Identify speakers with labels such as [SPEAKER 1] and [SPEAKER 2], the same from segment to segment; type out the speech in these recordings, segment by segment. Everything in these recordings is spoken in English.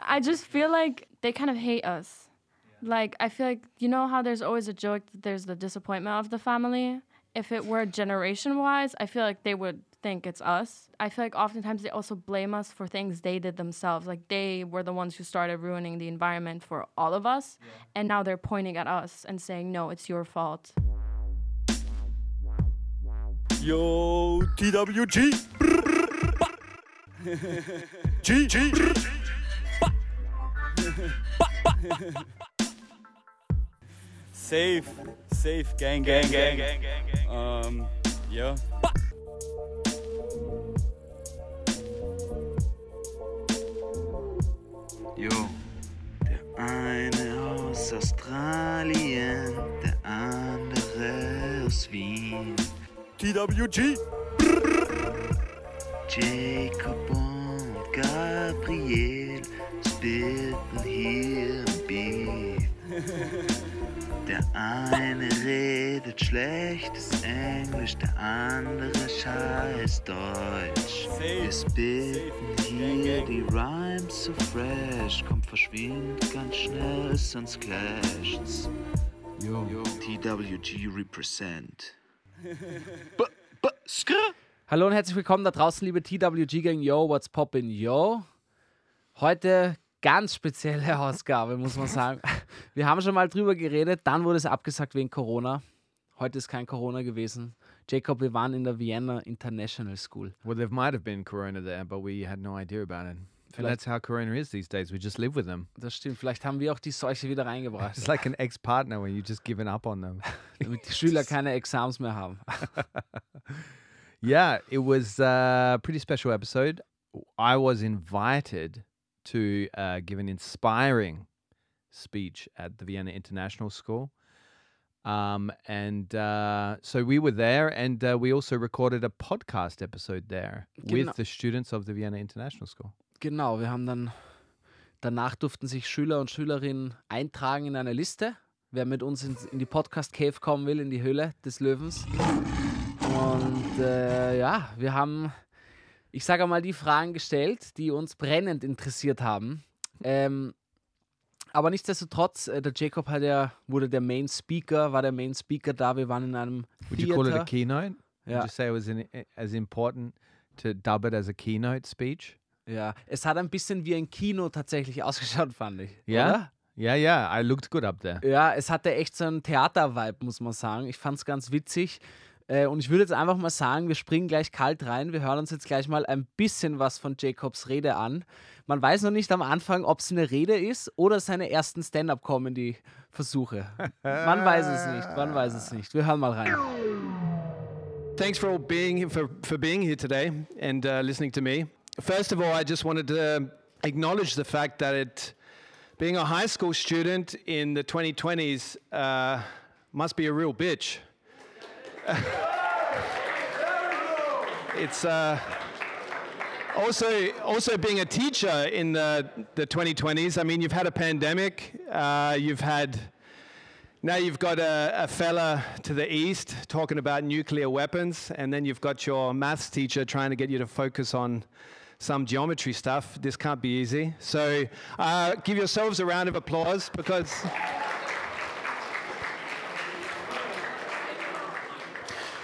[SPEAKER 1] I just feel like they kind of hate us. Like I feel like you know how there's always a joke that there's the disappointment of the family. If it were generation wise, I feel like they would think it's us. I feel like oftentimes they also blame us for things they did themselves. Like they were the ones who started ruining the environment for all of us, and now they're pointing at us and saying, "No, it's your fault."
[SPEAKER 2] Yo, TWG. Brr, brr, ba. G, G. brr, ba. Ba, ba, ba, ba. Safe, safe, gang, gang, gang, gang, gang, gang. Um, yeah.
[SPEAKER 3] Jo, der eine aus Australien, der andere aus Wien.
[SPEAKER 2] TWG.
[SPEAKER 3] Jacob und Gabriel spitten hier im Beef. Der eine redet schlechtes Englisch, der andere scheiß Deutsch.
[SPEAKER 2] Safe,
[SPEAKER 3] Wir spitten
[SPEAKER 2] safe, gang,
[SPEAKER 3] hier
[SPEAKER 2] gang.
[SPEAKER 3] die Rhymes so fresh. Kommt, verschwindet ganz schnell, sonst clasht's. Yo. TWG represent. B -b -skr
[SPEAKER 4] Hallo und herzlich willkommen da draußen, liebe TWG-Gang. Yo, what's poppin', yo? Heute ganz spezielle Ausgabe, muss man sagen. Wir haben schon mal drüber geredet, dann wurde es abgesagt wegen Corona. Heute ist kein Corona gewesen. Jacob, wir waren in der Vienna International School.
[SPEAKER 5] Well, there might have been corona there, but we had no idea about it. And
[SPEAKER 4] Vielleicht-
[SPEAKER 5] that's how corona is these days. We just live with them.
[SPEAKER 4] Das stimmt, vielleicht haben wir auch die Seuche wieder
[SPEAKER 5] It's
[SPEAKER 4] reingebracht,
[SPEAKER 5] like an ex-partner where you've just given up on them.
[SPEAKER 4] damit die Schüler keine Exams mehr haben.
[SPEAKER 5] yeah, it was a pretty special episode. I was invited to uh, give an inspiring speech at the Vienna International School. Um, and uh, so we were there, and uh, we also recorded a podcast episode there
[SPEAKER 4] Genau.
[SPEAKER 5] with the students of the Vienna International School.
[SPEAKER 4] Genau, wir haben dann, danach durften sich Schüler und Schülerinnen eintragen in eine Liste, wer mit uns in, in die Podcast Cave kommen will, in die Höhle des Löwens. Und äh, ja, wir haben, ich sage mal, die Fragen gestellt, die uns brennend interessiert haben. Ähm, aber nichtsdestotrotz, äh, der Jacob hat ja, wurde der Main Speaker, war der Main Speaker da, wir waren in einem
[SPEAKER 5] Would you call it a
[SPEAKER 4] Theater.
[SPEAKER 5] keynote? Would
[SPEAKER 4] Ja,
[SPEAKER 5] you say it was an, as important to dub it as a keynote speech?
[SPEAKER 4] ja, es hat ein bisschen wie ein Kino tatsächlich ausgeschaut, fand ich.
[SPEAKER 5] Ja?
[SPEAKER 4] Oder?
[SPEAKER 5] Yeah, yeah, I looked good up there.
[SPEAKER 4] Ja, es hatte echt so einen Theater-Vibe, muss man sagen. Ich fand es ganz witzig. Äh, Und ich würde jetzt einfach mal sagen, wir springen gleich kalt rein. Wir hören uns jetzt gleich mal ein bisschen was von Jacobs Rede an. Man weiß noch nicht am Anfang, ob es eine Rede ist oder seine ersten Stand-up-Comedy-Versuche. Man weiß es nicht, man weiß es nicht. Wir hören mal rein.
[SPEAKER 6] Thanks for all being here, for, for being here today and uh, listening to me. First of all, I just wanted to acknowledge the fact that it, being a high school student in the 2020s uh, must be a real bitch. it's uh, also also being a teacher in the the 2020s. I mean, you've had a pandemic. Uh, you've had now you've got a, a fella to the east talking about nuclear weapons, and then you've got your maths teacher trying to get you to focus on some geometry stuff. This can't be easy. So uh, give yourselves a round of applause because.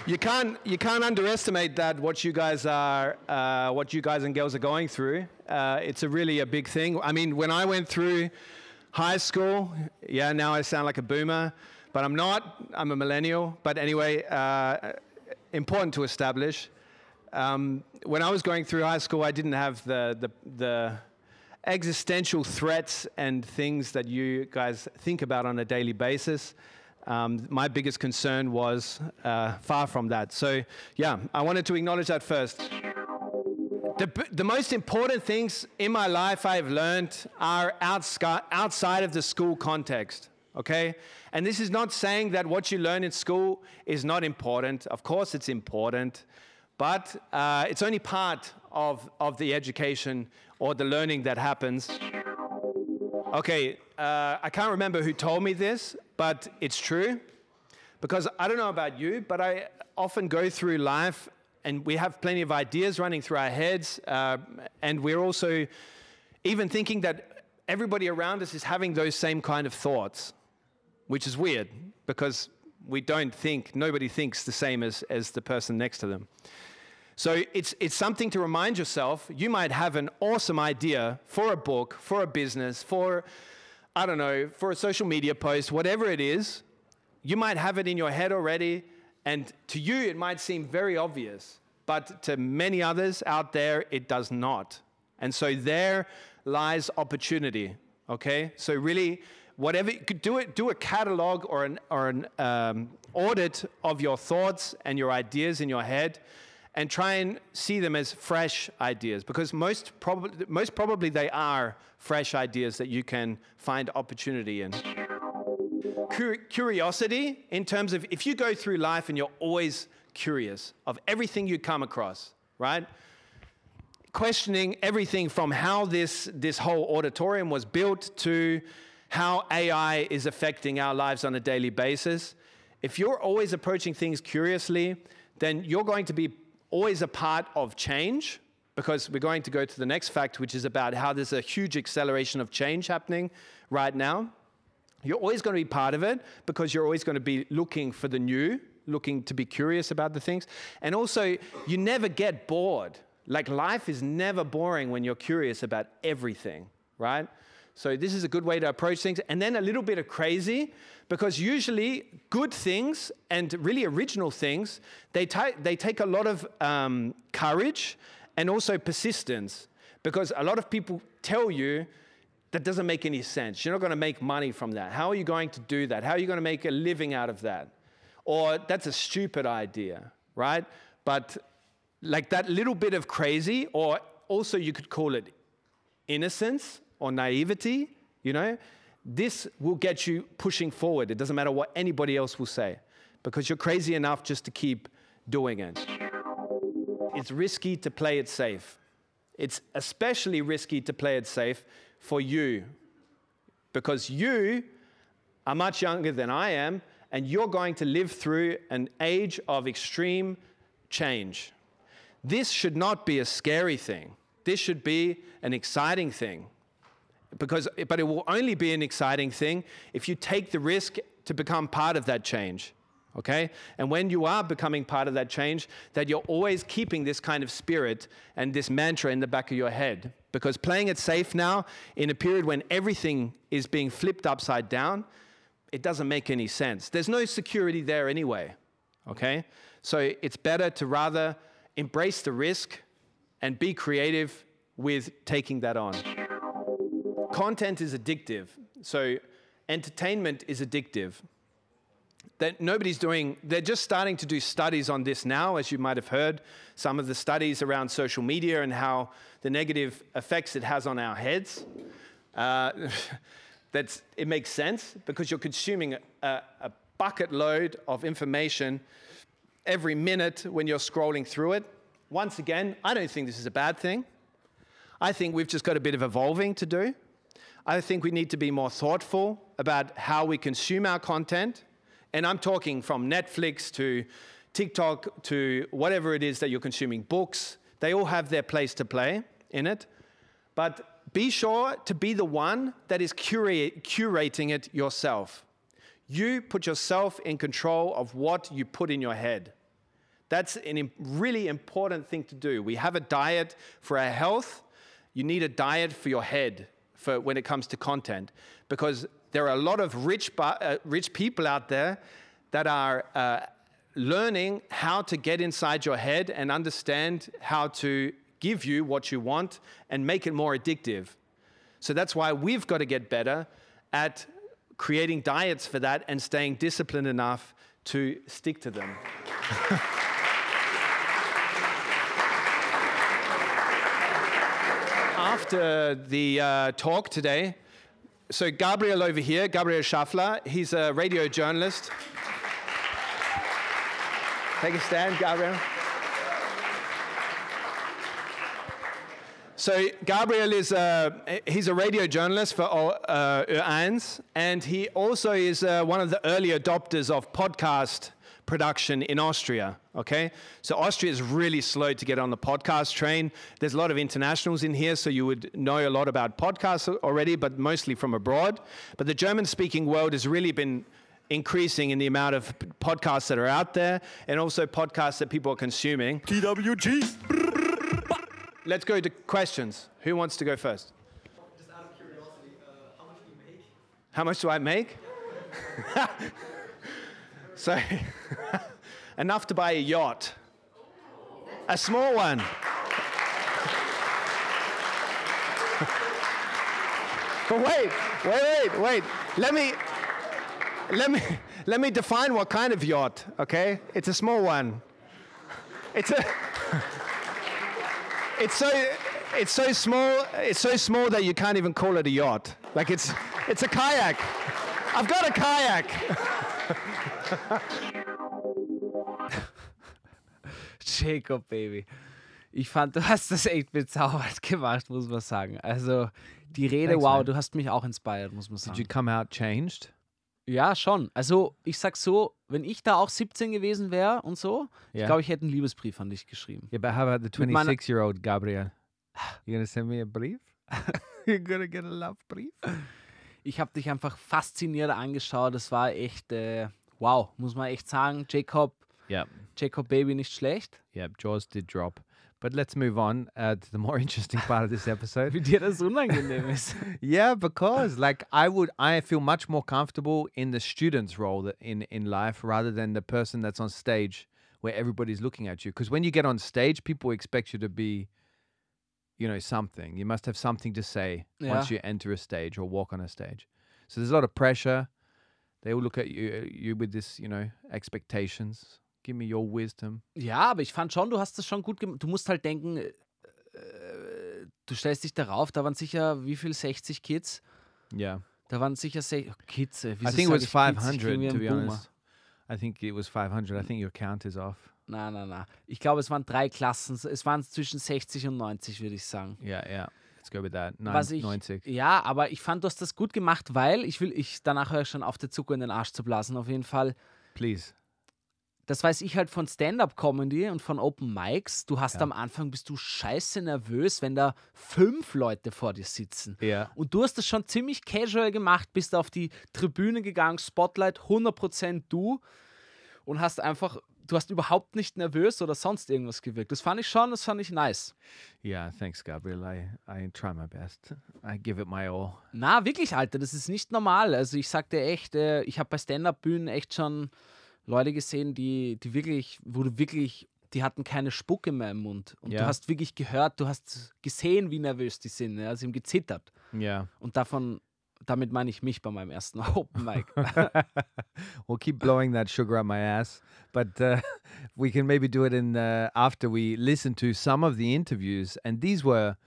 [SPEAKER 6] You can't, you can't underestimate that what you guys are, uh, what you guys and girls are going through. Uh, it's a really a big thing. I mean, when I went through high school, yeah, now I sound like a boomer, but I'm not. I'm a millennial. But anyway, uh, important to establish. Um, when I was going through high school, I didn't have the, the, the existential threats and things that you guys think about on a daily basis. Um, my biggest concern was uh, far from that. So, yeah, I wanted to acknowledge that first. The, b- the most important things in my life I've learned are outsca- outside of the school context, okay? And this is not saying that what you learn in school is not important. Of course, it's important, but uh, it's only part of, of the education or the learning that happens. Okay, uh, I can't remember who told me this, but it's true because I don't know about you, but I often go through life and we have plenty of ideas running through our heads. Uh, and we're also even thinking that everybody around us is having those same kind of thoughts, which is weird because we don't think, nobody thinks the same as, as the person next to them. So it's, it's something to remind yourself. You might have an awesome idea for a book, for a business, for, I don't know, for a social media post, whatever it is. You might have it in your head already. And to you, it might seem very obvious. But to many others out there, it does not. And so there lies opportunity. Okay, so really, whatever you could do it, do a catalog or an or an um, audit of your thoughts and your ideas in your head, and try and see them as fresh ideas because most probably most probably they are fresh ideas that you can find opportunity in. Cur- curiosity in terms of if you go through life and you're always curious of everything you come across, right? questioning everything from how this, this whole auditorium was built to how AI is affecting our lives on a daily basis. If you're always approaching things curiously, then you're going to be always a part of change because we're going to go to the next fact, which is about how there's a huge acceleration of change happening right now. You're always going to be part of it because you're always going to be looking for the new, looking to be curious about the things. And also, you never get bored. Like life is never boring when you're curious about everything, right? So this is a good way to approach things. And then a little bit of crazy, because usually good things and really original things, they, ta- they take a lot of um, courage and also persistence. Because a lot of people tell you that doesn't make any sense. You're not going to make money from that. How are you going to do that? How are you going to make a living out of that? Or that's a stupid idea, right? But like that little bit of crazy, or also you could call it innocence or naivety, you know, this will get you pushing forward. It doesn't matter what anybody else will say because you're crazy enough just to keep doing it. It's risky to play it safe. It's especially risky to play it safe for you because you are much younger than I am and you're going to live through an age of extreme change this should not be a scary thing. This should be an exciting thing. Because, but it will only be an exciting thing if you take the risk to become part of that change. Okay? And when you are becoming part of that change, that you're always keeping this kind of spirit and this mantra in the back of your head. Because playing it safe now, in a period when everything is being flipped upside down, it doesn't make any sense. There's no security there anyway. Okay? So it's better to rather embrace the risk and be creative with taking that on. Content is addictive. So entertainment is addictive. That nobody's doing, they're just starting to do studies on this now, as you might have heard. Some of the studies around social media and how the negative effects it has on our heads. Uh, that's, it makes sense because you're consuming a, a bucket load of information every minute when you're scrolling through it. Once again, I don't think this is a bad thing. I think we've just got a bit of evolving to do. I think we need to be more thoughtful about how we consume our content. And I'm talking from Netflix to TikTok to whatever it is that you're consuming, books, they all have their place to play in it. But be sure to be the one that is curate- curating it yourself. You put yourself in control of what you put in your head. That's a Im- really important thing to do. We have a diet for our health. You need a diet for your head for when it comes to content, because there are a lot of rich, bu- uh, rich people out there that are uh, learning how to get inside your head and understand how to give you what you want and make it more addictive. So that's why we've got to get better at creating diets for that and staying disciplined enough to stick to them. After the uh, talk today, so Gabriel over here, Gabriel Schaffler, he's a radio journalist. Take a stand, Gabriel. So Gabriel is
[SPEAKER 7] uh,
[SPEAKER 6] a, he's a radio journalist for uh, Ur1, and he also is uh, one of the early adopters of podcast
[SPEAKER 7] production in Austria. Okay, so Austria is really slow to get on the podcast train. There's a lot of internationals in here, so you would know a lot about podcasts al- already, but mostly from abroad. But the German-speaking world has really been increasing in the amount of p- podcasts that are out there, and also podcasts that people are consuming.
[SPEAKER 2] TWG.
[SPEAKER 7] Let's go to questions. Who wants to go first? How much do I make? so, enough to buy a yacht. A small one. but wait, wait, wait, wait. Let me, let me, let me define what kind of yacht. Okay, it's a small one. It's a. It's so. It's so small. It's so small that you can't even call it a yacht. Like it's. It's a kayak. I've got a kayak.
[SPEAKER 4] Jacob, Baby. Ich fand, du hast das echt bezaubert gemacht, muss man sagen. Also die Rede,
[SPEAKER 6] Thanks,
[SPEAKER 4] wow,
[SPEAKER 6] man.
[SPEAKER 4] du hast mich auch inspiriert, muss man sagen.
[SPEAKER 6] Did you come out changed?
[SPEAKER 4] Ja, schon. Also, ich sag so, wenn ich da auch 17 gewesen wäre und so, ich
[SPEAKER 6] Ja.
[SPEAKER 4] glaube, ich hätte einen Liebesbrief an dich geschrieben.
[SPEAKER 6] Yeah, but how about the
[SPEAKER 4] Mit meiner-
[SPEAKER 6] 26 year old Gabriel? You gonna send me a brief? You're gonna get a love brief?
[SPEAKER 4] Ich habe dich einfach fasziniert angeschaut. Das war echt, äh, wow, muss man echt sagen. Jacob,
[SPEAKER 6] Yep,
[SPEAKER 4] Jacob Baby nicht schlecht.
[SPEAKER 6] yep. Jaws did drop, but let's move on uh, to the more interesting part of this
[SPEAKER 4] Wie
[SPEAKER 6] episode.
[SPEAKER 4] dir das unangenehm ist.
[SPEAKER 6] yeah, because like I would, I feel much more comfortable in the student's role that- in in life rather than the person that's on stage where everybody's looking at you. Because when you get on stage, people expect you to be, you know, something. You must have something to say once
[SPEAKER 4] Yeah.
[SPEAKER 6] you enter a stage or walk on a stage. So there's a lot of pressure. They all look at you you with this, you know, expectations. Give me your wisdom.
[SPEAKER 4] Ja, aber ich fand schon, du hast das schon gut gemacht. Du musst halt denken, äh, du stellst dich darauf, da waren sicher, wie viel, 60 Kids?
[SPEAKER 6] Yeah.
[SPEAKER 4] Da waren sicher 60 Kids. Äh,
[SPEAKER 6] I
[SPEAKER 4] wieso
[SPEAKER 6] think it
[SPEAKER 4] sag
[SPEAKER 6] was
[SPEAKER 4] ich Kids? Ich krieg
[SPEAKER 6] 500,
[SPEAKER 4] wieder
[SPEAKER 6] to be
[SPEAKER 4] einen Boomer.
[SPEAKER 6] honest. I think it was 500. I think your count is off.
[SPEAKER 4] Na, na, na. Ich glaube, es waren drei Klassen. Es waren zwischen 60 und 90, würde ich sagen.
[SPEAKER 6] Yeah, yeah. Let's go with that. Nine,
[SPEAKER 4] Was ich,
[SPEAKER 6] 90.
[SPEAKER 4] ja, aber ich fand, du hast das gut gemacht, weil ich will, ich danach höre ich schon auf, der Zucker in den Arsch zu blasen. Auf jeden Fall,
[SPEAKER 6] Please.
[SPEAKER 4] das weiß ich halt von Stand-up-Comedy und von Open Mics. Du hast
[SPEAKER 6] Ja.
[SPEAKER 4] am Anfang bist du scheiße nervös, wenn da fünf Leute vor dir sitzen.
[SPEAKER 6] Yeah.
[SPEAKER 4] Und du hast das schon ziemlich casual gemacht, bist auf die Tribüne gegangen, Spotlight, 100% du und hast einfach, du hast überhaupt nicht nervös oder sonst irgendwas gewirkt. Das fand ich schon, das fand ich nice.
[SPEAKER 6] Yeah. Thanks, Gabriel. I, I try my best. I give it my all.
[SPEAKER 4] Na, wirklich, Alter, das ist nicht normal. Also ich sagte echt, äh, ich habe bei Stand-Up-Bühnen echt schon Leute gesehen, die, die wirklich, wo du wirklich, die hatten keine Spucke mehr im Mund. Und
[SPEAKER 6] Ja.
[SPEAKER 4] du hast wirklich gehört, du hast gesehen, wie nervös die sind. Ja? Sie haben gezittert.
[SPEAKER 6] Yeah.
[SPEAKER 4] Und davon, damit meine ich mich bei meinem ersten Open Mic.
[SPEAKER 6] We'll keep blowing that sugar up my ass, but uh, we can maybe do it in uh, after we listen to some of the interviews. And these were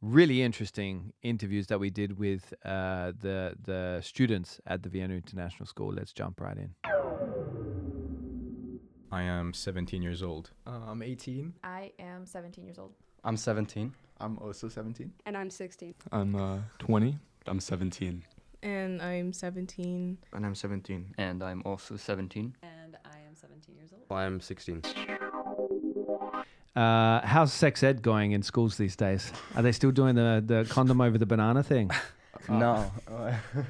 [SPEAKER 6] really interesting interviews that we did with uh, the the students at the Vienna International School. Let's jump right in.
[SPEAKER 8] I am 17 years old.
[SPEAKER 9] I'm
[SPEAKER 6] Um,
[SPEAKER 9] 18.
[SPEAKER 10] I am 17 years old.
[SPEAKER 11] I'm 17.
[SPEAKER 9] I'm also 17.
[SPEAKER 12] And I'm 16.
[SPEAKER 9] I'm uh, 20.
[SPEAKER 2] I'm 17.
[SPEAKER 13] And I'm 17.
[SPEAKER 11] And I'm 17. And I'm also 17.
[SPEAKER 12] And I am 17 years old.
[SPEAKER 8] I'm 16.
[SPEAKER 6] Uh, how's sex ed going in schools these days? Are they still doing the, the condom over the banana thing?
[SPEAKER 11] No.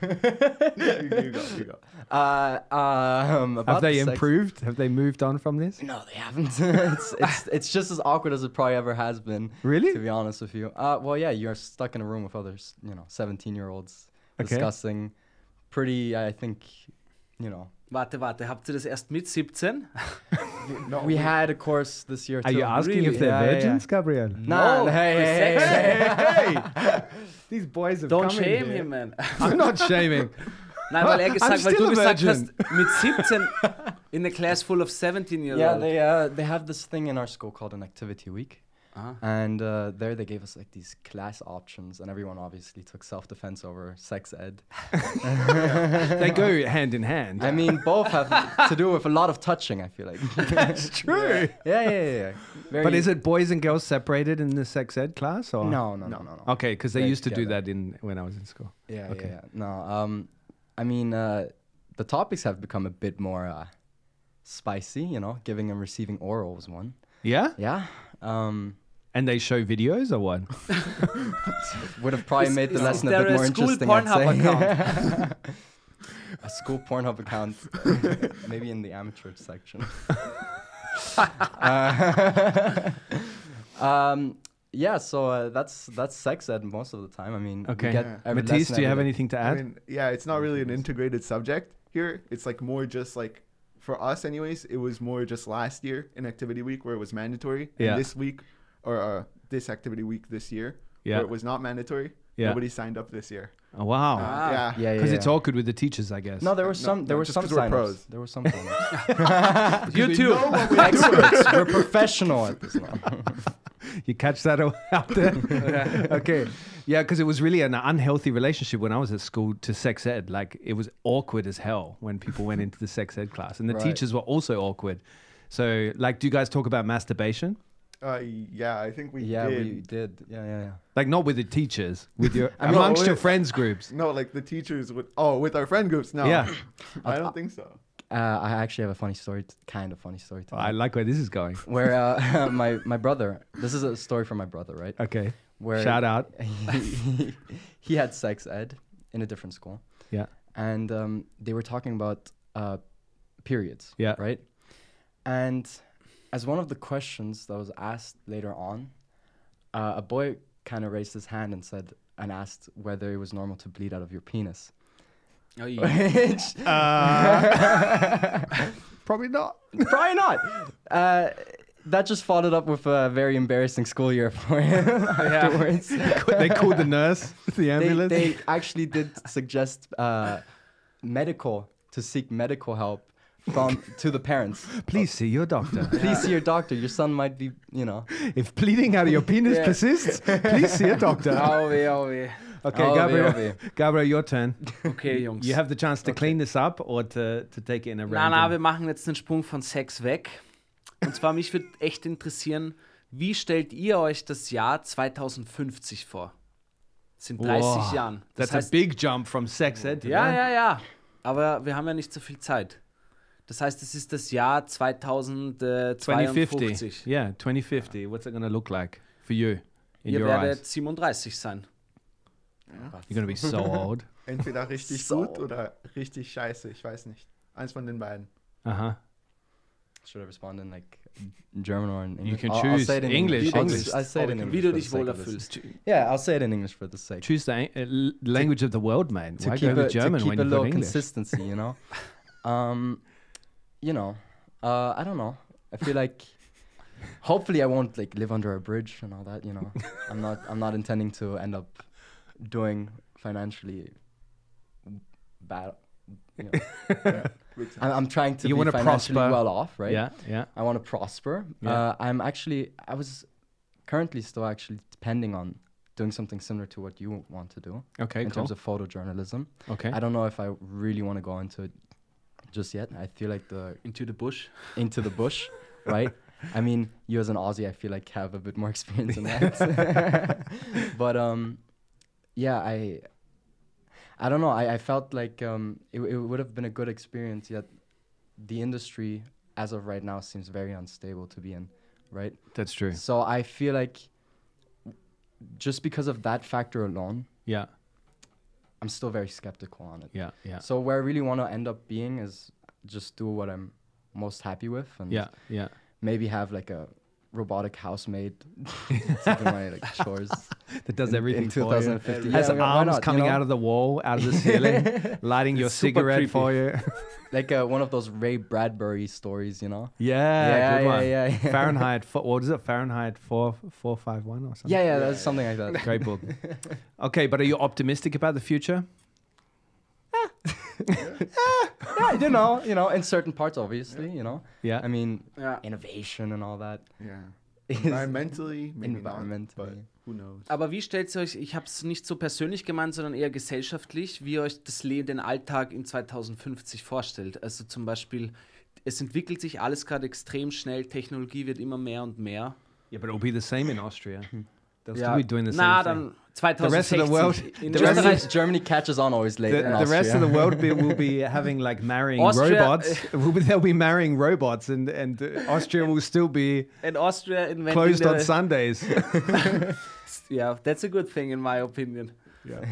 [SPEAKER 11] you go, you go. Uh, um, about
[SPEAKER 6] Have they
[SPEAKER 11] the sex-
[SPEAKER 6] improved? Have they moved on from this?
[SPEAKER 11] No, they haven't. it's, it's, it's just as awkward as it probably ever has been.
[SPEAKER 6] Really?
[SPEAKER 11] To be honest with you. Uh, well, yeah, you're stuck in a room with others, you know, 17 year olds
[SPEAKER 6] Okay.
[SPEAKER 11] discussing pretty, I think, you know.
[SPEAKER 4] warte, warte, habt ihr das erst mit 17?
[SPEAKER 11] we had a course this year.
[SPEAKER 6] Are you
[SPEAKER 11] too.
[SPEAKER 6] asking if they're
[SPEAKER 11] Yeah, yeah, yeah.
[SPEAKER 6] virgins, Gabriel?
[SPEAKER 11] Nah,
[SPEAKER 4] No,
[SPEAKER 11] hey,
[SPEAKER 4] we're
[SPEAKER 11] hey, hey, hey, hey,
[SPEAKER 9] These boys have
[SPEAKER 4] Don't shame him, man.
[SPEAKER 6] I'm not shaming.
[SPEAKER 4] Nein, weil er
[SPEAKER 6] I'm
[SPEAKER 4] gesagt, weil
[SPEAKER 6] still
[SPEAKER 4] du
[SPEAKER 6] a
[SPEAKER 4] gesagt
[SPEAKER 6] virgin.
[SPEAKER 4] hast, mit 17 in a class full of 17 year
[SPEAKER 11] Yeah,
[SPEAKER 4] old.
[SPEAKER 11] they uh, they have this thing in our school called an activity week,
[SPEAKER 4] Ah.
[SPEAKER 11] and uh, there they gave us like these class options, and everyone obviously took self defense over sex ed.
[SPEAKER 6] they go hand in hand.
[SPEAKER 11] I mean, both have to do with a lot of touching. I feel like.
[SPEAKER 6] That's true.
[SPEAKER 11] yeah, yeah, yeah. yeah.
[SPEAKER 6] But
[SPEAKER 11] Very-
[SPEAKER 6] is it boys and girls separated in the sex ed class? Or?
[SPEAKER 11] No, no, no, no, no.
[SPEAKER 6] Okay, because they
[SPEAKER 11] They're
[SPEAKER 6] used to do
[SPEAKER 11] together.
[SPEAKER 6] that in when I was in school.
[SPEAKER 11] Yeah,
[SPEAKER 6] Okay.
[SPEAKER 11] yeah, yeah. No, um, I mean, uh, the topics have become a bit more uh, spicy, you know, giving and receiving oral was one.
[SPEAKER 6] Yeah?
[SPEAKER 11] Yeah. Um,
[SPEAKER 6] and they show videos or what?
[SPEAKER 11] Would have probably
[SPEAKER 6] Is-
[SPEAKER 11] made the
[SPEAKER 6] is-
[SPEAKER 11] lesson
[SPEAKER 6] is
[SPEAKER 11] a
[SPEAKER 6] there
[SPEAKER 11] bit
[SPEAKER 6] a
[SPEAKER 11] more
[SPEAKER 6] school
[SPEAKER 11] interesting.
[SPEAKER 6] Pornhub
[SPEAKER 11] account. a school Pornhub account, maybe in the amateur section. Uh, um, yeah, so uh, that's that's sex ed most of the time. I mean, we
[SPEAKER 6] Okay.
[SPEAKER 11] get
[SPEAKER 6] Yeah.
[SPEAKER 11] every
[SPEAKER 6] Matisse,
[SPEAKER 11] lesson
[SPEAKER 6] do
[SPEAKER 11] every
[SPEAKER 6] you have
[SPEAKER 11] day.
[SPEAKER 6] anything to add?
[SPEAKER 9] I mean, yeah, it's not really an integrated subject here. It's like more just like for us, anyways. It was more just last year in activity week where it was mandatory. and
[SPEAKER 6] Yeah.
[SPEAKER 9] this week, or uh, this activity week this year,
[SPEAKER 6] Yeah.
[SPEAKER 9] where it was not mandatory.
[SPEAKER 6] Yeah.
[SPEAKER 9] Nobody signed up this year.
[SPEAKER 6] Oh, wow.
[SPEAKER 9] Uh, yeah.
[SPEAKER 6] Because it's awkward with the teachers, I guess.
[SPEAKER 11] No, there were some. There
[SPEAKER 9] no,
[SPEAKER 11] were
[SPEAKER 9] just
[SPEAKER 11] some
[SPEAKER 9] 'cause we're
[SPEAKER 11] sign
[SPEAKER 9] pros.
[SPEAKER 11] There were some. sign-ups.
[SPEAKER 6] You too.
[SPEAKER 11] Experts. we're professional at this now.
[SPEAKER 6] you catch that out there? okay. Yeah, because it was really an unhealthy relationship when I was at school to sex ed. Like, it was awkward as hell when people went into the sex ed class, and the
[SPEAKER 9] Right.
[SPEAKER 6] teachers were also awkward. So, like, do you guys talk about masturbation?
[SPEAKER 9] Uh, yeah, I think we
[SPEAKER 11] Yeah,
[SPEAKER 9] did.
[SPEAKER 11] we did. Yeah, yeah, yeah.
[SPEAKER 6] Like, not with the teachers, with your
[SPEAKER 9] I mean-
[SPEAKER 6] amongst
[SPEAKER 9] No,
[SPEAKER 6] your
[SPEAKER 9] we-
[SPEAKER 6] friends groups.
[SPEAKER 9] Oh, No, like the teachers would. Oh, with our friend groups. No.
[SPEAKER 6] Yeah.
[SPEAKER 9] I don't think so.
[SPEAKER 11] Uh, I actually have a funny story, t- kind of funny story. To
[SPEAKER 6] I like where this is going.
[SPEAKER 11] Where uh, my my brother, this is a story from my brother, right?
[SPEAKER 6] Okay.
[SPEAKER 11] Where
[SPEAKER 6] Shout out.
[SPEAKER 11] he, he had sex ed in a different school.
[SPEAKER 6] Yeah.
[SPEAKER 11] And um, they were talking about uh, periods.
[SPEAKER 6] Yeah.
[SPEAKER 11] Right. And as one of the questions that was asked later on, uh, a boy kind of raised his hand and said and asked whether it was normal to bleed out of your penis.
[SPEAKER 4] Oh,
[SPEAKER 11] Which-
[SPEAKER 6] Uh, probably not.
[SPEAKER 11] Probably not. Uh, that just followed up with a very embarrassing school year for him afterwards.
[SPEAKER 6] they called the nurse, the
[SPEAKER 11] They-
[SPEAKER 6] ambulance.
[SPEAKER 11] They, actually did suggest uh, medical to seek medical help from to the parents.
[SPEAKER 6] Please see your doctor.
[SPEAKER 11] Please see your doctor. Your son might be, you know.
[SPEAKER 6] If bleeding out of your penis
[SPEAKER 11] Yeah. Oh,
[SPEAKER 6] persists, please see a doctor.
[SPEAKER 11] Auwe, auwe.
[SPEAKER 4] Also
[SPEAKER 6] Okay,
[SPEAKER 11] Auwe,
[SPEAKER 6] Gabriel,
[SPEAKER 11] auwe.
[SPEAKER 6] Gabriel, your turn.
[SPEAKER 4] Okay, Jungs.
[SPEAKER 6] You have the chance to clean this up or to, to take it in a
[SPEAKER 4] Na,
[SPEAKER 6] random.
[SPEAKER 4] na, wir machen jetzt den Sprung von Sex weg. Und zwar, mich würde echt interessieren, wie stellt ihr euch das Jahr 2050 vor? Das Sind 30
[SPEAKER 6] Wow.
[SPEAKER 4] Jahren.
[SPEAKER 6] That's a big jump from sex eh, ed. to
[SPEAKER 4] Ja,
[SPEAKER 6] that.
[SPEAKER 4] ja, ja. Aber wir haben ja nicht so viel Zeit. Das heißt, es ist das Jahr äh, 2052.
[SPEAKER 6] 2050. Yeah, 2050. What's it going to look like for you in
[SPEAKER 4] Ihr
[SPEAKER 6] your
[SPEAKER 4] werdet
[SPEAKER 6] eyes?
[SPEAKER 4] 37 sein.
[SPEAKER 6] You're going to be so old.
[SPEAKER 9] Entweder richtig gut oder richtig scheiße. Ich weiß nicht. Eins von den beiden.
[SPEAKER 6] Uh-huh.
[SPEAKER 11] Should I respond in like German or in
[SPEAKER 6] You
[SPEAKER 11] English?
[SPEAKER 6] can
[SPEAKER 11] I'll- I'll
[SPEAKER 6] choose
[SPEAKER 11] say it in
[SPEAKER 6] English,
[SPEAKER 11] I'll,
[SPEAKER 6] English.
[SPEAKER 11] I'll say it in
[SPEAKER 6] Okay.
[SPEAKER 11] English.
[SPEAKER 6] Wie du
[SPEAKER 11] for the
[SPEAKER 6] dich
[SPEAKER 11] sake
[SPEAKER 6] wohler
[SPEAKER 11] of this.
[SPEAKER 6] fühlst.
[SPEAKER 11] Yeah, I'll say it in English for the sake.
[SPEAKER 6] Choose the uh, l- language of the world, man.
[SPEAKER 11] to
[SPEAKER 6] Why
[SPEAKER 11] keep
[SPEAKER 6] go to
[SPEAKER 11] it-
[SPEAKER 6] German
[SPEAKER 11] to keep
[SPEAKER 6] when
[SPEAKER 11] a
[SPEAKER 6] you've
[SPEAKER 11] low
[SPEAKER 6] got English?
[SPEAKER 11] consistency, you know. um, you know, uh, I don't know. I feel like hopefully I won't like live under a bridge and all that. You know, I'm not. I'm not intending to end up doing financially bad. You know. I'm, I'm trying to
[SPEAKER 6] You
[SPEAKER 11] be
[SPEAKER 6] wanna
[SPEAKER 11] financially
[SPEAKER 6] prosper.
[SPEAKER 11] well off, right?
[SPEAKER 6] Yeah, yeah.
[SPEAKER 11] I want to prosper.
[SPEAKER 6] Yeah.
[SPEAKER 11] Uh, I'm actually. I was currently still actually depending on doing something similar to what you want to do.
[SPEAKER 6] Okay,
[SPEAKER 11] in terms
[SPEAKER 6] cool.
[SPEAKER 11] of photojournalism.
[SPEAKER 6] Okay.
[SPEAKER 11] I don't know if I really want to go into it just yet. I feel like the
[SPEAKER 4] into the bush,
[SPEAKER 11] into the bush, right? I mean, you as an Aussie, I feel like have a bit more experience in that. but um, yeah, I I don't know. I, I felt like um, it, it would have been a good experience. Yet the industry, as of right now, seems very unstable to be in, right?
[SPEAKER 6] That's true.
[SPEAKER 11] So I feel like just because of that factor alone,
[SPEAKER 6] Yeah.
[SPEAKER 11] I'm still very skeptical on it.
[SPEAKER 6] Yeah, yeah.
[SPEAKER 11] So where I really want to end up being is just do what I'm most happy with, and
[SPEAKER 6] Yeah, yeah.
[SPEAKER 11] maybe have like a robotic housemaid, something like, like chores
[SPEAKER 6] That does
[SPEAKER 11] in-
[SPEAKER 6] everything
[SPEAKER 11] in
[SPEAKER 6] for you.
[SPEAKER 11] 2050.
[SPEAKER 6] Has
[SPEAKER 11] Yeah, why
[SPEAKER 6] arms
[SPEAKER 11] not, you
[SPEAKER 6] coming
[SPEAKER 11] know?
[SPEAKER 6] out of the wall, out of the ceiling, lighting your
[SPEAKER 11] It's super
[SPEAKER 6] cigarette
[SPEAKER 11] creepy.
[SPEAKER 6] for you.
[SPEAKER 11] like uh, one of those Ray Bradbury stories, you know?
[SPEAKER 6] Yeah,
[SPEAKER 11] yeah,
[SPEAKER 6] good
[SPEAKER 11] yeah,
[SPEAKER 6] one.
[SPEAKER 11] yeah, yeah.
[SPEAKER 6] Fahrenheit. Four, what is it? Fahrenheit four four five one or something.
[SPEAKER 11] Yeah, yeah, that's something like that.
[SPEAKER 6] Great book. Okay, but are you optimistic about the future?
[SPEAKER 11] yeah, you know, you know, in certain parts, obviously, you know.
[SPEAKER 6] Yeah.
[SPEAKER 11] I mean,
[SPEAKER 4] Yeah.
[SPEAKER 11] innovation and all that.
[SPEAKER 9] Yeah.
[SPEAKER 11] is-
[SPEAKER 9] Environmentally, maybe not,
[SPEAKER 11] environmentally.
[SPEAKER 9] Who knows?
[SPEAKER 4] Aber wie stellt ihr euch, ich habe es nicht so persönlich gemeint, sondern eher gesellschaftlich, wie ihr euch das Leben, den Alltag in 2050 vorstellt? Also zum Beispiel, es entwickelt sich alles gerade extrem schnell, Technologie wird immer mehr und mehr.
[SPEAKER 6] Yeah, but it'll be the same in Austria. They'll
[SPEAKER 4] Ja.
[SPEAKER 6] still be doing the same
[SPEAKER 4] Na,
[SPEAKER 6] thing.
[SPEAKER 4] dann 2016.
[SPEAKER 6] The rest of the world.
[SPEAKER 4] In
[SPEAKER 6] the rest of
[SPEAKER 11] Germany,
[SPEAKER 6] the-
[SPEAKER 11] Germany catches on always late.
[SPEAKER 6] the,
[SPEAKER 11] in
[SPEAKER 6] the rest of the
[SPEAKER 11] Austria.
[SPEAKER 6] world be, will be having like marrying
[SPEAKER 4] Austria- eh, uh,
[SPEAKER 6] robots. Will be- They'll be marrying robots, and and uh, Austria will still be
[SPEAKER 4] And Austria invented
[SPEAKER 6] closed on
[SPEAKER 4] the-
[SPEAKER 6] Sundays.
[SPEAKER 4] yeah, that's a good thing in my opinion.
[SPEAKER 9] Yeah.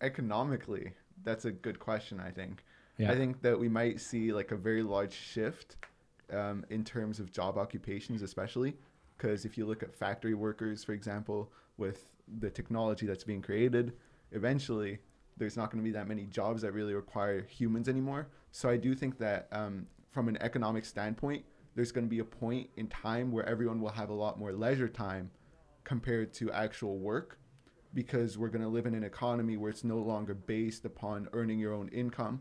[SPEAKER 9] Economically, that's a good question, I think.
[SPEAKER 6] Yeah.
[SPEAKER 9] I think that we might see like a very large shift um, in terms of job occupations, especially because if you look at factory workers, for example, with the technology that's being created, eventually there's not going to be that many jobs that really require humans anymore. So I do think that um, from an economic standpoint, there's going to be a point in time where everyone will have a lot more leisure time compared to actual work because we're going to live in an economy where it's no longer based upon earning your own income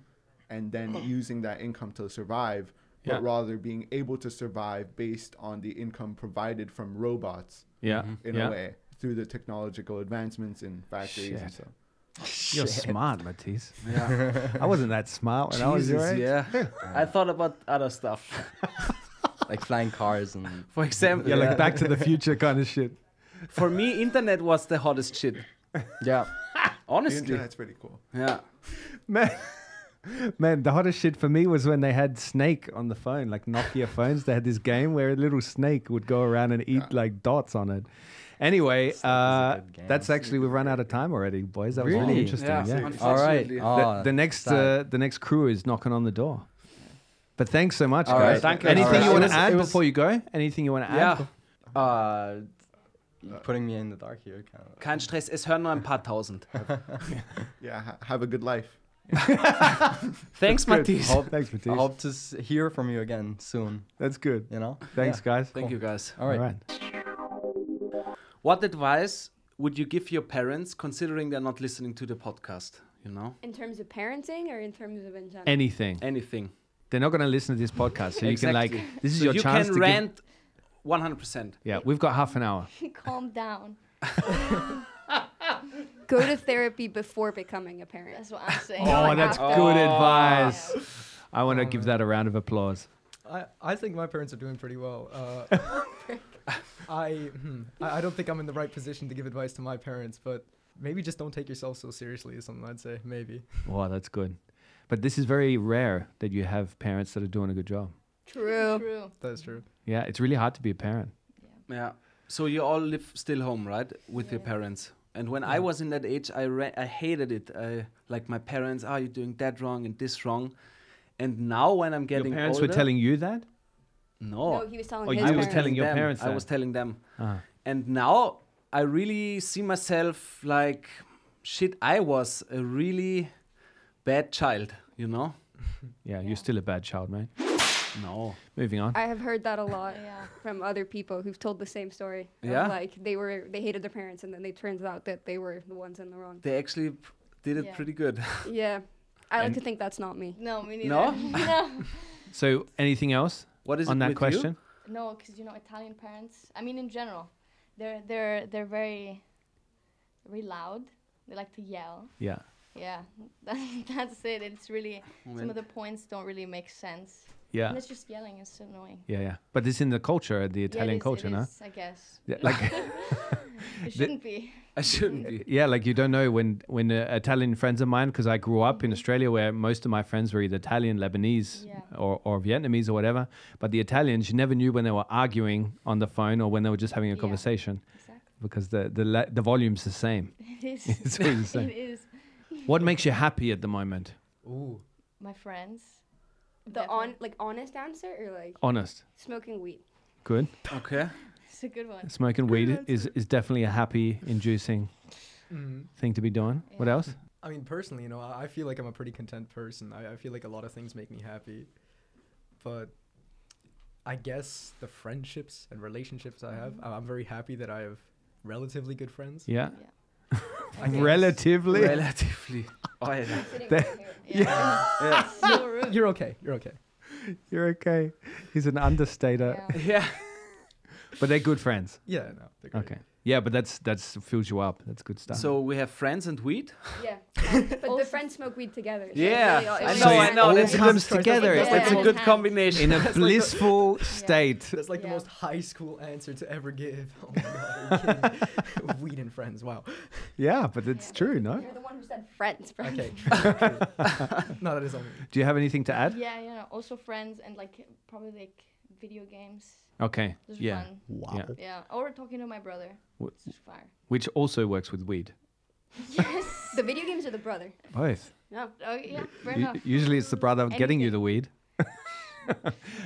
[SPEAKER 9] and then using that income to survive but
[SPEAKER 6] Yeah.
[SPEAKER 9] rather being able to survive based on the income provided from robots
[SPEAKER 6] Yeah, Mhm.
[SPEAKER 9] in
[SPEAKER 6] yeah.
[SPEAKER 9] a way through the technological advancements in factories and
[SPEAKER 6] Shit.
[SPEAKER 9] stuff
[SPEAKER 6] You're
[SPEAKER 4] Shit.
[SPEAKER 6] smart, Matisse.
[SPEAKER 4] Yeah.
[SPEAKER 6] I wasn't that smart when I was your
[SPEAKER 4] Jesus,
[SPEAKER 6] age.
[SPEAKER 4] yeah. I thought about other stuff.
[SPEAKER 11] like flying cars and
[SPEAKER 4] For example,
[SPEAKER 6] Yeah, like Back to the Future kind of shit.
[SPEAKER 4] For me, internet was the hottest shit.
[SPEAKER 11] Yeah.
[SPEAKER 9] the
[SPEAKER 4] Honestly.
[SPEAKER 9] internet's pretty cool
[SPEAKER 4] Yeah.
[SPEAKER 6] Man, man, the hottest shit for me was when they had Snake on the phone, like Nokia phones. They had this game where a little snake would go around and eat like dots on it. Anyway, uh, that's actually we've run out of time already, boys. That was really
[SPEAKER 11] Really?
[SPEAKER 6] interesting.
[SPEAKER 11] Yeah,
[SPEAKER 6] Yeah.
[SPEAKER 11] All right. unfortunately.
[SPEAKER 6] The,
[SPEAKER 11] Ah,
[SPEAKER 6] the next uh, the next crew is knocking on the door. But thanks so much,
[SPEAKER 11] All
[SPEAKER 6] guys.
[SPEAKER 11] right. Thank you.
[SPEAKER 6] Anything
[SPEAKER 11] All
[SPEAKER 6] you
[SPEAKER 11] right.
[SPEAKER 6] want
[SPEAKER 11] It
[SPEAKER 6] to
[SPEAKER 11] was-
[SPEAKER 6] add
[SPEAKER 11] it was-
[SPEAKER 6] before you go? Anything you want to add?
[SPEAKER 4] Ja.
[SPEAKER 11] Uh, you're putting me in the dark here. Kind of.
[SPEAKER 4] Kein Stress, es hören nur ein paar tausend.
[SPEAKER 9] yeah ha- have a good life
[SPEAKER 4] Thanks,
[SPEAKER 11] Good.
[SPEAKER 4] Matthias.
[SPEAKER 11] Hope-
[SPEAKER 6] Thanks,
[SPEAKER 11] I
[SPEAKER 6] Matisse.
[SPEAKER 11] hope to s- hear from you again soon.
[SPEAKER 6] That's good.
[SPEAKER 11] You know.
[SPEAKER 6] Thanks,
[SPEAKER 11] Yeah.
[SPEAKER 6] guys.
[SPEAKER 4] Thank you guys.
[SPEAKER 11] All right.
[SPEAKER 6] All right.
[SPEAKER 4] What advice would you give your parents considering they're not listening to the podcast? You know?
[SPEAKER 14] In terms of parenting or in terms of in general?
[SPEAKER 6] Anything.
[SPEAKER 4] Anything.
[SPEAKER 6] They're not going to listen to this podcast, so you can like this is
[SPEAKER 4] So
[SPEAKER 6] your
[SPEAKER 4] you
[SPEAKER 6] chance
[SPEAKER 4] can
[SPEAKER 6] to give-
[SPEAKER 4] rant 100%.
[SPEAKER 6] Yeah, we've got half an hour.
[SPEAKER 14] Calm down. Go to therapy before becoming a parent. That's what I'm saying.
[SPEAKER 6] Oh, that's good advice. I want to give that a round of applause.
[SPEAKER 15] I, I think my parents are doing pretty well. Uh, I, hmm, I I don't think I'm in the right position to give advice to my parents, but maybe just don't take yourself so seriously is something I'd say. Maybe.
[SPEAKER 6] Wow, that's good. But this is very rare that you have parents that are doing a good job.
[SPEAKER 14] True.
[SPEAKER 15] True. That is true.
[SPEAKER 6] Yeah, it's really hard to be a parent.
[SPEAKER 4] Yeah. So you all live still home, right, with your parents? And when I was in that age, I ra- I hated it. I, like my parents, are oh, you doing that wrong and this wrong? And now when I'm getting
[SPEAKER 6] Your parents were
[SPEAKER 4] older-
[SPEAKER 6] telling you that?
[SPEAKER 4] No.
[SPEAKER 14] No, he was telling
[SPEAKER 6] Oh,
[SPEAKER 14] his
[SPEAKER 6] you
[SPEAKER 14] parents.
[SPEAKER 6] was telling your
[SPEAKER 4] them.
[SPEAKER 6] parents
[SPEAKER 4] I
[SPEAKER 6] that.
[SPEAKER 4] was telling them.
[SPEAKER 6] Uh-huh.
[SPEAKER 4] And now I really see myself like, shit, I was a really bad child, you know?
[SPEAKER 6] Yeah, you're still a bad child, mate.
[SPEAKER 4] No.
[SPEAKER 6] Moving on.
[SPEAKER 14] I have heard that a lot from other people who've told the same story. of,
[SPEAKER 4] Yeah?
[SPEAKER 14] Like they were they hated their parents and then they turns out that they were the ones in the wrong.
[SPEAKER 4] They actually p- did it
[SPEAKER 14] Yeah.
[SPEAKER 4] pretty good.
[SPEAKER 14] Yeah. I like
[SPEAKER 6] And-
[SPEAKER 14] to think that's not me.
[SPEAKER 13] No, me
[SPEAKER 4] neither. No?
[SPEAKER 13] no.
[SPEAKER 6] So, anything else
[SPEAKER 4] What is
[SPEAKER 6] on
[SPEAKER 4] it
[SPEAKER 6] that
[SPEAKER 4] with you?
[SPEAKER 6] question?
[SPEAKER 16] No, because you know Italian parents. I mean, in general, they're they're they're very, very loud. They like to yell.
[SPEAKER 6] Yeah.
[SPEAKER 16] Yeah, that's it. It's really some
[SPEAKER 6] Moment.
[SPEAKER 16] of the points don't really make sense.
[SPEAKER 6] Yeah.
[SPEAKER 16] and it's just yelling. It's so annoying.
[SPEAKER 6] Yeah, yeah. But it's in the culture, the
[SPEAKER 16] it
[SPEAKER 6] Italian
[SPEAKER 16] is- it
[SPEAKER 6] culture, no?
[SPEAKER 16] is, I guess.
[SPEAKER 6] Yeah, like
[SPEAKER 16] It
[SPEAKER 6] The-
[SPEAKER 16] shouldn't be.
[SPEAKER 4] I shouldn't be.
[SPEAKER 6] Yeah, like you don't know when when uh, Italian friends of mine, because I grew up
[SPEAKER 16] Mm-hmm.
[SPEAKER 6] in Australia where most of my friends were either Italian, Lebanese, or, or Vietnamese or whatever. But the Italians, you never knew when they were arguing on the phone or when they were just having a conversation, because the the la- the volume's the same.
[SPEAKER 16] It is.
[SPEAKER 6] it's always the same.
[SPEAKER 16] It is.
[SPEAKER 6] What makes you happy at the moment?
[SPEAKER 11] Ooh.
[SPEAKER 16] My friends.
[SPEAKER 14] The on like honest answer or like
[SPEAKER 6] Honest,
[SPEAKER 14] smoking weed.
[SPEAKER 6] good.
[SPEAKER 4] Okay.
[SPEAKER 16] It's a good one.
[SPEAKER 6] Smoking weed is, is definitely a happy inducing
[SPEAKER 15] Mhm.
[SPEAKER 6] thing to be doing. What else?
[SPEAKER 15] I mean, personally, you know, I, I feel like I'm a pretty content person. I, I feel like a lot of things make me happy, but I guess the friendships and relationships I
[SPEAKER 6] Mm-hmm.
[SPEAKER 15] have, I- I'm very happy that I have relatively good friends.
[SPEAKER 6] Yeah.
[SPEAKER 15] I guess.
[SPEAKER 6] Relatively.
[SPEAKER 4] Relatively. Oh, yeah.
[SPEAKER 6] That- yeah.
[SPEAKER 15] You're- You're okay. You're okay.
[SPEAKER 6] You're okay. He's an understater.
[SPEAKER 4] Yeah.
[SPEAKER 6] But they're good friends.
[SPEAKER 15] Yeah, no, they're
[SPEAKER 6] Okay. Yeah, but that's that's fills you up. That's good stuff.
[SPEAKER 4] So we have friends and weed.
[SPEAKER 14] Yeah. but the friends smoke weed together. so it's
[SPEAKER 4] Yeah,
[SPEAKER 14] really all- it
[SPEAKER 4] I
[SPEAKER 14] really
[SPEAKER 4] know,
[SPEAKER 14] all
[SPEAKER 4] I know.
[SPEAKER 14] comes
[SPEAKER 4] That's a
[SPEAKER 14] together.
[SPEAKER 4] good together.
[SPEAKER 14] Yeah.
[SPEAKER 4] That's a
[SPEAKER 14] Yeah.
[SPEAKER 4] good combination.
[SPEAKER 6] in a
[SPEAKER 15] That's like the-
[SPEAKER 6] blissful state.
[SPEAKER 15] That's like the most high school answer to ever give. Oh my god, are you kidding? weed and friends. Wow.
[SPEAKER 6] Yeah, but it's true, no?
[SPEAKER 14] You're the one who said friends, bro.
[SPEAKER 15] Okay. no, that is on me.
[SPEAKER 6] Do you have anything to add?
[SPEAKER 16] Yeah, yeah. Also friends and like probably like video games.
[SPEAKER 6] Okay,
[SPEAKER 16] This is
[SPEAKER 6] yeah,
[SPEAKER 16] Fun.
[SPEAKER 6] Wow. yeah.
[SPEAKER 16] Yeah. Or talking to my brother.
[SPEAKER 6] Wh-
[SPEAKER 16] This is fire.
[SPEAKER 6] Which also works with weed.
[SPEAKER 14] Yes. the video games are the brother.
[SPEAKER 6] Both.
[SPEAKER 16] No. Oh yeah. Fair
[SPEAKER 6] U-
[SPEAKER 16] enough.
[SPEAKER 6] usually it's the brother getting you the weed.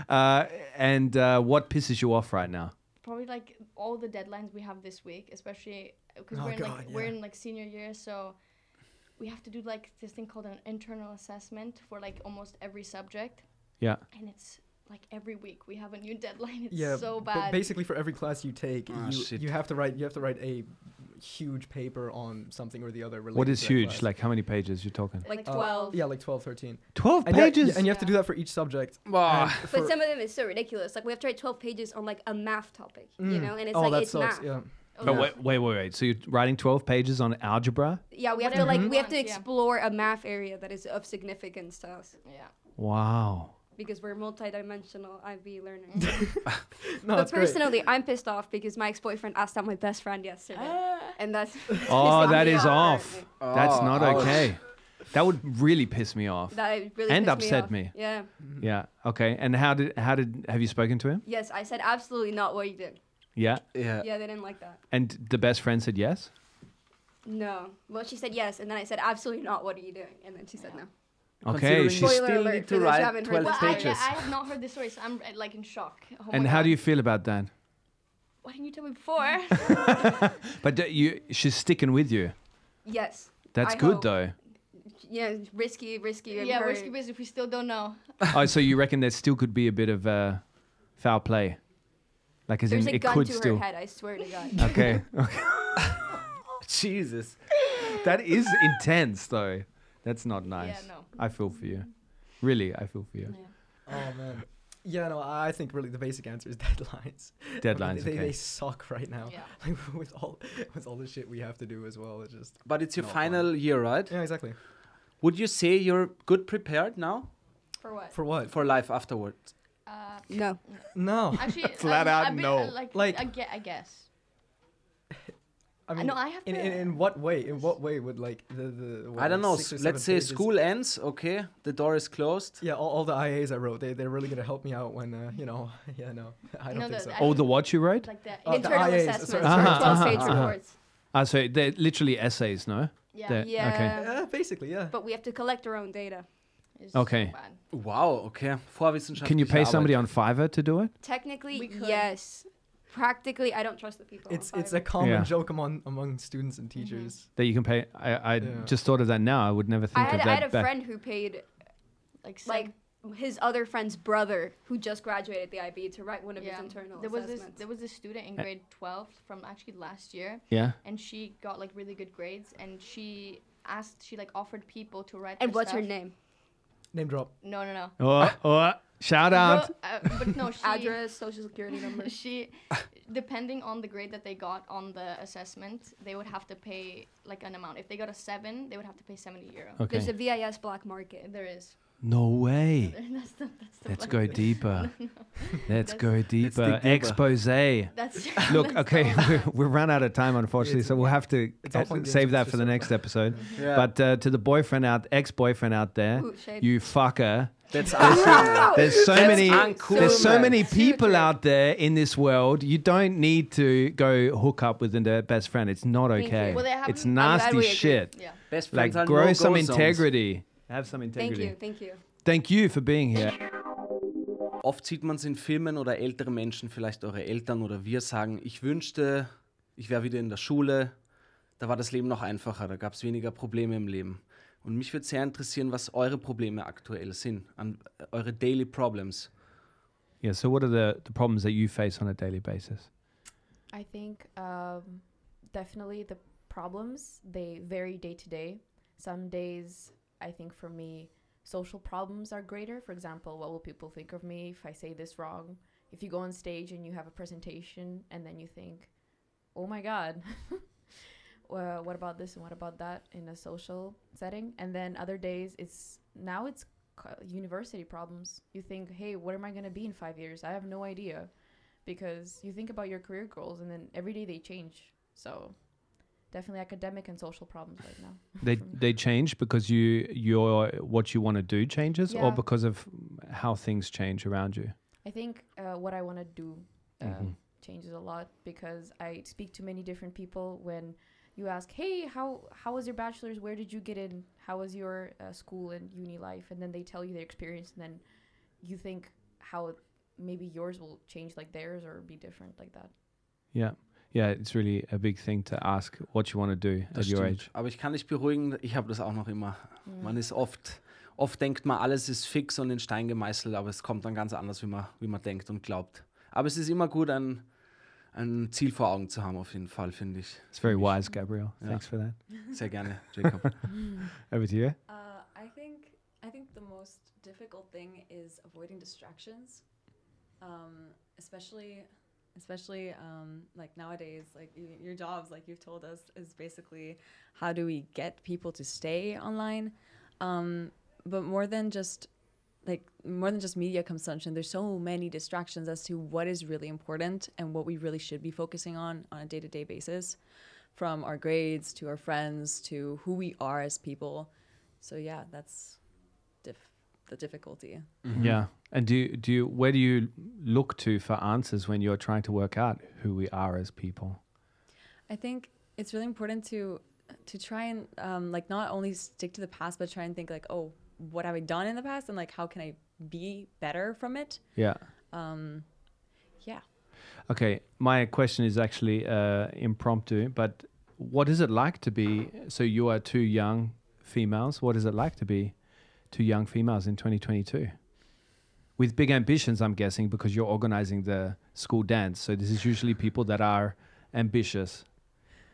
[SPEAKER 6] uh, and uh, what pisses you off right now?
[SPEAKER 16] Probably like all the deadlines we have this week, especially because
[SPEAKER 15] Oh,
[SPEAKER 16] we're in like
[SPEAKER 15] God,
[SPEAKER 16] we're
[SPEAKER 15] yeah.
[SPEAKER 16] in like senior year, so we have to do like this thing called an internal assessment for like almost every subject.
[SPEAKER 6] Yeah.
[SPEAKER 16] And it's like every week we have a new deadline. It's
[SPEAKER 15] yeah,
[SPEAKER 16] so
[SPEAKER 15] b-
[SPEAKER 16] bad.
[SPEAKER 15] basically, for every class you take,
[SPEAKER 6] Ah,
[SPEAKER 15] you,
[SPEAKER 6] shit.
[SPEAKER 15] you have to write you have to write a huge paper on something or the other. Related
[SPEAKER 6] What is
[SPEAKER 15] to that
[SPEAKER 6] huge?
[SPEAKER 15] class.
[SPEAKER 6] Like how many pages you're talking?
[SPEAKER 14] Like
[SPEAKER 15] Uh,
[SPEAKER 14] 12.
[SPEAKER 15] yeah, like 12, 13.
[SPEAKER 6] 12
[SPEAKER 15] And yeah, yeah,
[SPEAKER 6] pages?
[SPEAKER 15] and you have to do that for each subject.
[SPEAKER 6] Wow.
[SPEAKER 15] And
[SPEAKER 14] But
[SPEAKER 15] for-
[SPEAKER 14] some of them is so ridiculous. Like we have to write 12 pages on like a math topic, you
[SPEAKER 15] Mm.
[SPEAKER 14] know, and it's
[SPEAKER 15] Oh,
[SPEAKER 14] like
[SPEAKER 15] that
[SPEAKER 14] it's
[SPEAKER 15] sucks,
[SPEAKER 14] math.
[SPEAKER 15] yeah.
[SPEAKER 14] Oh,
[SPEAKER 6] But wait, wait, wait, wait. So you're writing 12 pages on algebra?
[SPEAKER 14] Yeah, we have to
[SPEAKER 16] Whatever
[SPEAKER 14] like
[SPEAKER 16] you
[SPEAKER 14] we have to
[SPEAKER 16] want, yeah.
[SPEAKER 14] explore a math area that is of significance to us.
[SPEAKER 16] Yeah.
[SPEAKER 6] Wow.
[SPEAKER 14] Because we're multidimensional IB learners.
[SPEAKER 15] no,
[SPEAKER 14] but
[SPEAKER 15] that's great.
[SPEAKER 14] personally, I'm pissed off because my ex-boyfriend asked out my best friend yesterday,
[SPEAKER 4] Ah.
[SPEAKER 14] and that's
[SPEAKER 6] Oh,
[SPEAKER 14] pissing
[SPEAKER 6] that
[SPEAKER 14] me
[SPEAKER 6] is off.
[SPEAKER 14] currently.
[SPEAKER 6] That's
[SPEAKER 4] Oh,
[SPEAKER 6] not
[SPEAKER 4] ouch.
[SPEAKER 6] okay. That would really piss me off.
[SPEAKER 14] That really
[SPEAKER 6] and
[SPEAKER 14] pissed
[SPEAKER 6] upset
[SPEAKER 14] me.
[SPEAKER 6] me.
[SPEAKER 14] off. Yeah.
[SPEAKER 6] Yeah. Okay. And how did how did have you spoken to him?
[SPEAKER 14] Yes, I said absolutely not what you did.
[SPEAKER 6] Yeah.
[SPEAKER 14] Yeah, they didn't like that.
[SPEAKER 6] And the best friend said yes.
[SPEAKER 14] No. Well, she said yes, and then I said absolutely not. What are you doing? And then she said no.
[SPEAKER 6] Okay.
[SPEAKER 4] Considering
[SPEAKER 6] she's-
[SPEAKER 4] you
[SPEAKER 14] Spoiler
[SPEAKER 4] still
[SPEAKER 14] alert
[SPEAKER 4] need
[SPEAKER 14] for
[SPEAKER 4] to
[SPEAKER 14] those who
[SPEAKER 4] write
[SPEAKER 14] haven't heard
[SPEAKER 4] twelve
[SPEAKER 16] well, I,
[SPEAKER 4] pages.
[SPEAKER 16] Oh, I have not heard this story, so I'm uh, like in shock. Oh my
[SPEAKER 6] and how
[SPEAKER 16] God.
[SPEAKER 6] do you feel about that?
[SPEAKER 16] Why didn't you tell me before?
[SPEAKER 6] But do you she's sticking with you.
[SPEAKER 14] Yes.
[SPEAKER 6] That's
[SPEAKER 14] I
[SPEAKER 6] good
[SPEAKER 14] hope.
[SPEAKER 6] though.
[SPEAKER 14] Yeah, risky, risky. and
[SPEAKER 16] yeah,
[SPEAKER 14] very-
[SPEAKER 16] risky business. We still don't know.
[SPEAKER 6] oh, so you reckon there still could be a bit of uh, foul play, like as
[SPEAKER 14] There's
[SPEAKER 6] in
[SPEAKER 14] a
[SPEAKER 6] it
[SPEAKER 14] gun
[SPEAKER 6] could
[SPEAKER 14] to
[SPEAKER 6] still.
[SPEAKER 14] her head. I swear to God.
[SPEAKER 6] Okay. okay. Jesus, that is intense though. That's not nice.
[SPEAKER 16] no.
[SPEAKER 6] I feel for you. Really, I feel for you.
[SPEAKER 15] Oh man. Yeah, no, I I think really the basic answer is deadlines. I mean,
[SPEAKER 6] Deadlines,
[SPEAKER 15] they,
[SPEAKER 6] okay.
[SPEAKER 15] they suck right now.
[SPEAKER 16] Yeah.
[SPEAKER 15] Like with all with all the shit we have to do as well. It's just
[SPEAKER 4] But it's your
[SPEAKER 15] not fun.
[SPEAKER 4] final year, right?
[SPEAKER 15] Yeah, exactly.
[SPEAKER 4] Would you say you're good prepared now
[SPEAKER 16] For what?
[SPEAKER 15] For what?
[SPEAKER 4] for life afterwards?
[SPEAKER 16] Uh,
[SPEAKER 14] No.
[SPEAKER 15] No.
[SPEAKER 16] actually, um,
[SPEAKER 4] Flat
[SPEAKER 16] I,
[SPEAKER 4] out
[SPEAKER 16] I be-
[SPEAKER 4] no.
[SPEAKER 16] I uh, like,
[SPEAKER 15] Oh. Like-
[SPEAKER 16] I, ge- I guess.
[SPEAKER 15] I mean,
[SPEAKER 16] no, I have
[SPEAKER 15] in, in,
[SPEAKER 16] to-
[SPEAKER 15] in what way? In what way would like the the what,
[SPEAKER 4] I don't know.
[SPEAKER 15] six or
[SPEAKER 4] s-
[SPEAKER 15] seven
[SPEAKER 4] Let's say
[SPEAKER 15] pages-
[SPEAKER 4] school ends. Okay, the door is closed.
[SPEAKER 15] Yeah, all, all the IAs I wrote, they they're really gonna help me out when uh, you know. Yeah, no, I don't
[SPEAKER 16] No,
[SPEAKER 15] think
[SPEAKER 16] the-
[SPEAKER 15] so.
[SPEAKER 16] I
[SPEAKER 6] Oh, the what you wrote?
[SPEAKER 16] Like the
[SPEAKER 15] Oh, the
[SPEAKER 14] Internal
[SPEAKER 15] IAs,
[SPEAKER 14] assessment.
[SPEAKER 15] sorry,
[SPEAKER 14] for
[SPEAKER 15] sorry,
[SPEAKER 6] Uh-huh,
[SPEAKER 14] 12
[SPEAKER 6] uh-huh,
[SPEAKER 14] page
[SPEAKER 6] uh-huh.
[SPEAKER 14] reports.
[SPEAKER 6] Ah, so they're literally essays, no?
[SPEAKER 16] Yeah.
[SPEAKER 6] They're-
[SPEAKER 14] Yeah.
[SPEAKER 15] Uh, basically, yeah.
[SPEAKER 14] But we have to collect our own data.
[SPEAKER 16] It's
[SPEAKER 6] Okay.
[SPEAKER 16] So bad.
[SPEAKER 4] Wow. Okay. Vorwissenschaftliche
[SPEAKER 6] Okay. Can you pay
[SPEAKER 4] Arbeit.
[SPEAKER 6] somebody on Fiverr to do it?
[SPEAKER 16] We
[SPEAKER 14] Technically,
[SPEAKER 16] could.
[SPEAKER 14] yes. Practically, I don't trust the people. on
[SPEAKER 15] It's it's a
[SPEAKER 14] Fiverr.
[SPEAKER 15] common
[SPEAKER 6] Yeah.
[SPEAKER 15] joke among among students and teachers.
[SPEAKER 6] That you can pay? I, I
[SPEAKER 15] Yeah.
[SPEAKER 6] just thought of that now. I would never think
[SPEAKER 14] I had,
[SPEAKER 6] of that.
[SPEAKER 14] I had a
[SPEAKER 6] back-
[SPEAKER 14] friend who paid
[SPEAKER 16] Like, some-
[SPEAKER 14] like his other friend's brother who just graduated the IB to write one of
[SPEAKER 16] yeah.
[SPEAKER 14] his internal
[SPEAKER 16] There was this
[SPEAKER 14] assessments.
[SPEAKER 16] there was this student in
[SPEAKER 6] Uh,
[SPEAKER 16] grade 12 from actually last year,
[SPEAKER 6] Yeah.
[SPEAKER 16] and she got like really good grades, and she asked, she like offered people to write.
[SPEAKER 14] and
[SPEAKER 16] their
[SPEAKER 14] what's her
[SPEAKER 16] stuff.
[SPEAKER 14] name?
[SPEAKER 15] Name drop.
[SPEAKER 16] No, no, no.
[SPEAKER 6] Oh, oh, shout out.
[SPEAKER 16] No, uh, but no, she,
[SPEAKER 14] Address, social security number.
[SPEAKER 16] she depending on the grade that they got on the assessment they would have to pay like an amount if they got a seven they would have to pay 70 euro
[SPEAKER 14] There's a
[SPEAKER 6] Okay.
[SPEAKER 14] VIS black market.
[SPEAKER 16] there is
[SPEAKER 6] No way.
[SPEAKER 16] that's the, that's the
[SPEAKER 6] Let's
[SPEAKER 16] plan.
[SPEAKER 6] go deeper. Let's go deeper.
[SPEAKER 4] dig deeper.
[SPEAKER 6] Expose.
[SPEAKER 16] that's
[SPEAKER 6] Look,
[SPEAKER 16] that's
[SPEAKER 6] okay,
[SPEAKER 16] the one.
[SPEAKER 6] we're run out of time, unfortunately,
[SPEAKER 15] It's-
[SPEAKER 6] so we'll have to uh,
[SPEAKER 15] it's all fun games,
[SPEAKER 6] save that
[SPEAKER 15] it's
[SPEAKER 6] for the
[SPEAKER 15] just-
[SPEAKER 6] next episode.
[SPEAKER 4] Yeah.
[SPEAKER 6] But uh, to the boyfriend out, ex-boyfriend out there,
[SPEAKER 14] Ooh, shade.
[SPEAKER 6] you fucker.
[SPEAKER 4] That's uncool.
[SPEAKER 6] There's so
[SPEAKER 4] That's
[SPEAKER 6] many.
[SPEAKER 4] uncool,
[SPEAKER 6] There's so
[SPEAKER 4] man.
[SPEAKER 6] many people out there in this world. You don't need to go hook up with their best friend. It's not
[SPEAKER 14] Thank you.
[SPEAKER 6] okay.
[SPEAKER 16] Well, they
[SPEAKER 6] it's
[SPEAKER 16] haven't- I'm
[SPEAKER 14] glad
[SPEAKER 6] nasty
[SPEAKER 14] we agree.
[SPEAKER 6] shit.
[SPEAKER 16] yeah
[SPEAKER 4] Best
[SPEAKER 6] Like,
[SPEAKER 4] friends are
[SPEAKER 6] grow
[SPEAKER 4] no-go
[SPEAKER 6] some
[SPEAKER 4] zones.
[SPEAKER 6] integrity. Have some integrity.
[SPEAKER 14] Thank you, thank you.
[SPEAKER 6] Thank you for being here.
[SPEAKER 4] Oft sieht man es in Filmen oder ältere Menschen, vielleicht eure Eltern oder wir, sagen, ich wünschte, ich wäre wieder in der Schule. Da war das Leben noch einfacher, da gab es weniger Probleme im Leben. Und mich würde sehr interessieren, was eure Probleme aktuell sind, an äh, eure Daily Problems.
[SPEAKER 6] Yeah. So, what are the, the problems that you face on a daily basis?
[SPEAKER 17] I think um, definitely the problems they vary day to day. Some days, I think for me, social problems are greater. For example, what will people think of me if I say this wrong? If you go on stage and you have a presentation and then you think, oh my god uh, what about this and what about that in a social setting and then other days it's now it's co- university problems you think hey what am i going to be in five years i have no idea because you think about your career goals and then every day they change so definitely academic and social problems right now
[SPEAKER 6] They they change because you your what you want to do changes,
[SPEAKER 17] Yeah.
[SPEAKER 6] or because of how things change around you.
[SPEAKER 17] I think uh, what I want to do uh,
[SPEAKER 6] Mhm.
[SPEAKER 17] changes a lot because I speak to many different people. When you ask, "Hey, how how was your bachelor's? Where did you get in? How was your uh, school and uni life?" and then they tell you their experience, and then you think how it- maybe yours will change like theirs or be different like that.
[SPEAKER 6] Yeah, yeah, it's really a big thing to ask what you want to do
[SPEAKER 4] Das
[SPEAKER 6] at your
[SPEAKER 4] stimmt.
[SPEAKER 6] age.
[SPEAKER 4] Aber ich kann dich beruhigen, ich habe das auch noch immer.
[SPEAKER 17] Mhm.
[SPEAKER 4] Man ist oft, oft denkt man, alles ist fix und in Stein gemeißelt, aber es kommt dann ganz anders, wie man, wie man denkt und glaubt. Aber es ist immer gut, ein, ein Ziel vor Augen zu haben, auf jeden Fall, finde ich.
[SPEAKER 6] It's very wise, Gabriel.
[SPEAKER 4] Ja.
[SPEAKER 6] Thanks for that.
[SPEAKER 4] Sehr gerne, Jacob.
[SPEAKER 6] Over to you.
[SPEAKER 12] Uh, I think I think the most difficult thing is avoiding distractions, um, especially especially um, like nowadays. Like y- your jobs, like you've told us, is basically how do we get people to stay online? Um, but more than just like more than just media consumption, there's so many distractions as to what is really important and what we really should be focusing on on a day to day basis, from our grades to our friends to who we are as people. So yeah, that's diff- the difficulty.
[SPEAKER 6] Yeah. And do you, do you, where do you look to for answers when you're trying to work out who we are as people?
[SPEAKER 12] I think it's really important to to try and um, like not only stick to the past, but try and think like, oh, what have I done in the past, and like how can I be better from it?
[SPEAKER 6] Yeah.
[SPEAKER 12] Um, yeah.
[SPEAKER 6] Okay, my question is actually uh, impromptu, but what is it like to be? So you are two young females. What is it like to be two young females in 2022? With big ambitions, I'm guessing, because you're organizing the school dance. So this is usually people that are ambitious.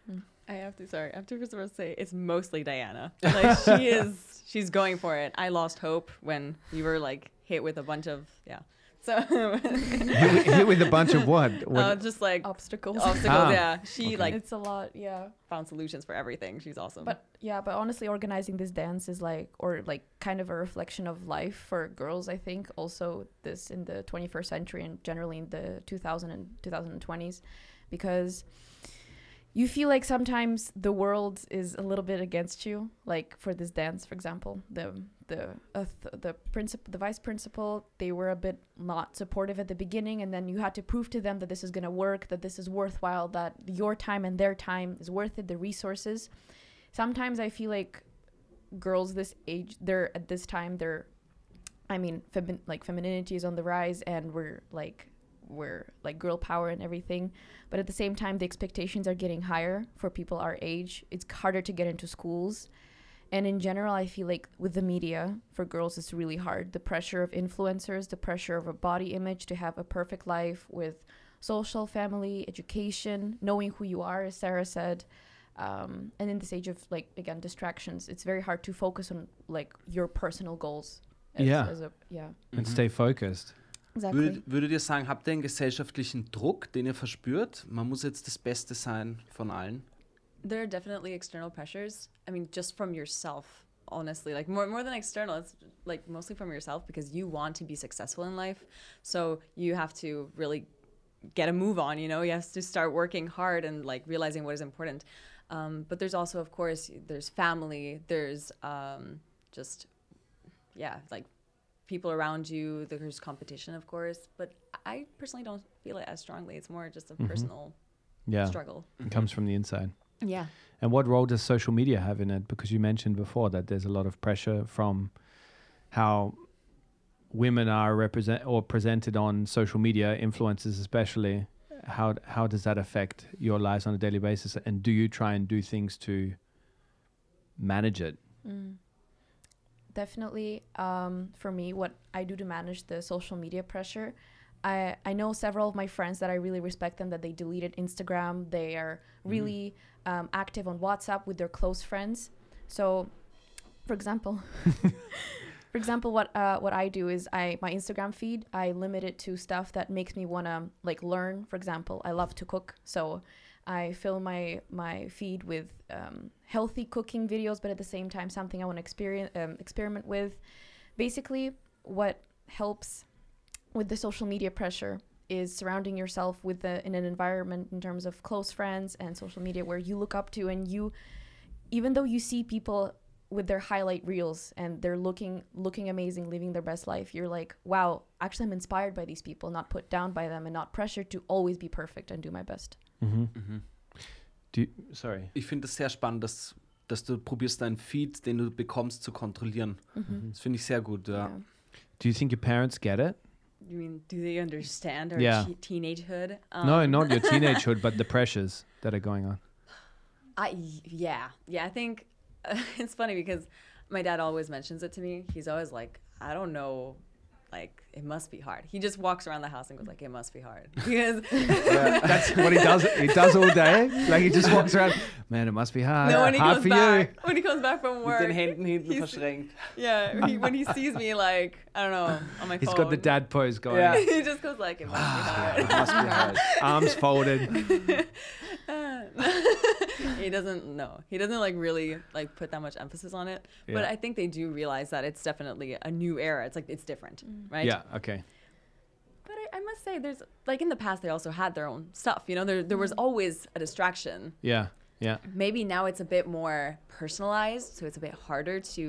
[SPEAKER 17] Mm.
[SPEAKER 12] I have to sorry, I have to first of all say it's mostly Diana. Like she is she's going for it. I lost hope when you were like hit with a bunch of yeah. So
[SPEAKER 6] hit, with, hit with a bunch of what? What-
[SPEAKER 12] Uh, just like
[SPEAKER 17] obstacles.
[SPEAKER 12] Obstacles,
[SPEAKER 6] Ah,
[SPEAKER 12] yeah. She
[SPEAKER 6] okay.
[SPEAKER 12] like
[SPEAKER 17] It's a lot, yeah.
[SPEAKER 12] found solutions for everything. She's awesome.
[SPEAKER 17] But yeah, but honestly, organizing this dance is like, or like kind of a reflection of life for girls, I think. Also, this in the 21st century and generally in the 2000 and 2020s, because you feel like sometimes the world is a little bit against you. Like for this dance, for example, the the uh, th- the principal, the vice principal, they were a bit not supportive at the beginning, and then you had to prove to them that this is gonna work, that this is worthwhile, that your time and their time is worth it, the resources. Sometimes I feel like girls this age, they're at this time, they're, I mean, femi- like femininity is on the rise, and we're like we're like girl power and everything but at the same time the expectations are getting higher for people our age it's harder to get into schools and in general i feel like with the media for girls it's really hard the pressure of influencers the pressure of a body image to have a perfect life with social family education knowing who you are as sarah said um, and in this age of like again distractions it's very hard to focus on like your personal goals as,
[SPEAKER 6] Yeah. Mm.
[SPEAKER 17] as a, yeah
[SPEAKER 6] And stay focused.
[SPEAKER 17] Exactly.
[SPEAKER 4] Würdet, würdet ihr sagen, habt ihr einen gesellschaftlichen Druck, den ihr verspürt? Man muss jetzt das Beste sein von allen.
[SPEAKER 12] there are definitely external pressures. I mean, just from yourself, honestly, like more more than external, it's like mostly from yourself because you want to be successful in life. So you have to really get a move on. You know, you have to start working hard and like realizing what is important. Um, but there's also, of course, there's family. There's um, just yeah, like people around you. There's competition, of course. But I personally don't feel it as strongly. It's more just a
[SPEAKER 6] Mhm.
[SPEAKER 12] personal
[SPEAKER 6] Yeah.
[SPEAKER 12] struggle.
[SPEAKER 6] It comes from the inside.
[SPEAKER 12] Yeah.
[SPEAKER 6] And what role does social media have in it? Because you mentioned before that there's a lot of pressure from how women are represent or presented on social media, influencers especially. How how does that affect your lives on a daily basis? And do you try and do things to manage it?
[SPEAKER 17] Mm. Definitely, um, for me, what I do to manage the social media pressure, I I know several of my friends that I really respect them that they deleted Instagram. They are really um, active on WhatsApp with their close friends. So, for example, for example, what uh, what I do is I my Instagram feed I limit it to stuff that makes me wanna like learn. For example, I love to cook, so I fill my my feed with um, healthy cooking videos, but at the same time, something I want to experience um, experiment with. Basically, what helps with the social media pressure is surrounding yourself with the, in an environment in terms of close friends and social media where you look up to and you even though you see people with their highlight reels and they're looking looking amazing living their best life you're like wow actually i'm inspired by these people not put down by them and not pressured to always be perfect and do my best
[SPEAKER 6] Mhm. Do you- sorry.
[SPEAKER 4] Ich finde das sehr spannend, dass, dass du probierst, deinen Feed, den du bekommst, zu kontrollieren.
[SPEAKER 12] Mhm.
[SPEAKER 4] Das finde ich sehr gut, ja.
[SPEAKER 6] Do you think your parents get it?
[SPEAKER 12] You mean, do they understand our
[SPEAKER 6] Yeah.
[SPEAKER 12] te- teenagehood?
[SPEAKER 6] no,
[SPEAKER 12] Um,
[SPEAKER 6] not your teenagehood, but the pressures that are going on.
[SPEAKER 12] I yeah yeah I think it's funny because my dad always mentions it to me. He's always like, I don't know, like it must be hard. He just walks around the house and goes like, it must be hard because
[SPEAKER 6] That's what he does. He does all day. Like he just walks around. Man, it must be hard.
[SPEAKER 12] No, when he
[SPEAKER 6] Uh,
[SPEAKER 12] comes
[SPEAKER 6] hard for
[SPEAKER 12] back, when he comes back from
[SPEAKER 4] Mit
[SPEAKER 12] work,
[SPEAKER 4] den Händen hinten
[SPEAKER 12] he's-
[SPEAKER 4] verschränkt.
[SPEAKER 12] Yeah, he, when he sees me like I don't know on my
[SPEAKER 6] you. He's
[SPEAKER 12] phone,
[SPEAKER 6] got the dad pose going. Ah,
[SPEAKER 12] he just goes like, it must be hard.
[SPEAKER 6] Arms folded.
[SPEAKER 12] he doesn't no he doesn't like really like put that much emphasis on it but
[SPEAKER 6] Yeah.
[SPEAKER 12] i think they do realize that it's definitely a new era it's like it's different right
[SPEAKER 6] Yeah. Okay.
[SPEAKER 12] but I, I must say there's like in the past they also had their own stuff you know there, there was always a distraction
[SPEAKER 6] Yeah. Yeah.
[SPEAKER 12] maybe now it's a bit more personalized so it's a bit harder to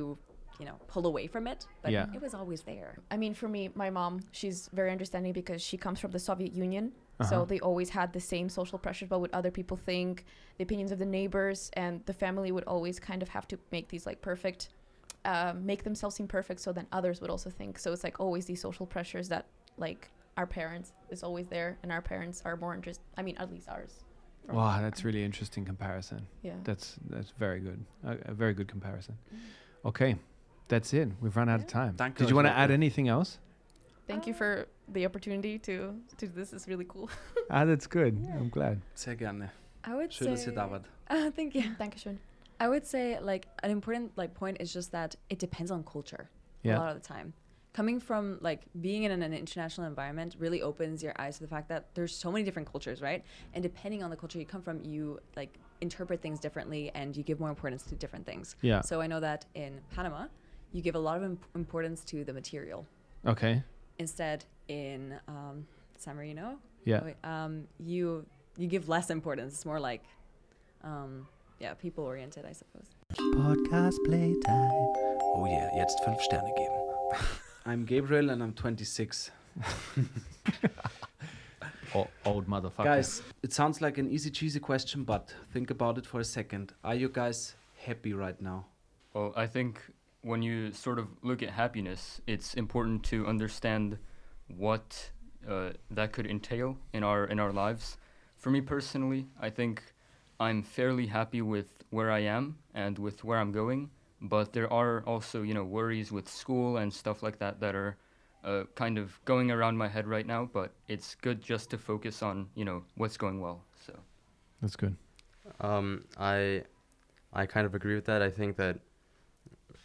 [SPEAKER 12] you know pull away from it but
[SPEAKER 6] Yeah.
[SPEAKER 12] it was always there
[SPEAKER 17] I mean, for me, my mom, she's very understanding because she comes from the Soviet Union.
[SPEAKER 12] Uh-huh.
[SPEAKER 17] So they always had the same social pressures about what other people think, the opinions of the neighbors, and the family would always kind of have to make these like perfect, uh, make themselves seem perfect so then others would also think. So it's like always these social pressures that like our parents is always there, and our parents are more interest. I mean, at least ours. from-
[SPEAKER 6] Wow, that's really interesting comparison.
[SPEAKER 17] Yeah.
[SPEAKER 6] That's that's very good. A, a very good comparison. Okay, that's it. We've run out of time.
[SPEAKER 4] Danke
[SPEAKER 6] Did you
[SPEAKER 4] euch,
[SPEAKER 6] want to
[SPEAKER 4] Leute.
[SPEAKER 6] add anything else?
[SPEAKER 17] Thank you for the opportunity to to this is really cool.
[SPEAKER 6] Ah, that's good. I'm glad.
[SPEAKER 4] Sehr gerne.
[SPEAKER 12] I would
[SPEAKER 4] Schön, dass ihr da wart.
[SPEAKER 12] Uh, thank you.
[SPEAKER 17] Dankeschön.
[SPEAKER 12] I would say like an important like point is just that it depends on culture
[SPEAKER 6] Yeah.
[SPEAKER 12] a lot of the time. Coming from like being in an, an international environment really opens your eyes to the fact that there's so many different cultures, right? And depending on the culture you come from, you like interpret things differently and you give more importance to different things.
[SPEAKER 6] Yeah.
[SPEAKER 12] So I know that in Panama, you give a lot of imp- importance to the material.
[SPEAKER 6] Okay.
[SPEAKER 12] Instead, in um, San Marino,
[SPEAKER 6] Yeah.
[SPEAKER 12] wait, um, you you give less importance. It's more like, um, yeah, people oriented, I suppose.
[SPEAKER 4] Podcast Playtime. Oh yeah, jetzt fünf Sterne geben. I'm Gabriel and I'm 26.
[SPEAKER 6] O- old motherfucker.
[SPEAKER 4] Guys, it sounds like an easy cheesy question, but think about it for a second. Are you guys happy right now?
[SPEAKER 18] Well, I think when you sort of look at happiness, it's important to understand what uh, that could entail in our in our lives. For me personally, I think I'm fairly happy with where I am and with where I'm going, but there are also you know worries with school and stuff like that that are uh, kind of going around my head right now. But it's good just to focus on you know what's going well. So.
[SPEAKER 6] That's good.
[SPEAKER 19] Um, I, I kind of agree with that. I think that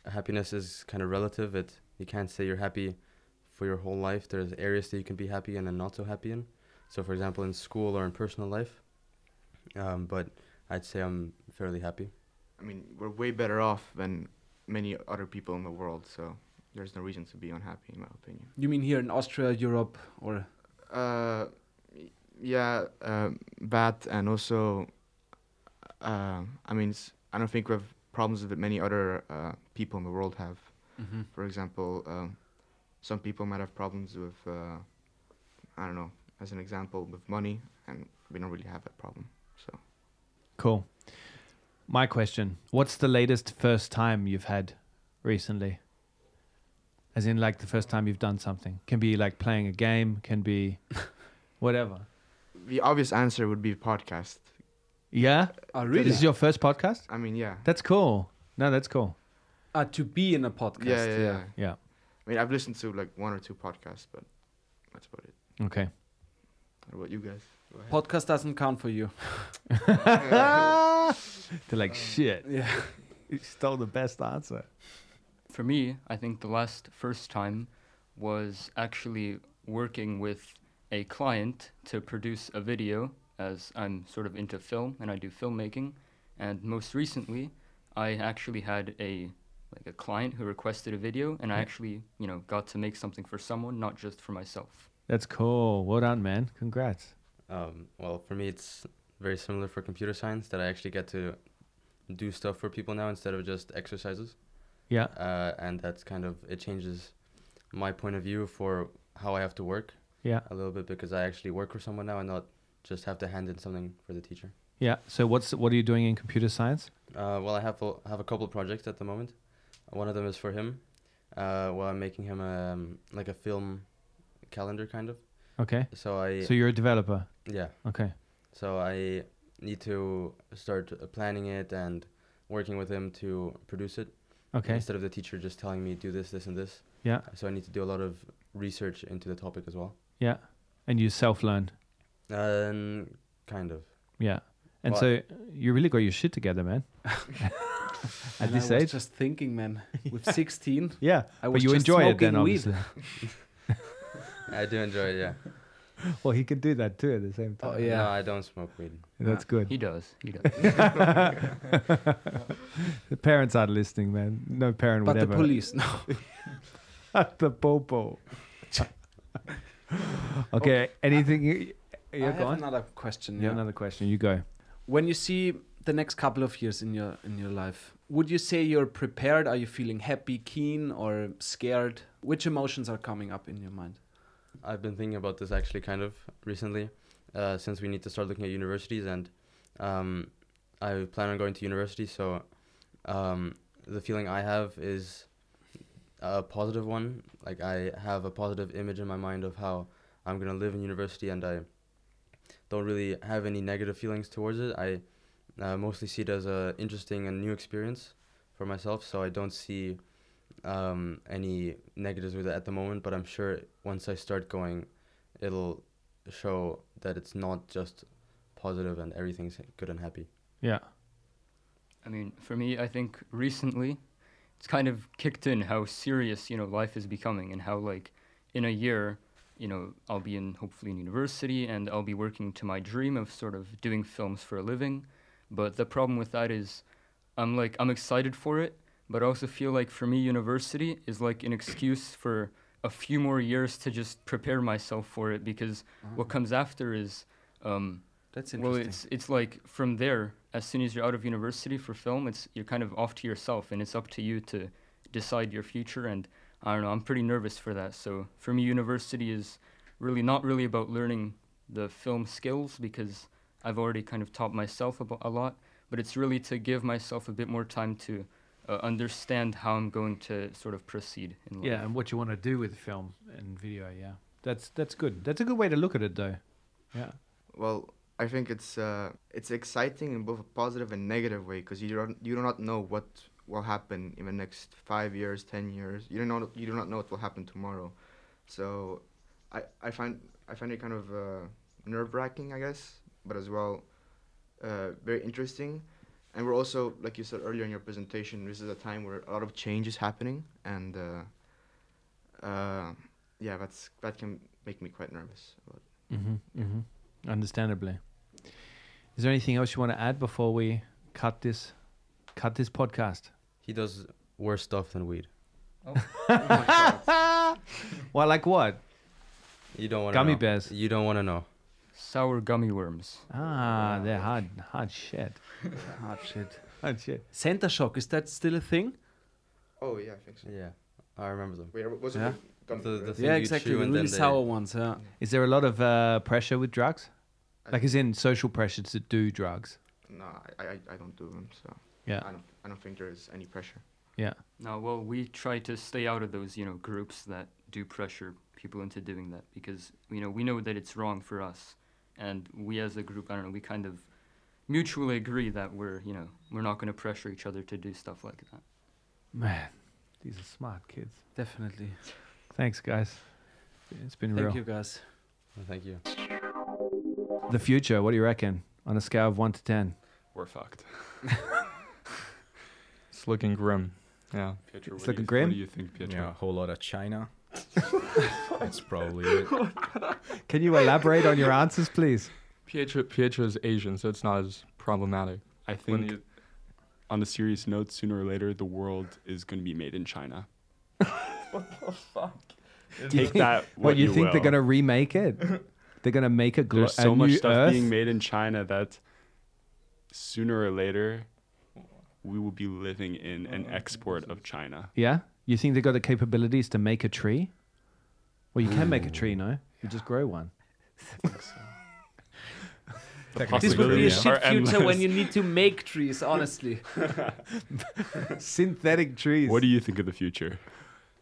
[SPEAKER 19] happiness is kind of relative. It you can't say you're happy for your whole life. There's areas that you can be happy in and not so happy in. So, for example, in school or in personal life. Um, but I'd say I'm fairly happy.
[SPEAKER 20] I mean, we're way better off than many other people in the world, so there's no reason to be unhappy, in my opinion.
[SPEAKER 4] You mean here in Austria, Europe, or
[SPEAKER 20] Uh, y- yeah, um, that and also, uh, I mean, it's, I don't think we have problems that many other uh, people in the world have.
[SPEAKER 4] Mhm.
[SPEAKER 20] For example, um, some people might have problems with, uh, I don't know, as an example, with money, and we don't really have that problem. So
[SPEAKER 6] Cool. My question: What's the latest first time you've had recently? As in, like the first time you've done something can be like playing a game, can be whatever.
[SPEAKER 20] the obvious answer would be podcast.
[SPEAKER 6] Yeah.
[SPEAKER 4] Oh,
[SPEAKER 6] This is your first podcast.
[SPEAKER 20] I mean, yeah.
[SPEAKER 6] That's cool. No, that's cool.
[SPEAKER 4] uh, to be in a podcast?
[SPEAKER 20] Yeah, yeah, yeah.
[SPEAKER 6] Yeah.
[SPEAKER 20] I mean, I've listened to like one or two podcasts, but that's about it.
[SPEAKER 6] Okay.
[SPEAKER 20] What about you guys? Go ahead.
[SPEAKER 4] Podcast doesn't count for you.
[SPEAKER 6] They're like, shit.
[SPEAKER 4] Yeah.
[SPEAKER 6] you stole the best answer.
[SPEAKER 18] For me, I think the last first time was actually working with a client to produce a video as I'm sort of into film and I do filmmaking. And most recently, I actually had a like a client who requested a video, and I
[SPEAKER 6] Yeah.
[SPEAKER 18] actually you know got to make something for someone, not just for myself.
[SPEAKER 6] That's cool. Well done, man. Congrats.
[SPEAKER 19] Um, well, for me, it's very similar for computer science that I actually get to do stuff for people now instead of just exercises.
[SPEAKER 6] Yeah.
[SPEAKER 19] Uh, and that's kind of it changes my point of view for how I have to work.
[SPEAKER 6] Yeah.
[SPEAKER 19] A little bit because I actually work for someone now and not just have to hand in something for the teacher.
[SPEAKER 6] Yeah. So what's what are you doing in computer science?
[SPEAKER 19] Uh, well, I have a, have a couple of projects at the moment. One of them is for him. Uh, well, I'm making him um, like a film calendar kind of.
[SPEAKER 6] Okay.
[SPEAKER 19] So I.
[SPEAKER 6] So you're a developer?
[SPEAKER 19] Yeah.
[SPEAKER 6] Okay.
[SPEAKER 19] So I need to start uh, planning it and working with him to produce it.
[SPEAKER 6] Okay.
[SPEAKER 19] Instead of the teacher just telling me do this, this, and this.
[SPEAKER 6] Yeah.
[SPEAKER 19] So I need to do a lot of research into the topic as well.
[SPEAKER 6] Yeah. And you self learn.
[SPEAKER 19] Um, kind of.
[SPEAKER 6] Yeah. And
[SPEAKER 19] Well,
[SPEAKER 6] so you really got your shit together, man. At
[SPEAKER 4] And
[SPEAKER 6] this
[SPEAKER 4] I was
[SPEAKER 6] age.
[SPEAKER 4] just thinking, man. With 16,
[SPEAKER 6] Yeah,
[SPEAKER 4] I
[SPEAKER 6] but
[SPEAKER 4] was
[SPEAKER 6] you
[SPEAKER 4] just
[SPEAKER 6] enjoy it
[SPEAKER 4] smoking
[SPEAKER 6] then,
[SPEAKER 4] weed.
[SPEAKER 6] obviously.
[SPEAKER 19] I do enjoy it. Yeah.
[SPEAKER 6] well, he can do that too at the same time.
[SPEAKER 19] Oh, No, I don't smoke weed.
[SPEAKER 6] That's good.
[SPEAKER 18] Oh, He does. He does.
[SPEAKER 6] the parents aren't listening, man. No parent
[SPEAKER 4] But
[SPEAKER 6] would
[SPEAKER 4] the
[SPEAKER 6] ever.
[SPEAKER 4] police, no.
[SPEAKER 6] the popo. okay. Anything? you-
[SPEAKER 4] I
[SPEAKER 6] Yeah,
[SPEAKER 4] have
[SPEAKER 6] go on.
[SPEAKER 4] another question.
[SPEAKER 6] Yeah,
[SPEAKER 4] Yeah.
[SPEAKER 6] another question. You go.
[SPEAKER 4] When you see the next couple of years in your in your life, would you say you're prepared? Are you feeling happy, keen, or scared? Which emotions are coming up in your mind?
[SPEAKER 19] I've been thinking about this actually kind of recently, uh, since we need to start looking at universities, and um, I plan on going to university. So um, the feeling I have is a positive one. Like I have a positive image in my mind of how I'm gonna live in university, and I don't really have any negative feelings towards it. I uh, mostly see it as a interesting and new experience for myself. So I don't see um, any negatives with it at the moment. But I'm sure once I start going, it'll show that it's not just positive and everything's good and happy.
[SPEAKER 6] Yeah.
[SPEAKER 18] I mean, for me, I think recently it's kind of kicked in how serious, you know, life is becoming and how like in a year, you know, I'll be in hopefully in university and I'll be working to my dream of sort of doing films for a living. But the problem with that is I'm like I'm excited for it, but I also feel like for me university is like an excuse for a few more years to just prepare myself for it because what comes after is um,
[SPEAKER 4] Uh-huh. That's
[SPEAKER 18] Well,
[SPEAKER 4] interesting.
[SPEAKER 18] it's it's like from there, as soon as you're out of university for film, it's you're kind of off to yourself, and it's up to you to decide your future. And I don't know, I'm pretty nervous for that. So for me, university is really not really about learning the film skills because I've already kind of taught myself abo- a lot, but it's really to give myself a bit more time to uh, understand how I'm going to sort of proceed in life.
[SPEAKER 6] Yeah, and what you want to do with film and video. Yeah, that's that's good. That's a good way to look at it, though. Yeah.
[SPEAKER 20] Well, I think it's uh, it's exciting in both a positive and negative way because you don't you do not know what will happen in the next five years, ten years. You don't know you do not know what will happen tomorrow. So, I I find I find it kind of uh, nerve wracking, I guess, but as well uh, very interesting. And we're also, like you said earlier in your presentation, this is a time where a lot of change is happening, and uh, uh, yeah, that's that can make me quite nervous. About
[SPEAKER 6] Mm-hmm. Mm-hmm. Understandably. Is there anything else you want to add before we cut this cut this podcast?
[SPEAKER 19] He does worse stuff than weed.
[SPEAKER 6] well, like what?
[SPEAKER 19] You don't want
[SPEAKER 6] Gummy
[SPEAKER 19] know.
[SPEAKER 6] bears.
[SPEAKER 19] You don't want to know.
[SPEAKER 18] Sour gummy worms.
[SPEAKER 6] Ah, they're hard hard shit.
[SPEAKER 4] Hard shit.
[SPEAKER 6] Hard shit.
[SPEAKER 4] Center shock is that still a thing?
[SPEAKER 20] Oh yeah, I think so.
[SPEAKER 19] Yeah, I remember them.
[SPEAKER 20] Wait, w- was it
[SPEAKER 4] Yeah.
[SPEAKER 20] the gummy?
[SPEAKER 19] The- the
[SPEAKER 20] right?
[SPEAKER 19] thing you chew and then they-
[SPEAKER 4] ones. Yeah.
[SPEAKER 6] Is there a lot of uh, pressure with drugs? Like, is in social pressure to do drugs?
[SPEAKER 20] No, I, I, I don't do them, so
[SPEAKER 6] Yeah.
[SPEAKER 20] I don't I don't think there is any pressure.
[SPEAKER 6] Yeah.
[SPEAKER 18] No, well, we try to stay out of those, you know, groups that do pressure people into doing that because you know we know that it's wrong for us, and we as a group, I don't know, we kind of mutually agree that we're, you know, we're not going to pressure each other to do stuff like that.
[SPEAKER 6] Man, these are smart kids.
[SPEAKER 4] Definitely.
[SPEAKER 6] Thanks, guys. It's been real.
[SPEAKER 4] Thank you guys.
[SPEAKER 19] Well, thank you.
[SPEAKER 6] The future. What do you reckon? On a scale of one to ten.
[SPEAKER 8] We're fucked. it's looking grim. Yeah.
[SPEAKER 6] Pietro, It's what
[SPEAKER 8] it's
[SPEAKER 6] do looking
[SPEAKER 8] looking
[SPEAKER 6] you-
[SPEAKER 8] grim.
[SPEAKER 6] grim? what do you
[SPEAKER 8] think,
[SPEAKER 6] Pietro?
[SPEAKER 8] Yeah, a whole lot of China. That's probably it.
[SPEAKER 6] Can you elaborate on your answers, please?
[SPEAKER 8] Pietro Pietro is Asian, so it's not as problematic.
[SPEAKER 2] I
[SPEAKER 8] When
[SPEAKER 2] think,
[SPEAKER 8] you-
[SPEAKER 2] on a serious note, sooner or later, the world is going to be made in China.
[SPEAKER 8] what the fuck?
[SPEAKER 2] Take that.
[SPEAKER 6] What, you, think they're
[SPEAKER 2] will.
[SPEAKER 6] gonna remake it? They're gonna make a, glo-
[SPEAKER 2] There's
[SPEAKER 6] a
[SPEAKER 2] so much
[SPEAKER 6] new
[SPEAKER 2] stuff
[SPEAKER 6] Earth?
[SPEAKER 2] being made in China that sooner or later we will be living in an export of China.
[SPEAKER 6] Yeah, you think they got the capabilities to make a tree? Well, you can make a tree, no? You just grow one.
[SPEAKER 4] This would be a
[SPEAKER 6] possibilities
[SPEAKER 4] shit
[SPEAKER 6] are
[SPEAKER 4] future
[SPEAKER 6] endless.
[SPEAKER 4] when you need to make trees, honestly.
[SPEAKER 6] Synthetic trees.
[SPEAKER 2] What do you think of the future?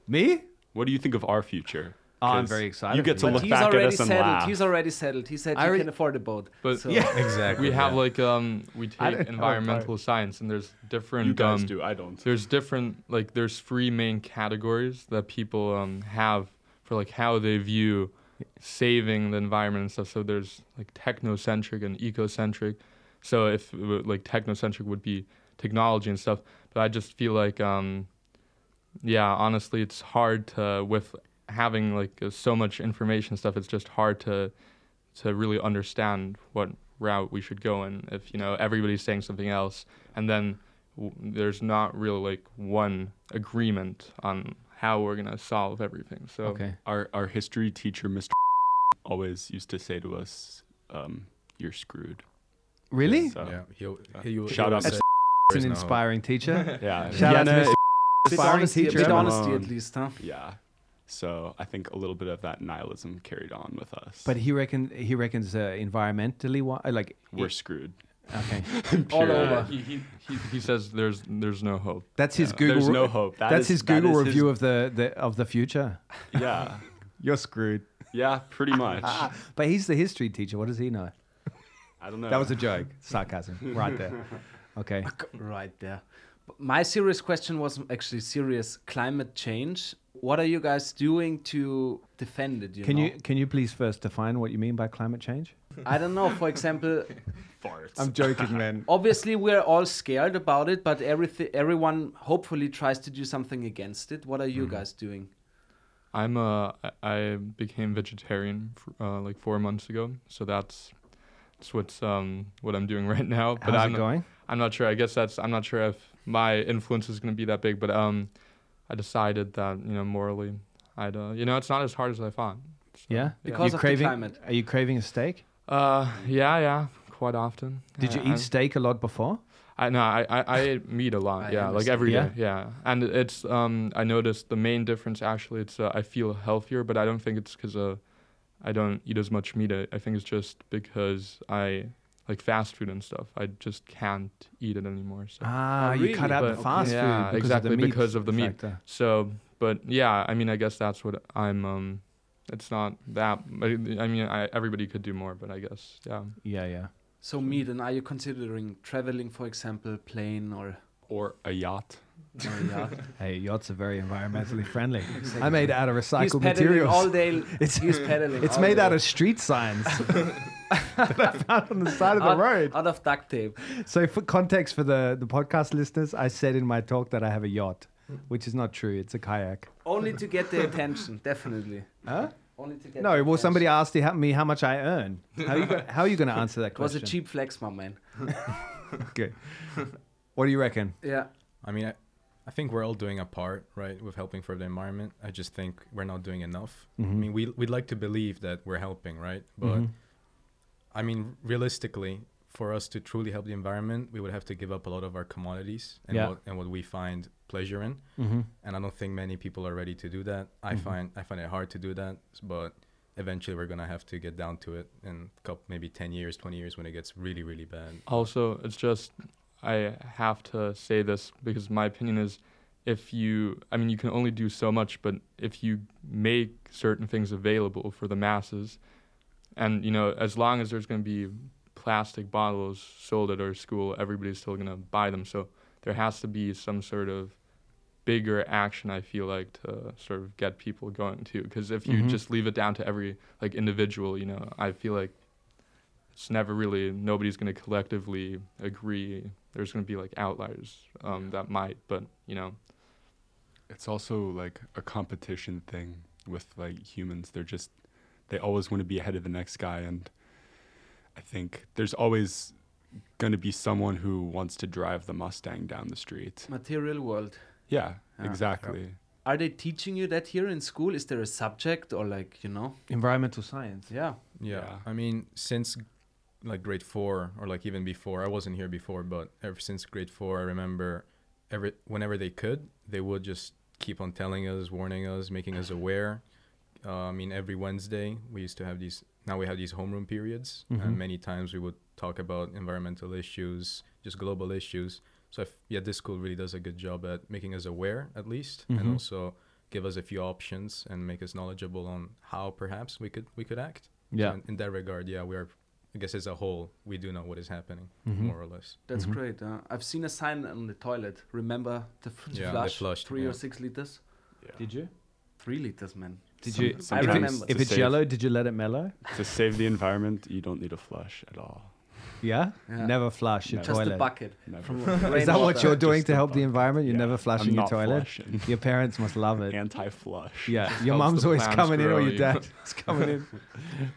[SPEAKER 6] Me?
[SPEAKER 2] What do you think of our future?
[SPEAKER 6] Oh, I'm
[SPEAKER 2] 'Cause
[SPEAKER 6] very excited
[SPEAKER 2] You
[SPEAKER 6] for
[SPEAKER 2] get to
[SPEAKER 6] that.
[SPEAKER 2] look
[SPEAKER 6] But
[SPEAKER 4] He's
[SPEAKER 2] back at
[SPEAKER 4] already
[SPEAKER 2] us and
[SPEAKER 4] settled.
[SPEAKER 2] laugh.
[SPEAKER 4] He's already settled. He said
[SPEAKER 8] I
[SPEAKER 4] he
[SPEAKER 8] already-
[SPEAKER 4] can afford a boat.
[SPEAKER 8] But
[SPEAKER 4] so-
[SPEAKER 8] We have like um, we
[SPEAKER 4] I
[SPEAKER 8] take
[SPEAKER 4] don't-
[SPEAKER 8] environmental science, and there's different.
[SPEAKER 2] You guys
[SPEAKER 8] um,
[SPEAKER 2] do, I don't.
[SPEAKER 8] There's different like there's three main categories that people um have for like how they view saving the environment and stuff. So there's like technocentric and ecocentric. So if it were- like technocentric would be technology and stuff, but I just feel like um, yeah, honestly, it's hard to with having like uh, so much information stuff. It's just hard to to really understand what route we should go in if you know everybody's saying something else, and then w- there's not really like one agreement on how we're gonna solve everything. So
[SPEAKER 2] Our our history teacher, Mr. always used to say to us, um, "You're screwed."
[SPEAKER 6] Really?
[SPEAKER 2] So-
[SPEAKER 8] Yeah, he'll-
[SPEAKER 2] uh,
[SPEAKER 8] he will-
[SPEAKER 2] shout
[SPEAKER 8] he
[SPEAKER 2] out,
[SPEAKER 8] will
[SPEAKER 2] Mr.
[SPEAKER 8] say-
[SPEAKER 6] It's an inspiring teacher.
[SPEAKER 2] yeah.
[SPEAKER 6] Shout out to
[SPEAKER 2] Yana
[SPEAKER 6] Mr.
[SPEAKER 2] is
[SPEAKER 6] Inspiring
[SPEAKER 2] honesty-
[SPEAKER 6] teacher.
[SPEAKER 2] leave him
[SPEAKER 6] Honesty at
[SPEAKER 2] alone.
[SPEAKER 6] least, huh?
[SPEAKER 2] Yeah. So I think a little bit of that nihilism carried on with us.
[SPEAKER 6] But he reckon he reckons uh, environmentally wi- uh, like
[SPEAKER 2] We're
[SPEAKER 6] it-
[SPEAKER 2] screwed.
[SPEAKER 6] Okay.
[SPEAKER 8] Yeah,
[SPEAKER 4] uh,
[SPEAKER 8] He, he, he, he says there's there's no hope.
[SPEAKER 6] That's his
[SPEAKER 8] Yeah.
[SPEAKER 6] Google.
[SPEAKER 2] There's
[SPEAKER 6] re-
[SPEAKER 2] no hope. That
[SPEAKER 6] that's
[SPEAKER 2] is-
[SPEAKER 6] his
[SPEAKER 2] that
[SPEAKER 6] Google
[SPEAKER 2] is his-
[SPEAKER 6] review of the, the of the future.
[SPEAKER 2] Yeah.
[SPEAKER 6] You're screwed.
[SPEAKER 2] Yeah, pretty much.
[SPEAKER 6] Ah, But he's the history teacher. What does he know?
[SPEAKER 2] I don't know.
[SPEAKER 6] That was a joke. Sarcasm. Right there. Okay.
[SPEAKER 4] Right there. But My serious question was actually serious climate change. What are you guys doing to defend it? You
[SPEAKER 6] Can
[SPEAKER 4] know?
[SPEAKER 6] you can you please first define what you mean by climate change?
[SPEAKER 4] I don't know. For example,
[SPEAKER 6] I'm joking, man.
[SPEAKER 4] Obviously, we're all scared about it, but everything, everyone hopefully tries to do something against it. What are
[SPEAKER 2] Mm.
[SPEAKER 4] you guys doing?
[SPEAKER 8] I'm uh I- I became vegetarian f- uh, like four months ago, so that's that's what's um what I'm doing right now. But
[SPEAKER 6] How's it
[SPEAKER 8] I'm
[SPEAKER 6] going?
[SPEAKER 8] I'm not sure. I guess that's I'm not sure if my influence is gonna be that big, but um I decided that you know morally I'd uh, you know it's not as hard as I thought. So,
[SPEAKER 6] Yeah.
[SPEAKER 8] yeah.
[SPEAKER 6] you craving, Are you craving a steak?
[SPEAKER 8] Uh yeah yeah quite often.
[SPEAKER 6] Did
[SPEAKER 8] I-
[SPEAKER 6] you eat
[SPEAKER 8] I-
[SPEAKER 6] steak a lot before?
[SPEAKER 8] I no, I, I, I ate meat a lot.
[SPEAKER 6] I
[SPEAKER 8] yeah, like
[SPEAKER 6] understand.
[SPEAKER 8] every day.
[SPEAKER 6] Yeah.
[SPEAKER 8] yeah. and it's um I noticed the main difference actually. It's uh, I feel healthier, but I don't think it's because uh I don't eat as much meat. I I think it's just because I like fast food and stuff. I just can't eat it anymore. So
[SPEAKER 6] Ah, Oh, you cut really? out the
[SPEAKER 8] But-
[SPEAKER 6] fast food
[SPEAKER 8] yeah,
[SPEAKER 6] because of the
[SPEAKER 8] exactly
[SPEAKER 6] meat
[SPEAKER 8] because of the meat.
[SPEAKER 6] factor.
[SPEAKER 8] So, but yeah, I mean, I guess that's what I'm. um It's not that. I, I mean, I, everybody could do more, but I guess yeah.
[SPEAKER 6] Yeah, yeah.
[SPEAKER 4] So, meat, and are you considering traveling, for example, plane or
[SPEAKER 2] or a yacht?
[SPEAKER 4] Or a yacht.
[SPEAKER 6] Hey, yachts are very environmentally friendly. I
[SPEAKER 4] Exactly.
[SPEAKER 6] made out of recycled
[SPEAKER 4] He's pedaling
[SPEAKER 6] materials.
[SPEAKER 4] all day. He's pedaling
[SPEAKER 6] It's
[SPEAKER 4] all
[SPEAKER 6] made
[SPEAKER 4] day.
[SPEAKER 6] out of street signs that I found on the side of the
[SPEAKER 4] Out-
[SPEAKER 6] road.
[SPEAKER 4] Out of duct tape.
[SPEAKER 6] So, for context for the, the podcast listeners, I said in my talk that I have a yacht, which is not true. It's a kayak.
[SPEAKER 4] Only to get the attention, definitely.
[SPEAKER 6] Huh?
[SPEAKER 4] Only to get
[SPEAKER 6] No,
[SPEAKER 4] the
[SPEAKER 6] well,
[SPEAKER 4] attention.
[SPEAKER 6] somebody asked you how- me how much I earn. How are you, go- how are you going to answer that
[SPEAKER 4] It was
[SPEAKER 6] question?
[SPEAKER 4] a cheap flex, my man.
[SPEAKER 6] Okay. What do you reckon?
[SPEAKER 4] Yeah.
[SPEAKER 8] I mean,
[SPEAKER 21] I, I think we're all doing a part, right, with helping for the environment. I just think we're not doing enough. I
[SPEAKER 6] Mhm.
[SPEAKER 21] mean, we we'd like to believe that we're helping, right? But
[SPEAKER 6] Mhm.
[SPEAKER 21] I mean, realistically, for us to truly help the environment, we would have to give up a lot of our commodities and
[SPEAKER 6] Yeah.
[SPEAKER 21] what and what we find pleasure in.
[SPEAKER 6] Mhm.
[SPEAKER 21] And I don't think many people are ready to do that. I
[SPEAKER 6] Mhm.
[SPEAKER 21] find I find it hard to do that, s- but eventually we're gonna have to get down to it in couple, maybe 10 years 20 years when it gets really really bad
[SPEAKER 8] Also, it's just I have to say this because my opinion is if you I mean you can only do so much, but if you make certain things available for the masses and you know, as long as there's going to be plastic bottles sold at our school, everybody's still going to buy them. So there has to be some sort of bigger action I feel like to sort of get people going too because if you
[SPEAKER 6] Mhm.
[SPEAKER 8] just leave it down to every like individual, you know, I feel like it's never really nobody's going to collectively agree. There's going to be like outliers um, that might, but you know,
[SPEAKER 2] It's also like a competition thing with like humans. They're just they always want to be ahead of the next guy and I think there's always going to be someone who wants to drive the Mustang down the street.
[SPEAKER 4] Material world.
[SPEAKER 2] Yeah, exactly.
[SPEAKER 4] Are they teaching you that here in school? Is there a subject or like, you know?
[SPEAKER 6] Environmental science.
[SPEAKER 4] Yeah.
[SPEAKER 21] Yeah. I mean, since like grade four or like even before, I wasn't here before, but ever since grade four, I remember every whenever they could, they would just keep on telling us, warning us, making us aware. Uh, I mean, every Wednesday we used to have these. Now we have these homeroom periods,
[SPEAKER 6] Mhm.
[SPEAKER 21] and many times we would talk about environmental issues, just global issues. So I f- yeah, this school really does a good job at making us aware, at least, and
[SPEAKER 6] Mhm.
[SPEAKER 21] also give us a few options and make us knowledgeable on how perhaps we could we could act. So
[SPEAKER 6] Yeah.
[SPEAKER 21] in, in that regard, yeah, we are. I guess as a whole, we do know what is happening,
[SPEAKER 6] Mhm.
[SPEAKER 21] more or less.
[SPEAKER 4] That's
[SPEAKER 2] Mm-hmm.
[SPEAKER 4] great. Uh, I've seen a sign on the toilet. Remember the, f- to
[SPEAKER 21] Yeah, they
[SPEAKER 4] flush
[SPEAKER 21] flushed,
[SPEAKER 4] three
[SPEAKER 21] yeah.
[SPEAKER 4] or six liters?
[SPEAKER 6] Did you?
[SPEAKER 4] Three liters, man.
[SPEAKER 6] Did
[SPEAKER 2] Some-
[SPEAKER 6] you?
[SPEAKER 2] some
[SPEAKER 6] if,
[SPEAKER 2] times
[SPEAKER 6] it's,
[SPEAKER 2] to
[SPEAKER 6] if it's
[SPEAKER 2] save-
[SPEAKER 6] yellow, did you let it mellow?
[SPEAKER 2] To save the environment, you don't need a flush at all.
[SPEAKER 6] Yeah.
[SPEAKER 2] Yeah.
[SPEAKER 6] Never flush your
[SPEAKER 2] Just a
[SPEAKER 6] toilet.
[SPEAKER 2] bucket Never. from
[SPEAKER 6] Is that what
[SPEAKER 2] rainwater.
[SPEAKER 6] you're doing
[SPEAKER 2] Just
[SPEAKER 6] to
[SPEAKER 2] a
[SPEAKER 6] help the
[SPEAKER 2] bucket.
[SPEAKER 6] environment? You're
[SPEAKER 2] Yeah.
[SPEAKER 6] never
[SPEAKER 2] I'm
[SPEAKER 6] flashing your
[SPEAKER 2] not
[SPEAKER 6] toilet.
[SPEAKER 2] flushing.
[SPEAKER 6] Your parents must love it.
[SPEAKER 2] Anti-flush.
[SPEAKER 6] Yeah.
[SPEAKER 2] Just
[SPEAKER 6] your
[SPEAKER 2] helps
[SPEAKER 6] mum's
[SPEAKER 2] the
[SPEAKER 6] always
[SPEAKER 2] plants
[SPEAKER 6] coming in, or
[SPEAKER 2] grow
[SPEAKER 6] your
[SPEAKER 2] even.
[SPEAKER 6] dad's coming in.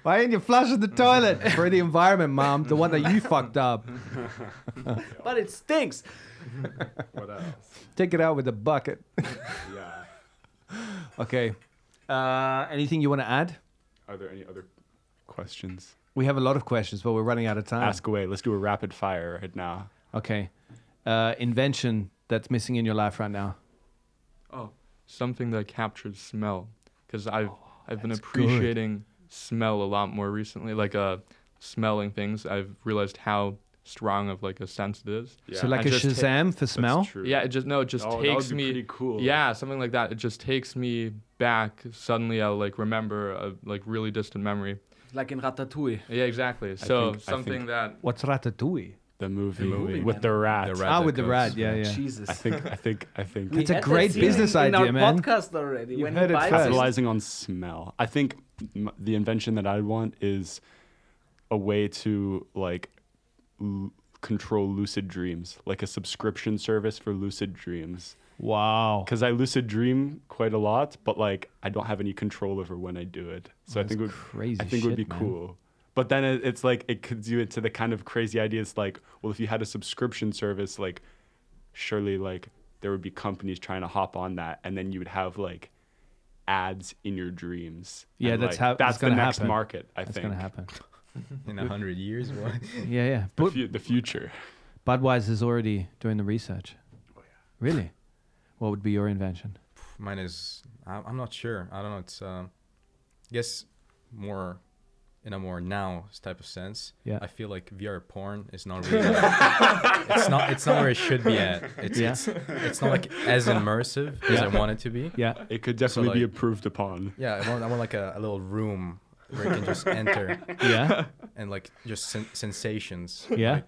[SPEAKER 6] Why didn't you flush the toilet for the environment, mom? The one that you fucked up.
[SPEAKER 4] But it stinks.
[SPEAKER 2] what else?
[SPEAKER 6] Take it out with a bucket.
[SPEAKER 2] Yeah.
[SPEAKER 6] okay. Uh, anything you want to add?
[SPEAKER 2] Are there any other questions?
[SPEAKER 6] We have a lot of questions, but we're running out of time.
[SPEAKER 2] Ask away. Let's do a rapid fire right now.
[SPEAKER 6] Okay. Uh, invention that's missing in your life right now.
[SPEAKER 8] Oh, something that captures smell, because I've
[SPEAKER 6] Oh,
[SPEAKER 8] I've been appreciating smell a lot more recently. Like uh, smelling things, I've realized how strong of like a sense it is.
[SPEAKER 6] So like
[SPEAKER 8] I
[SPEAKER 6] a
[SPEAKER 8] just ta-
[SPEAKER 6] Shazam for smell?
[SPEAKER 8] Yeah, it just no, it just
[SPEAKER 2] Oh, that would
[SPEAKER 8] takes
[SPEAKER 2] be
[SPEAKER 8] me.
[SPEAKER 2] pretty cool.
[SPEAKER 8] Yeah, something like that. It just takes me back. Suddenly, I like remember a like really distant memory.
[SPEAKER 4] Like in Ratatouille.
[SPEAKER 8] Yeah, exactly. So something that
[SPEAKER 6] What's Ratatouille?
[SPEAKER 2] The movie,
[SPEAKER 6] movie,
[SPEAKER 2] with
[SPEAKER 6] man.
[SPEAKER 2] the rat.
[SPEAKER 6] The rat Ah, that with the goes- rat, yeah, yeah.
[SPEAKER 4] Jesus.
[SPEAKER 2] I think. I think. I think.
[SPEAKER 4] We had that scene in our podcast already. when he bites it.
[SPEAKER 2] Capitalizing on smell. I think m- the invention that I want is a way to like l- control lucid dreams, like a subscription service for lucid dreams.
[SPEAKER 6] Wow.
[SPEAKER 2] Because I lucid dream quite a lot, but like I don't have any control over when I do it. So I
[SPEAKER 6] That's
[SPEAKER 2] think it would,
[SPEAKER 6] crazy
[SPEAKER 2] I think it would be
[SPEAKER 6] shit, man.
[SPEAKER 2] cool. But then it, it's like it could do it to the kind of crazy ideas like, well, if you had a subscription service, like surely like there would be companies trying to hop on that, and then you would have like ads in your dreams.
[SPEAKER 6] Yeah,
[SPEAKER 2] And,
[SPEAKER 6] that's
[SPEAKER 2] like,
[SPEAKER 6] how it's
[SPEAKER 2] that's the
[SPEAKER 6] gonna
[SPEAKER 2] next
[SPEAKER 6] happen.
[SPEAKER 2] market. I
[SPEAKER 6] That's
[SPEAKER 2] think
[SPEAKER 6] gonna happen.
[SPEAKER 21] In a hundred years, what?
[SPEAKER 6] Yeah, yeah.
[SPEAKER 2] The, fu- the future.
[SPEAKER 6] Budweiser's already doing the research.
[SPEAKER 21] Oh,
[SPEAKER 6] Really? What would be your invention?
[SPEAKER 21] Mine is. I- I'm not sure. I don't know. It's. Um, guess more, in a more now type of sense.
[SPEAKER 6] Yeah.
[SPEAKER 21] I feel like VR porn is not really. it's not. It's not where it should be at. It's.
[SPEAKER 6] Yeah.
[SPEAKER 21] It's, it's not like as immersive as I
[SPEAKER 6] Yeah.
[SPEAKER 21] want it to be.
[SPEAKER 6] Yeah.
[SPEAKER 2] It could
[SPEAKER 21] So,
[SPEAKER 2] definitely be
[SPEAKER 21] like-
[SPEAKER 2] improved upon.
[SPEAKER 21] Yeah, I want, I want like a, a little room where I can just enter.
[SPEAKER 6] Yeah.
[SPEAKER 21] And like just sen- sensations.
[SPEAKER 6] Yeah.
[SPEAKER 21] Like,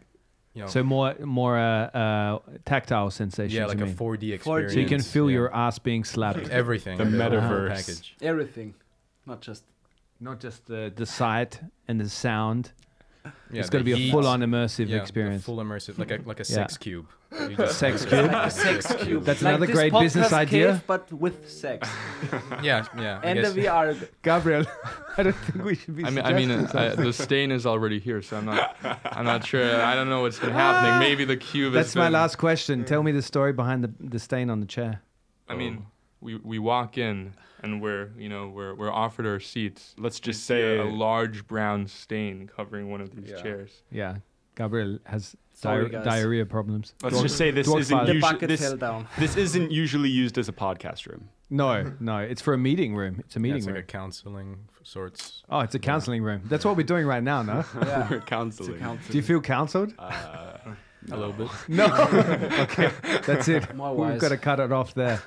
[SPEAKER 21] you know,
[SPEAKER 6] so more more uh, uh, tactile sensation.
[SPEAKER 21] Yeah, like
[SPEAKER 6] you
[SPEAKER 21] a
[SPEAKER 6] mean.
[SPEAKER 21] 4D
[SPEAKER 6] So you can
[SPEAKER 21] experience,
[SPEAKER 6] feel
[SPEAKER 21] yeah.
[SPEAKER 6] your ass being slapped.
[SPEAKER 21] Everything, The like the whole metaverse. package.
[SPEAKER 4] Everything. Not just.
[SPEAKER 6] Not just the the sight and the sound.
[SPEAKER 21] Yeah,
[SPEAKER 6] it's going
[SPEAKER 21] the
[SPEAKER 6] to be a
[SPEAKER 21] heat.
[SPEAKER 6] full on immersive
[SPEAKER 21] Yeah, the
[SPEAKER 6] experience.
[SPEAKER 21] full immersive, like a- like a
[SPEAKER 6] Yeah.
[SPEAKER 21] sex cube. You just-
[SPEAKER 6] sex cube.
[SPEAKER 21] Like a sex cube.
[SPEAKER 6] That's
[SPEAKER 21] Like
[SPEAKER 6] another
[SPEAKER 21] this
[SPEAKER 6] great business
[SPEAKER 4] podcast
[SPEAKER 6] idea.
[SPEAKER 4] cave, but with sex.
[SPEAKER 21] Yeah, yeah, I
[SPEAKER 4] And the
[SPEAKER 21] guess.
[SPEAKER 4] VR.
[SPEAKER 6] Gabriel, I don't think we should be.
[SPEAKER 8] I mean, I mean,
[SPEAKER 6] suggesting
[SPEAKER 8] uh, I, the
[SPEAKER 6] something.
[SPEAKER 8] stain is already here, so I'm not, I'm not sure. I don't know what's been happening. Maybe the cube. has
[SPEAKER 6] Ah! That's my
[SPEAKER 8] been-
[SPEAKER 6] last question. Tell me the story behind the, the stain on the chair.
[SPEAKER 8] I mean, we we walk in and we're you know we're we're offered our seats.
[SPEAKER 2] Let's
[SPEAKER 8] just say a large brown stain covering one of these chairs.
[SPEAKER 6] Yeah, Gabriel has
[SPEAKER 8] Sorry,
[SPEAKER 6] diar-
[SPEAKER 8] guys.
[SPEAKER 6] diarrhea problems.
[SPEAKER 2] Let's
[SPEAKER 6] Dwarf-
[SPEAKER 2] just say this
[SPEAKER 6] dwarf
[SPEAKER 2] isn't,
[SPEAKER 6] father.
[SPEAKER 2] usu- this, this isn't usually used as a podcast room.
[SPEAKER 6] No, no, it's for a meeting room. It's a
[SPEAKER 21] Yeah,
[SPEAKER 6] meeting
[SPEAKER 21] it's like
[SPEAKER 6] room.
[SPEAKER 21] a counseling of sorts.
[SPEAKER 6] oh, it's a counseling room. That's what we're doing right now, no?
[SPEAKER 21] Yeah.
[SPEAKER 2] We're counseling.
[SPEAKER 6] Do you feel counseled?
[SPEAKER 2] Uh,
[SPEAKER 21] A little bit.
[SPEAKER 6] No. okay, that's it. We've got to cut it off there.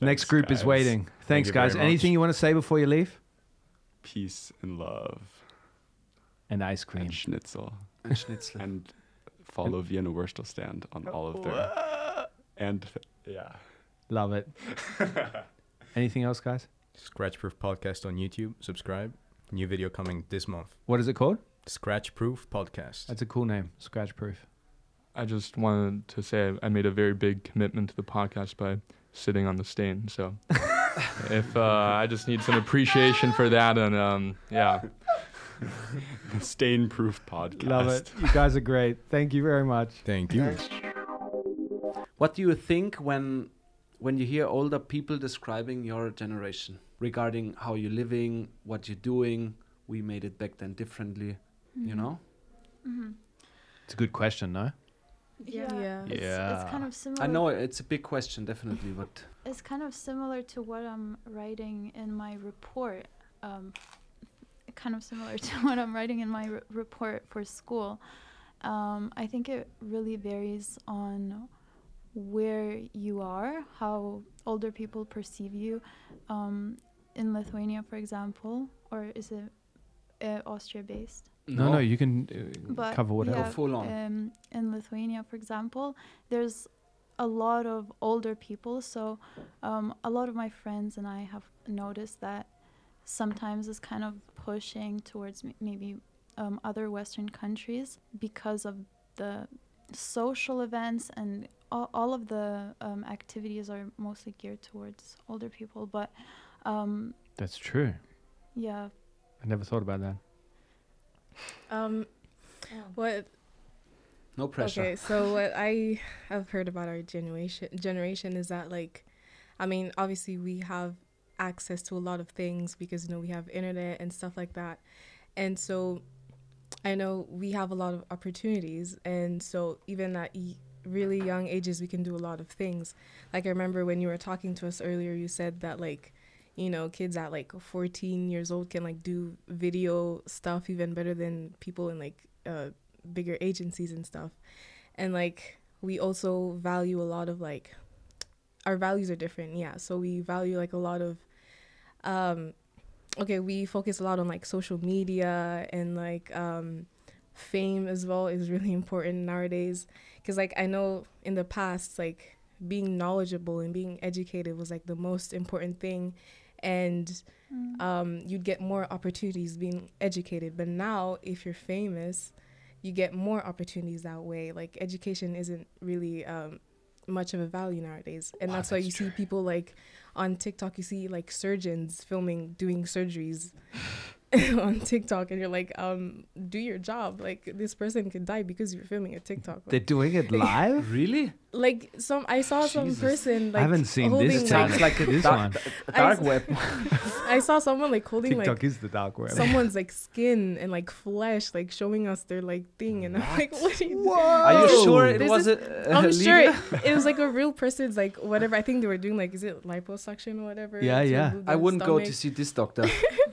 [SPEAKER 6] Next group is
[SPEAKER 2] guys.
[SPEAKER 6] waiting.
[SPEAKER 2] Thank
[SPEAKER 6] Thanks,
[SPEAKER 2] you very
[SPEAKER 6] guys. Anything you want to say before you leave?
[SPEAKER 2] peace and love
[SPEAKER 6] and ice cream
[SPEAKER 2] and schnitzel
[SPEAKER 4] and schnitzel
[SPEAKER 2] and follow Vienna Wurstelstand on all of their and yeah
[SPEAKER 6] Love it. Anything else, guys?
[SPEAKER 21] Scratchproof podcast on YouTube. Subscribe. New video coming this month.
[SPEAKER 6] What is it called?
[SPEAKER 21] Scratchproof podcast.
[SPEAKER 6] That's a cool name. Scratch proof.
[SPEAKER 8] I just wanted to say I made a very big commitment to the podcast by sitting on the stain. So if uh, I just need some appreciation for that, and um, yeah,
[SPEAKER 2] The Stain Proof Podcast.
[SPEAKER 22] Love it. You guys are great. Thank you very much.
[SPEAKER 2] Thank you.
[SPEAKER 4] What do you think when when you hear older people describing your generation regarding how you're living, what you're doing? We made it back then differently,
[SPEAKER 12] Mhm.
[SPEAKER 4] you know?
[SPEAKER 12] Mm-hmm.
[SPEAKER 6] It's a good question, no?
[SPEAKER 12] Yeah.
[SPEAKER 23] Yeah. It's- it's kind of similar.
[SPEAKER 4] I know it's a big question, definitely, but
[SPEAKER 23] It's kind of similar to what I'm writing in my report. Um, kind of similar to what I'm writing in my re- report for school. Um, I think it really varies on where you are, how older people perceive you. Um, in Lithuania, for example, or is it uh, Austria based?
[SPEAKER 6] No, no, you can uh,
[SPEAKER 23] but
[SPEAKER 6] cover whatever.
[SPEAKER 23] yeah, Um, in Lithuania, for example, there's a lot of older people. So um, a lot of my friends and I have noticed that sometimes it's kind of pushing towards m- maybe um, other Western countries because of the social events and all, all of the um, activities are mostly geared towards older people. But um,
[SPEAKER 6] That's true.
[SPEAKER 23] yeah,
[SPEAKER 6] I never thought about that.
[SPEAKER 13] Um, what?
[SPEAKER 4] no pressure.
[SPEAKER 13] Okay, so uh, what I have heard about our generation generation is that like, I mean, obviously we have access to a lot of things because you know we have internet and stuff like that, and so I know we have a lot of opportunities, and so even at y- really young ages we can do a lot of things. Like I remember when you were talking to us earlier, you said that like you know kids at like 14 years old can like do video stuff even better than people in like uh, bigger agencies and stuff and like we also value a lot of like our values are different yeah so we value like a lot of um okay we focus a lot on like social media and like um fame as well is really important nowadays because like i know in the past like being knowledgeable and being educated was like the most important thing and
[SPEAKER 23] Mm.
[SPEAKER 13] um, you'd get more opportunities being educated but now if you're famous you get more opportunities that way like education isn't really um, much of a value nowadays and
[SPEAKER 24] Wow,
[SPEAKER 13] that's why
[SPEAKER 24] that's
[SPEAKER 13] you see people like on tiktok you see like surgeons filming doing surgeries on tiktok and you're like um do your job like this person could die because you're filming a tiktok
[SPEAKER 22] They're doing it live?
[SPEAKER 4] really?
[SPEAKER 13] like some i saw some
[SPEAKER 22] Jesus.
[SPEAKER 13] person like
[SPEAKER 22] I haven't seen
[SPEAKER 13] holding,
[SPEAKER 22] this. Sounds like a This dark- one. a dark
[SPEAKER 13] I s-
[SPEAKER 22] web.
[SPEAKER 13] i saw someone like holding
[SPEAKER 22] TikTok
[SPEAKER 13] like
[SPEAKER 22] is the dark web.
[SPEAKER 13] someone's like skin and like flesh like showing us their like thing and i'm like what are you doing?
[SPEAKER 4] Are you sure it
[SPEAKER 13] This
[SPEAKER 4] was
[SPEAKER 13] is-
[SPEAKER 4] a- a
[SPEAKER 13] i'm sure it,
[SPEAKER 4] legal-
[SPEAKER 13] it was like a real person's like whatever i think they were doing like is it liposuction or whatever to remove
[SPEAKER 4] I
[SPEAKER 13] their
[SPEAKER 4] wouldn't go to
[SPEAKER 13] stomach.
[SPEAKER 4] see this doctor.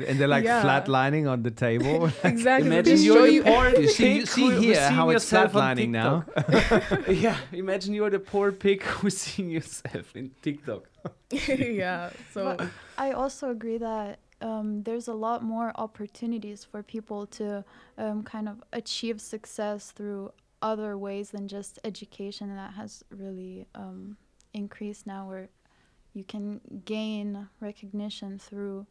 [SPEAKER 22] and they're like
[SPEAKER 13] Yeah.
[SPEAKER 22] flatlining on the table.
[SPEAKER 13] Exactly.
[SPEAKER 4] Imagine
[SPEAKER 13] They
[SPEAKER 4] you're
[SPEAKER 13] show
[SPEAKER 4] the
[SPEAKER 13] you-
[SPEAKER 4] porn.
[SPEAKER 22] You see-
[SPEAKER 4] pic
[SPEAKER 22] you see
[SPEAKER 4] who- who's
[SPEAKER 22] here
[SPEAKER 4] seeing
[SPEAKER 22] how it's
[SPEAKER 4] yourself on
[SPEAKER 22] flatlining now.
[SPEAKER 4] TikTok. yeah, imagine you're the poor pig who's seeing yourself in TikTok.
[SPEAKER 13] yeah so
[SPEAKER 23] But I also agree that um, there's a lot more opportunities for people to um, kind of achieve success through other ways than just education, and that has really um, increased now, where you can gain recognition through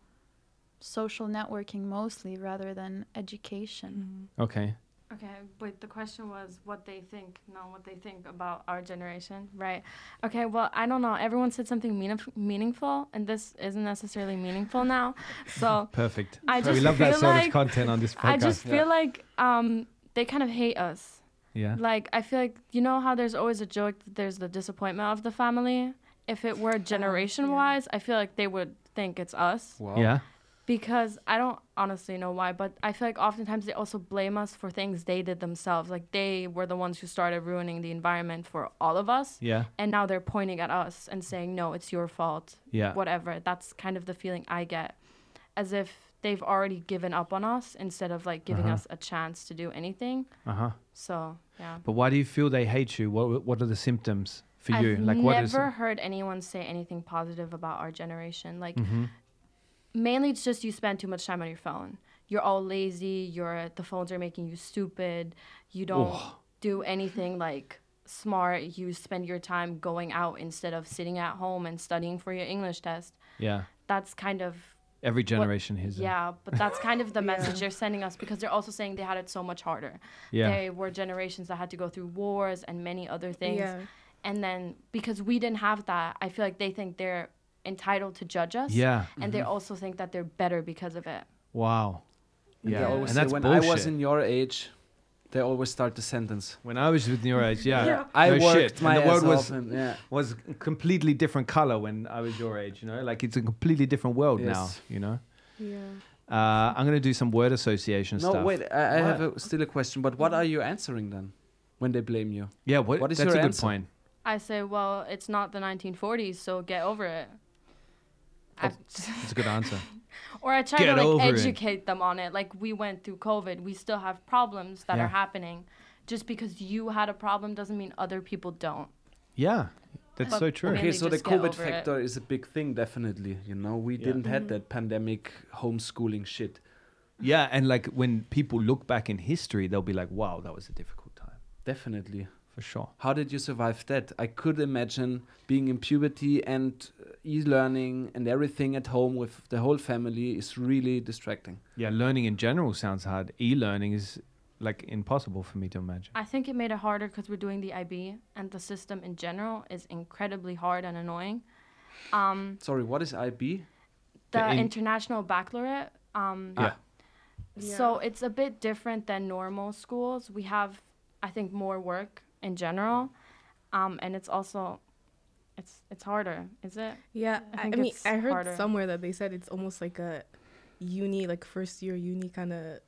[SPEAKER 23] social networking mostly rather than education.
[SPEAKER 6] Okay.
[SPEAKER 1] Okay, but the question was what they think, not what they think about our generation, right? Okay, well, I don't know. Everyone said something meanif- meaningful, and this isn't necessarily meaningful now. So
[SPEAKER 22] Perfect.
[SPEAKER 1] I
[SPEAKER 22] we
[SPEAKER 1] just
[SPEAKER 22] love that
[SPEAKER 1] feel
[SPEAKER 22] sort
[SPEAKER 1] like-
[SPEAKER 22] of content on this podcast.
[SPEAKER 1] I just feel like um, they kind of hate us.
[SPEAKER 22] Yeah.
[SPEAKER 1] Like I feel like you know how there's always a joke that there's the disappointment of the family. If it were generation wise, I feel like they would think it's us.
[SPEAKER 22] Wow. Yeah.
[SPEAKER 1] Because I don't honestly know why, but I feel like oftentimes they also blame us for things they did themselves. Like they were the ones who started ruining the environment for all of us.
[SPEAKER 6] Yeah.
[SPEAKER 1] And now they're pointing at us and saying, no, it's your fault.
[SPEAKER 6] Yeah.
[SPEAKER 1] Whatever. That's kind of the feeling I get. As if they've already given up on us instead of like giving
[SPEAKER 6] Uh-huh.
[SPEAKER 1] us a chance to do anything.
[SPEAKER 6] Uh huh.
[SPEAKER 1] So, yeah.
[SPEAKER 6] But why do you feel they hate you? What What are the symptoms for you?
[SPEAKER 1] I've
[SPEAKER 6] like what is?
[SPEAKER 1] never heard anyone say anything positive about our generation. Like
[SPEAKER 6] Mhm.
[SPEAKER 1] mainly it's just you spend too much time on your phone. You're all lazy. You're the phones are making you stupid. You don't
[SPEAKER 25] Oh.
[SPEAKER 1] do anything like smart. You spend your time going out instead of sitting at home and studying for your English test.
[SPEAKER 6] Yeah.
[SPEAKER 1] That's kind of
[SPEAKER 6] Every
[SPEAKER 1] what-
[SPEAKER 6] generation has it.
[SPEAKER 1] Yeah, but that's kind of the message they're sending us because they're also saying they had it so much harder.
[SPEAKER 6] Yeah.
[SPEAKER 1] They were generations that had to go through wars and many other things.
[SPEAKER 13] Yeah.
[SPEAKER 1] And then because we didn't have that, I feel like they think they're entitled to judge us.
[SPEAKER 6] Yeah.
[SPEAKER 1] And they
[SPEAKER 6] Mhm.
[SPEAKER 1] also think that they're better because of it.
[SPEAKER 6] Wow.
[SPEAKER 4] And they
[SPEAKER 26] Yeah. And
[SPEAKER 4] always say,
[SPEAKER 26] that's
[SPEAKER 4] when I was
[SPEAKER 26] bullshit.
[SPEAKER 4] in your age, they always start the sentence.
[SPEAKER 26] When I was with your age, yeah,
[SPEAKER 4] Yeah. I
[SPEAKER 6] no
[SPEAKER 4] worked
[SPEAKER 6] shit.
[SPEAKER 4] my
[SPEAKER 6] and the world
[SPEAKER 4] ass
[SPEAKER 6] was
[SPEAKER 4] off and- yeah.
[SPEAKER 6] was a completely different color when I was your age. You know, like it's a completely different world now.
[SPEAKER 4] Yes.
[SPEAKER 6] You know.
[SPEAKER 13] Yeah.
[SPEAKER 6] Uh, I'm gonna do some word association
[SPEAKER 4] No,
[SPEAKER 6] stuff.
[SPEAKER 4] wait, I, I have
[SPEAKER 6] What?
[SPEAKER 4] a, still a question, but what are you answering then when they blame you?
[SPEAKER 6] Yeah, what-
[SPEAKER 4] what is
[SPEAKER 6] that's
[SPEAKER 4] your
[SPEAKER 6] a good
[SPEAKER 4] answer?
[SPEAKER 6] point.
[SPEAKER 1] I say, well, it's not the 1940s, so get over it.
[SPEAKER 6] That's a good answer.
[SPEAKER 1] Or I try
[SPEAKER 6] Get
[SPEAKER 1] to like
[SPEAKER 6] over it.
[SPEAKER 1] educate them on it. Like we went through COVID, we still have problems that
[SPEAKER 6] Yeah.
[SPEAKER 1] are happening. Just because you had a problem doesn't mean other people don't.
[SPEAKER 6] Yeah, that's
[SPEAKER 1] But
[SPEAKER 6] so true.
[SPEAKER 1] mainly
[SPEAKER 4] Okay, so the
[SPEAKER 1] just get
[SPEAKER 4] COVID
[SPEAKER 1] over it.
[SPEAKER 4] factor is a big thing, definitely. You know, we
[SPEAKER 6] Yeah.
[SPEAKER 4] didn't have
[SPEAKER 1] Mhm.
[SPEAKER 4] that pandemic homeschooling shit.
[SPEAKER 6] Yeah, and like when people look back in history, they'll be like, "Wow, that was a difficult time."
[SPEAKER 4] Definitely.
[SPEAKER 6] For sure.
[SPEAKER 4] How did you survive that? I could imagine being in puberty and uh, e-learning and everything at home with the whole family is really distracting.
[SPEAKER 6] Yeah, learning in general sounds hard. E-learning is like impossible for me to imagine.
[SPEAKER 1] I think it made it harder because we're doing the IB, and the system in general is incredibly hard and annoying. Um,
[SPEAKER 4] Sorry, what is IB?
[SPEAKER 1] the
[SPEAKER 4] in-
[SPEAKER 1] International Baccalaureate. Um,
[SPEAKER 4] Yeah.
[SPEAKER 1] So it's a bit different than normal schools. We have, I think, more work in general, um, and it's also, it's it's harder. Is it?
[SPEAKER 13] Yeah, I, I
[SPEAKER 1] think
[SPEAKER 13] mean,
[SPEAKER 1] it's
[SPEAKER 13] I heard
[SPEAKER 1] harder.
[SPEAKER 13] somewhere that they said it's almost like a uni, like first year uni kind of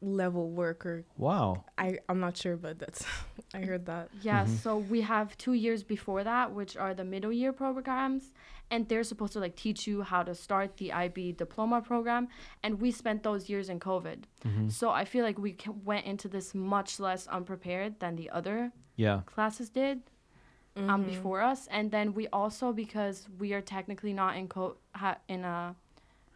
[SPEAKER 13] level work or.
[SPEAKER 6] Wow.
[SPEAKER 13] I I'm not sure, but that's I heard that.
[SPEAKER 1] Yeah, so we have two years before that, which are the middle year programs, and they're supposed to like teach you how to start the IB diploma program. And we spent those years in COVID,
[SPEAKER 6] Mhm.
[SPEAKER 1] so I feel like we ca- went into this much less unprepared than the other
[SPEAKER 6] Yeah.
[SPEAKER 1] classes did um,
[SPEAKER 13] Mm-hmm.
[SPEAKER 1] before us. And then we also, because we are technically not in co- ha- in a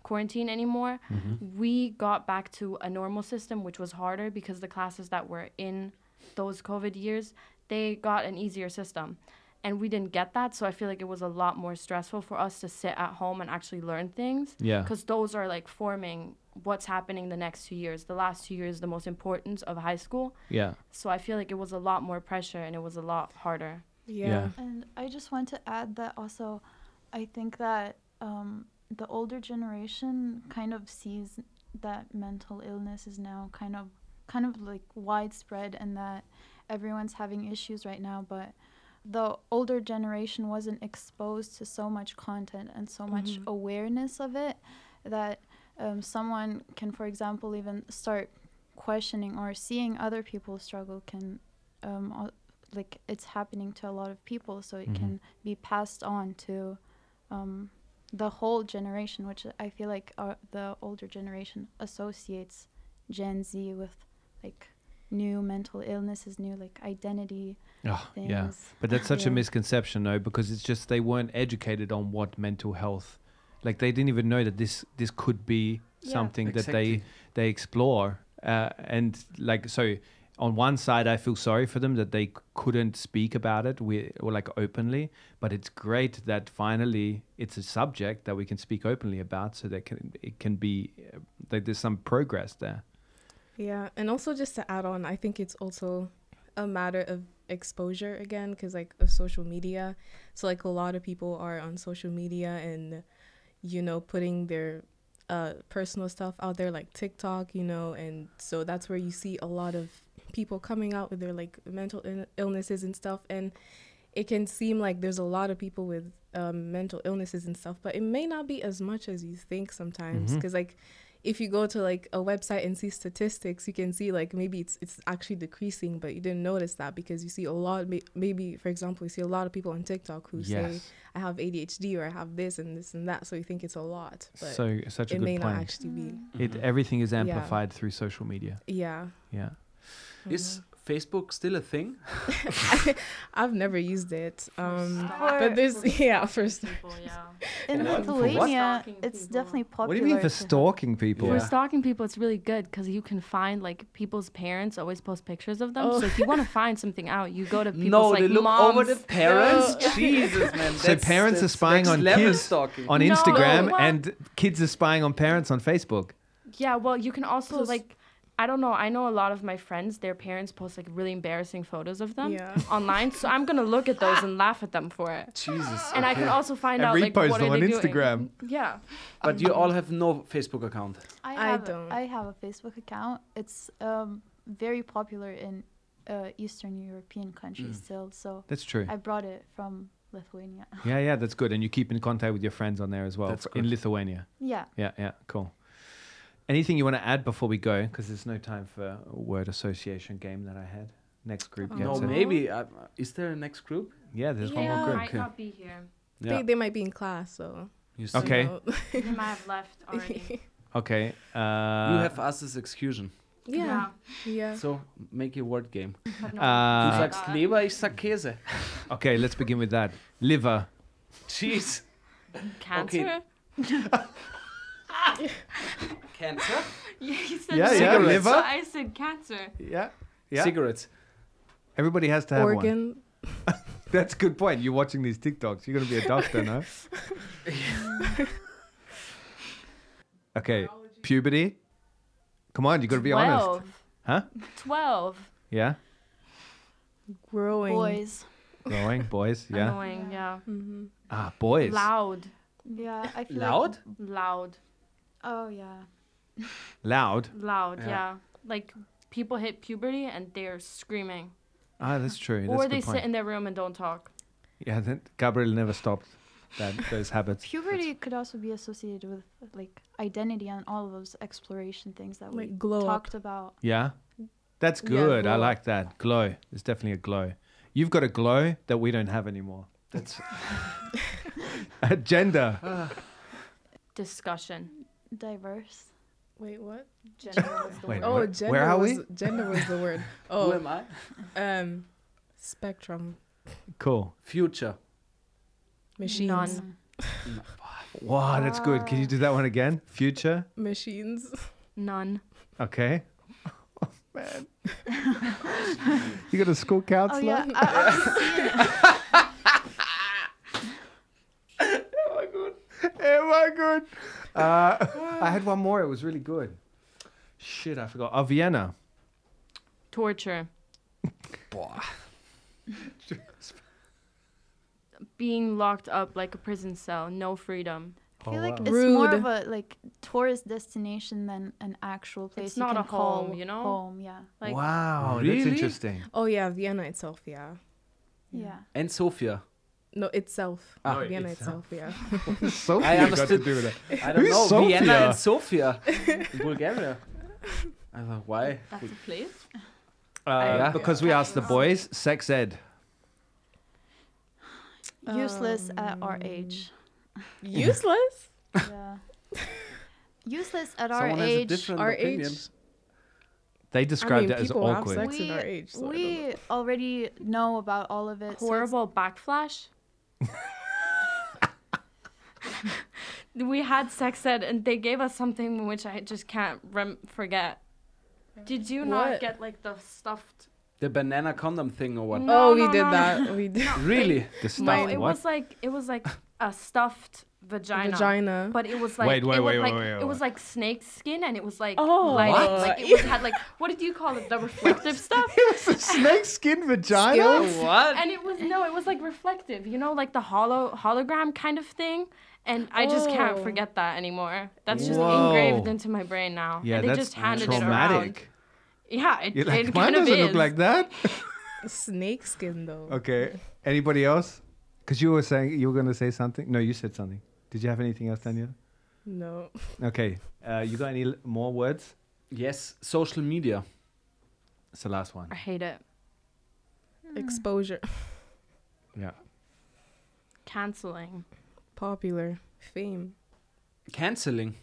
[SPEAKER 1] quarantine anymore,
[SPEAKER 11] Mhm.
[SPEAKER 6] Mm-hmm.
[SPEAKER 1] we got back to a normal system, which was harder because the classes that were in those COVID years, they got an easier system. And we didn't get that, so I feel like it was a lot more stressful for us to sit at home and actually learn things.
[SPEAKER 11] Yeah.
[SPEAKER 1] Because those are like forming what's happening the next two years. The last two years, the most importance of high school.
[SPEAKER 6] Yeah.
[SPEAKER 1] So I feel like it was a lot more pressure and it was a lot harder.
[SPEAKER 6] Yeah.
[SPEAKER 13] And
[SPEAKER 23] I just want to add that also, I think that um, the older generation kind of sees that mental illness is now kind of kind of like widespread and that everyone's having issues right now, but the older generation wasn't exposed to so much content and so much
[SPEAKER 11] Mhm.
[SPEAKER 23] awareness of it that um, someone can, for example, even start questioning or seeing other people struggle can um, al- like it's happening to a lot of people so it
[SPEAKER 11] Mhm.
[SPEAKER 23] can
[SPEAKER 6] Mm-hmm.
[SPEAKER 23] be passed on to um, the whole generation which i feel like uh, the older generation associates gen z with like new mental illnesses new like identity
[SPEAKER 6] Oh,
[SPEAKER 23] things.
[SPEAKER 6] yeah. But that's such a
[SPEAKER 23] Yeah.
[SPEAKER 6] misconception, though, because it's just they weren't educated on what mental health, like they didn't even know that this this could be
[SPEAKER 21] Yeah.
[SPEAKER 6] something that
[SPEAKER 21] Exactly.
[SPEAKER 6] they they explore. Uh, and like so, on one side, I feel sorry for them that they c- couldn't speak about it, we or like openly. But it's great that finally it's a subject that we can speak openly about, so that can it can be uh, that there's some progress there.
[SPEAKER 13] Yeah, and also just to add on, I think it's also a matter of exposure again, because like of social media. So like a lot of people are on social media and, you know, putting their uh, personal stuff out there, like TikTok, you know, and so that's where you see a lot of people coming out with their like mental Ill- illnesses and stuff, and it can seem like there's a lot of people with um, mental illnesses and stuff, but it may not be as much as you think sometimes,
[SPEAKER 11] Mhm.
[SPEAKER 13] because like if you go to like a website and see statistics, you can see like maybe it's it's actually decreasing, but you didn't notice that because you see a lot. may- Maybe for example, you see a lot of people on TikTok who say
[SPEAKER 6] Yes.
[SPEAKER 13] I have ADHD or I have this and this and that, so you think it's a lot. But
[SPEAKER 6] so such a
[SPEAKER 13] it
[SPEAKER 6] good
[SPEAKER 13] may
[SPEAKER 6] point.
[SPEAKER 13] not actually be.
[SPEAKER 6] It
[SPEAKER 4] Mm-hmm.
[SPEAKER 6] everything is
[SPEAKER 13] Yeah.
[SPEAKER 6] amplified through social media.
[SPEAKER 13] Yeah.
[SPEAKER 6] Yeah.
[SPEAKER 4] Is
[SPEAKER 1] Mm-hmm.
[SPEAKER 4] Facebook still a thing?
[SPEAKER 13] I've never used it, um,
[SPEAKER 23] For-
[SPEAKER 13] but there's yeah first.
[SPEAKER 23] in
[SPEAKER 1] For what?
[SPEAKER 23] lithuania it's definitely popular
[SPEAKER 6] What do you mean for
[SPEAKER 23] to-
[SPEAKER 6] stalking people?
[SPEAKER 1] For stalking people, it's really good because you can find like people's parents always post pictures of them.
[SPEAKER 13] Oh.
[SPEAKER 1] So if you want to find something out, you go to people's
[SPEAKER 4] no,
[SPEAKER 1] like
[SPEAKER 4] they look
[SPEAKER 1] moms.
[SPEAKER 4] over the parents. Jesus, man.
[SPEAKER 6] So
[SPEAKER 4] that's-
[SPEAKER 6] parents are
[SPEAKER 4] that's
[SPEAKER 6] spying
[SPEAKER 4] next
[SPEAKER 6] on
[SPEAKER 4] level
[SPEAKER 6] kids
[SPEAKER 4] stalking.
[SPEAKER 6] on
[SPEAKER 1] No,
[SPEAKER 6] Instagram,
[SPEAKER 1] what?
[SPEAKER 6] and kids are spying on parents on Facebook.
[SPEAKER 1] Yeah, well, you can also like I don't know. I know a lot of my friends, their parents post like really embarrassing photos of them
[SPEAKER 13] Yeah.
[SPEAKER 1] online. So I'm gonna look at those and laugh at them for it.
[SPEAKER 4] Jesus.
[SPEAKER 1] And I can also find out like what are they doing. Yeah. Um,
[SPEAKER 4] But you all have no Facebook account.
[SPEAKER 13] I
[SPEAKER 23] I, have,
[SPEAKER 13] don't.
[SPEAKER 23] I have a Facebook account. It's um, very popular in uh, Eastern European countries
[SPEAKER 6] Mm.
[SPEAKER 23] still. So
[SPEAKER 6] That's true.
[SPEAKER 23] I brought it from Lithuania.
[SPEAKER 6] Yeah, yeah, that's good. And you keep in contact with your friends on there as well
[SPEAKER 23] That's
[SPEAKER 6] f- in Lithuania.
[SPEAKER 23] Yeah.
[SPEAKER 6] Yeah, yeah, cool. Anything you want to add before we go? Because there's no time for a word association game that I had. Next
[SPEAKER 13] Oh,
[SPEAKER 1] Oh.
[SPEAKER 6] group. gets
[SPEAKER 4] No,
[SPEAKER 6] it.
[SPEAKER 4] maybe. Uh, is there a next group?
[SPEAKER 6] Yeah, there's one
[SPEAKER 13] Yeah,
[SPEAKER 6] more group.
[SPEAKER 13] might
[SPEAKER 1] not be here.
[SPEAKER 13] They, they might be in class, so.
[SPEAKER 6] You see. Okay.
[SPEAKER 1] they might have left already.
[SPEAKER 6] Okay. Uh,
[SPEAKER 4] you have us as Excusion.
[SPEAKER 13] Yeah. Yeah.
[SPEAKER 4] So make a word game.
[SPEAKER 6] Uh,
[SPEAKER 4] du sagst Leber, ich sag Käse.
[SPEAKER 6] Okay, let's begin with that. Liver.
[SPEAKER 4] Jeez.
[SPEAKER 1] Cancer.
[SPEAKER 4] Cancer?
[SPEAKER 1] yeah, you said
[SPEAKER 6] Yeah, yeah,
[SPEAKER 1] cigarettes,
[SPEAKER 6] liver.
[SPEAKER 1] so I said cancer.
[SPEAKER 6] Yeah.
[SPEAKER 4] Yeah. Cigarettes.
[SPEAKER 6] Everybody has to have one.
[SPEAKER 13] Organ.
[SPEAKER 6] That's a good point. You're watching these TikToks. You're gonna be a doctor, no? Okay. Puberty. Come on, you gotta be honest. Huh?
[SPEAKER 1] Twelve.
[SPEAKER 6] Yeah.
[SPEAKER 13] Growing.
[SPEAKER 23] Boys.
[SPEAKER 6] Growing, boys. Yeah.
[SPEAKER 1] Annoying. Yeah.
[SPEAKER 6] Ah, boys.
[SPEAKER 1] Loud.
[SPEAKER 23] Yeah. I feel
[SPEAKER 6] Loud?
[SPEAKER 1] Loud.
[SPEAKER 23] Oh, yeah.
[SPEAKER 6] Loud.
[SPEAKER 1] Loud.
[SPEAKER 6] Yeah.
[SPEAKER 1] Yeah. Like people hit puberty and they're screaming,
[SPEAKER 6] Ah, that's true. That's
[SPEAKER 1] or
[SPEAKER 6] a good
[SPEAKER 1] they
[SPEAKER 6] point.
[SPEAKER 1] sit in their room and don't talk.
[SPEAKER 6] Yeah, then Gabriel never stopped that those habits.
[SPEAKER 23] Puberty could also be associated with like identity and all of those exploration things that we
[SPEAKER 13] Like glow up.
[SPEAKER 23] talked about.
[SPEAKER 6] Yeah. That's
[SPEAKER 13] Yeah,
[SPEAKER 6] good. I
[SPEAKER 13] glow.
[SPEAKER 6] like that. Glow. There's definitely a glow. You've got a glow that we don't have anymore. That's agenda.
[SPEAKER 1] Discussion.
[SPEAKER 23] Diverse.
[SPEAKER 13] Wait, what?
[SPEAKER 23] Gender was
[SPEAKER 6] the Wait, word.
[SPEAKER 13] oh,
[SPEAKER 6] where-
[SPEAKER 13] gender
[SPEAKER 6] where are
[SPEAKER 13] was,
[SPEAKER 6] we?
[SPEAKER 13] Gender was the word. Oh,
[SPEAKER 4] am I?
[SPEAKER 13] Um, spectrum
[SPEAKER 6] Cool.
[SPEAKER 4] Future.
[SPEAKER 13] machines.
[SPEAKER 6] Wow, that's good. Can you do that one again? Future.
[SPEAKER 13] Machines.
[SPEAKER 1] None.
[SPEAKER 6] Okay. You got a school counselor?
[SPEAKER 23] yeah. I-
[SPEAKER 6] Am I good? Uh, I had one more. It was really good. Shit, I forgot. Oh, Vienna.
[SPEAKER 1] Oh, Torture.
[SPEAKER 6] Boah.
[SPEAKER 1] Being locked up like a prison cell. No freedom.
[SPEAKER 6] I
[SPEAKER 23] feel like it's more of a like tourist destination than an actual place.
[SPEAKER 1] It's
[SPEAKER 23] you
[SPEAKER 1] not
[SPEAKER 23] can
[SPEAKER 1] a home,
[SPEAKER 13] you
[SPEAKER 23] know. Home, yeah.
[SPEAKER 1] Like,
[SPEAKER 6] wow, that's
[SPEAKER 4] Really?
[SPEAKER 6] interesting.
[SPEAKER 13] Oh yeah, Vienna itself. Yeah.
[SPEAKER 23] Yeah.
[SPEAKER 4] And Sofia.
[SPEAKER 13] No, itself.
[SPEAKER 6] Oh,
[SPEAKER 4] Ah. No,
[SPEAKER 13] Vienna itself.
[SPEAKER 4] itself.
[SPEAKER 13] yeah.
[SPEAKER 6] Sophia
[SPEAKER 4] I
[SPEAKER 6] got
[SPEAKER 4] understood.
[SPEAKER 6] to do with it.
[SPEAKER 4] I don't
[SPEAKER 6] Who's
[SPEAKER 4] know.
[SPEAKER 6] Sophia?
[SPEAKER 4] Vienna and Sofia. Bulgaria. I thought, why?
[SPEAKER 1] That's a place.
[SPEAKER 6] Uh,
[SPEAKER 4] Yeah.
[SPEAKER 6] Because we asked the boys, sex ed.
[SPEAKER 23] Useless at
[SPEAKER 4] Um,
[SPEAKER 23] our age.
[SPEAKER 13] Useless.
[SPEAKER 23] yeah. Useless at our
[SPEAKER 4] Someone has a
[SPEAKER 23] age.
[SPEAKER 4] different Our opinion. age.
[SPEAKER 6] They described
[SPEAKER 13] mean,
[SPEAKER 6] it as
[SPEAKER 13] people have
[SPEAKER 6] awkward.
[SPEAKER 13] sex at our age, so I don't
[SPEAKER 23] we already know about all of it. so it's-
[SPEAKER 1] Horrible backflash. we had sex ed and they gave us something which I just can't rem- forget. Did you
[SPEAKER 4] What?
[SPEAKER 1] not get like the stuffed?
[SPEAKER 4] The banana condom thing or what?
[SPEAKER 1] No, Oh, we no, did no. that.
[SPEAKER 13] We did.
[SPEAKER 4] Really?
[SPEAKER 6] The
[SPEAKER 1] no, it was like it was like a stuffed vagina.
[SPEAKER 13] Vagina.
[SPEAKER 1] But it was like
[SPEAKER 6] Wait, wait,
[SPEAKER 1] it was
[SPEAKER 6] wait,
[SPEAKER 1] like,
[SPEAKER 6] wait, wait, wait.
[SPEAKER 1] It was like snake skin and it was like
[SPEAKER 13] Oh.
[SPEAKER 1] like,
[SPEAKER 6] What?
[SPEAKER 1] like it was, had like what did you call it? The reflective stuff.
[SPEAKER 6] It was a snake skin vagina.
[SPEAKER 1] And it was no, it was like reflective, you know, like the hollow hologram kind of thing. And I just can't
[SPEAKER 13] Oh.
[SPEAKER 1] forget that anymore. That's just
[SPEAKER 6] Whoa.
[SPEAKER 1] engraved into my brain now.
[SPEAKER 6] Yeah,
[SPEAKER 1] and they
[SPEAKER 6] that's
[SPEAKER 1] just handed
[SPEAKER 6] traumatic.
[SPEAKER 1] it around. Yeah, it,
[SPEAKER 6] You're like,
[SPEAKER 1] it
[SPEAKER 6] mine
[SPEAKER 1] kind of
[SPEAKER 6] doesn't
[SPEAKER 1] is.
[SPEAKER 6] look like that.
[SPEAKER 13] Snake skin though.
[SPEAKER 6] Okay. Anybody else? Because you were saying you were going to say something. No, you said something. Did you have anything else, Daniela?
[SPEAKER 13] No.
[SPEAKER 6] Okay. Uh, you got any l- more words?
[SPEAKER 4] Yes, social media.
[SPEAKER 6] It's the last one.
[SPEAKER 1] I hate it.
[SPEAKER 13] Hmm. Exposure.
[SPEAKER 6] Yeah.
[SPEAKER 1] Canceling.
[SPEAKER 13] Popular. Fame.
[SPEAKER 4] Canceling.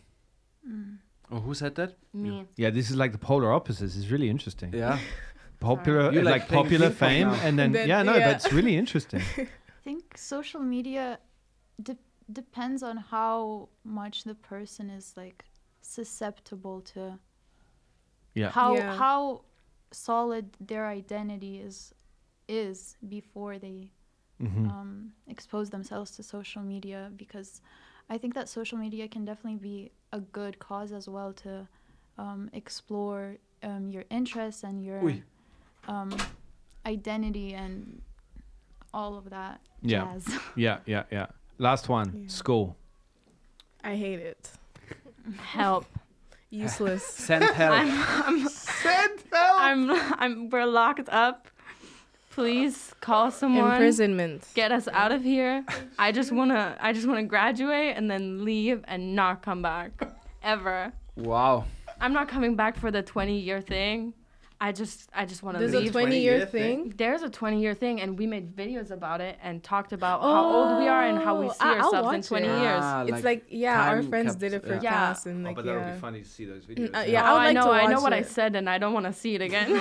[SPEAKER 1] Hmm.
[SPEAKER 4] Oh, who said that?
[SPEAKER 1] Me.
[SPEAKER 6] Yeah, this is like the polar opposites. It's really interesting.
[SPEAKER 4] Yeah.
[SPEAKER 6] Popular,
[SPEAKER 4] You
[SPEAKER 6] like,
[SPEAKER 4] like playing
[SPEAKER 6] popular
[SPEAKER 4] ping pong
[SPEAKER 6] fame,
[SPEAKER 4] now.
[SPEAKER 6] and then,
[SPEAKER 4] Then-
[SPEAKER 6] yeah, no,
[SPEAKER 4] yeah.
[SPEAKER 6] that's really interesting.
[SPEAKER 23] I think social media de- depends on how much the person is like susceptible to
[SPEAKER 6] Yeah.
[SPEAKER 23] how
[SPEAKER 19] Yeah.
[SPEAKER 23] how solid their identity is is before they
[SPEAKER 6] Mm-hmm.
[SPEAKER 19] Mhm.
[SPEAKER 23] um, expose themselves to social media because I think that social media can definitely be a good cause as well to um, explore um, your interests and your
[SPEAKER 6] Ui.
[SPEAKER 23] um, identity and all of that
[SPEAKER 6] Yeah.
[SPEAKER 23] jazz.
[SPEAKER 6] Yeah, yeah, yeah. Last one. School.
[SPEAKER 13] I hate it. Mm-hmm.
[SPEAKER 1] Help.
[SPEAKER 13] Useless.
[SPEAKER 6] Send help.
[SPEAKER 1] I'm, I'm, I'm, I'm, we're locked up. Please call someone.
[SPEAKER 13] Imprisonment.
[SPEAKER 1] Get us out of here. I just wanna, I just wanna graduate and then leave and not come back, ever.
[SPEAKER 4] Wow.
[SPEAKER 1] I'm not coming back for the 20 year thing. I just, I just wanna
[SPEAKER 13] There's a
[SPEAKER 1] leave.
[SPEAKER 13] 20 year 20-year thing?
[SPEAKER 1] There's a 20 year thing, and we made videos about it and talked about how old we are and how we
[SPEAKER 13] Oh,
[SPEAKER 1] see
[SPEAKER 13] I- I'll
[SPEAKER 1] ourselves in
[SPEAKER 13] watch
[SPEAKER 1] 20
[SPEAKER 13] it.
[SPEAKER 1] years.
[SPEAKER 13] Ah, It's like like, yeah, our time friends capt- did it for yeah. class and, Oh, like,
[SPEAKER 6] but that would
[SPEAKER 13] yeah.
[SPEAKER 6] be funny to see those
[SPEAKER 13] Mm,
[SPEAKER 6] videos.
[SPEAKER 13] uh, yeah, I
[SPEAKER 1] Oh,
[SPEAKER 13] would
[SPEAKER 1] I
[SPEAKER 13] like
[SPEAKER 1] know,
[SPEAKER 13] to
[SPEAKER 1] I know
[SPEAKER 13] watch
[SPEAKER 1] what I
[SPEAKER 13] it.
[SPEAKER 1] said, and I don't want to see it again.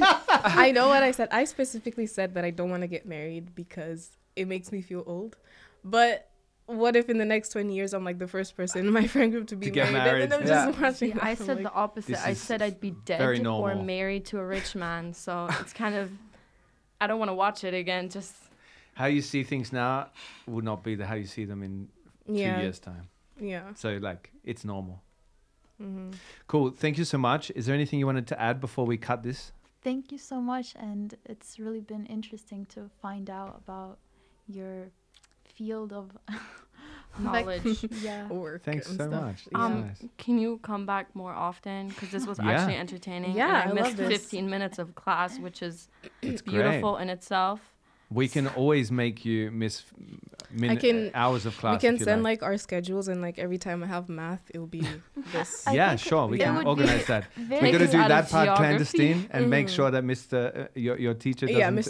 [SPEAKER 13] I know what I said. I specifically said that I don't want to get married because it makes me feel old. But what if in the next 20 years I'm like the first person in my friend group to be
[SPEAKER 6] To get
[SPEAKER 13] married? And then I'm
[SPEAKER 6] married.
[SPEAKER 13] just
[SPEAKER 6] Yeah.
[SPEAKER 13] watching.
[SPEAKER 1] See, I
[SPEAKER 13] this, I'm
[SPEAKER 1] said
[SPEAKER 13] like-
[SPEAKER 1] the opposite.
[SPEAKER 6] This
[SPEAKER 1] I
[SPEAKER 6] is
[SPEAKER 1] said I'd be dead
[SPEAKER 6] very
[SPEAKER 1] or
[SPEAKER 6] normal.
[SPEAKER 1] married to a rich man. So it's kind of, I don't want to watch it again. Just
[SPEAKER 6] How you see things now would not be the how you see them in
[SPEAKER 1] Yeah.
[SPEAKER 6] two years' time.
[SPEAKER 1] Yeah.
[SPEAKER 6] So like it's normal.
[SPEAKER 23] Mhm.
[SPEAKER 6] Cool. Thank you so much. Is there anything you wanted to add before we cut this?
[SPEAKER 23] Thank you so much, and it's really been interesting to find out about your field of
[SPEAKER 1] knowledge.
[SPEAKER 23] yeah.
[SPEAKER 6] Thanks so much. That's
[SPEAKER 1] Um,
[SPEAKER 6] nice.
[SPEAKER 1] Can you come back more often? Because this was
[SPEAKER 6] Yeah.
[SPEAKER 1] actually entertaining. and
[SPEAKER 13] Yeah, I
[SPEAKER 1] I,
[SPEAKER 13] love
[SPEAKER 1] missed
[SPEAKER 13] this.
[SPEAKER 1] 15 minutes of class, which is
[SPEAKER 6] It's great.
[SPEAKER 1] beautiful in itself.
[SPEAKER 6] We can always make you miss mm, min-
[SPEAKER 13] I can
[SPEAKER 6] hours of class.
[SPEAKER 13] We can
[SPEAKER 6] if you
[SPEAKER 13] send
[SPEAKER 6] like.
[SPEAKER 13] like. our schedules and like every time I have math, it will be this.
[SPEAKER 6] yeah, sure. We
[SPEAKER 13] it
[SPEAKER 6] can
[SPEAKER 13] would
[SPEAKER 6] organize
[SPEAKER 13] be
[SPEAKER 6] that. We're
[SPEAKER 13] very
[SPEAKER 6] going to
[SPEAKER 13] good
[SPEAKER 6] do
[SPEAKER 13] out
[SPEAKER 6] that
[SPEAKER 13] of
[SPEAKER 6] part
[SPEAKER 13] geography.
[SPEAKER 6] clandestine and make
[SPEAKER 13] Mhm.
[SPEAKER 6] sure that Mr. Uh, your, your teacher doesn't
[SPEAKER 13] Yeah, Mr.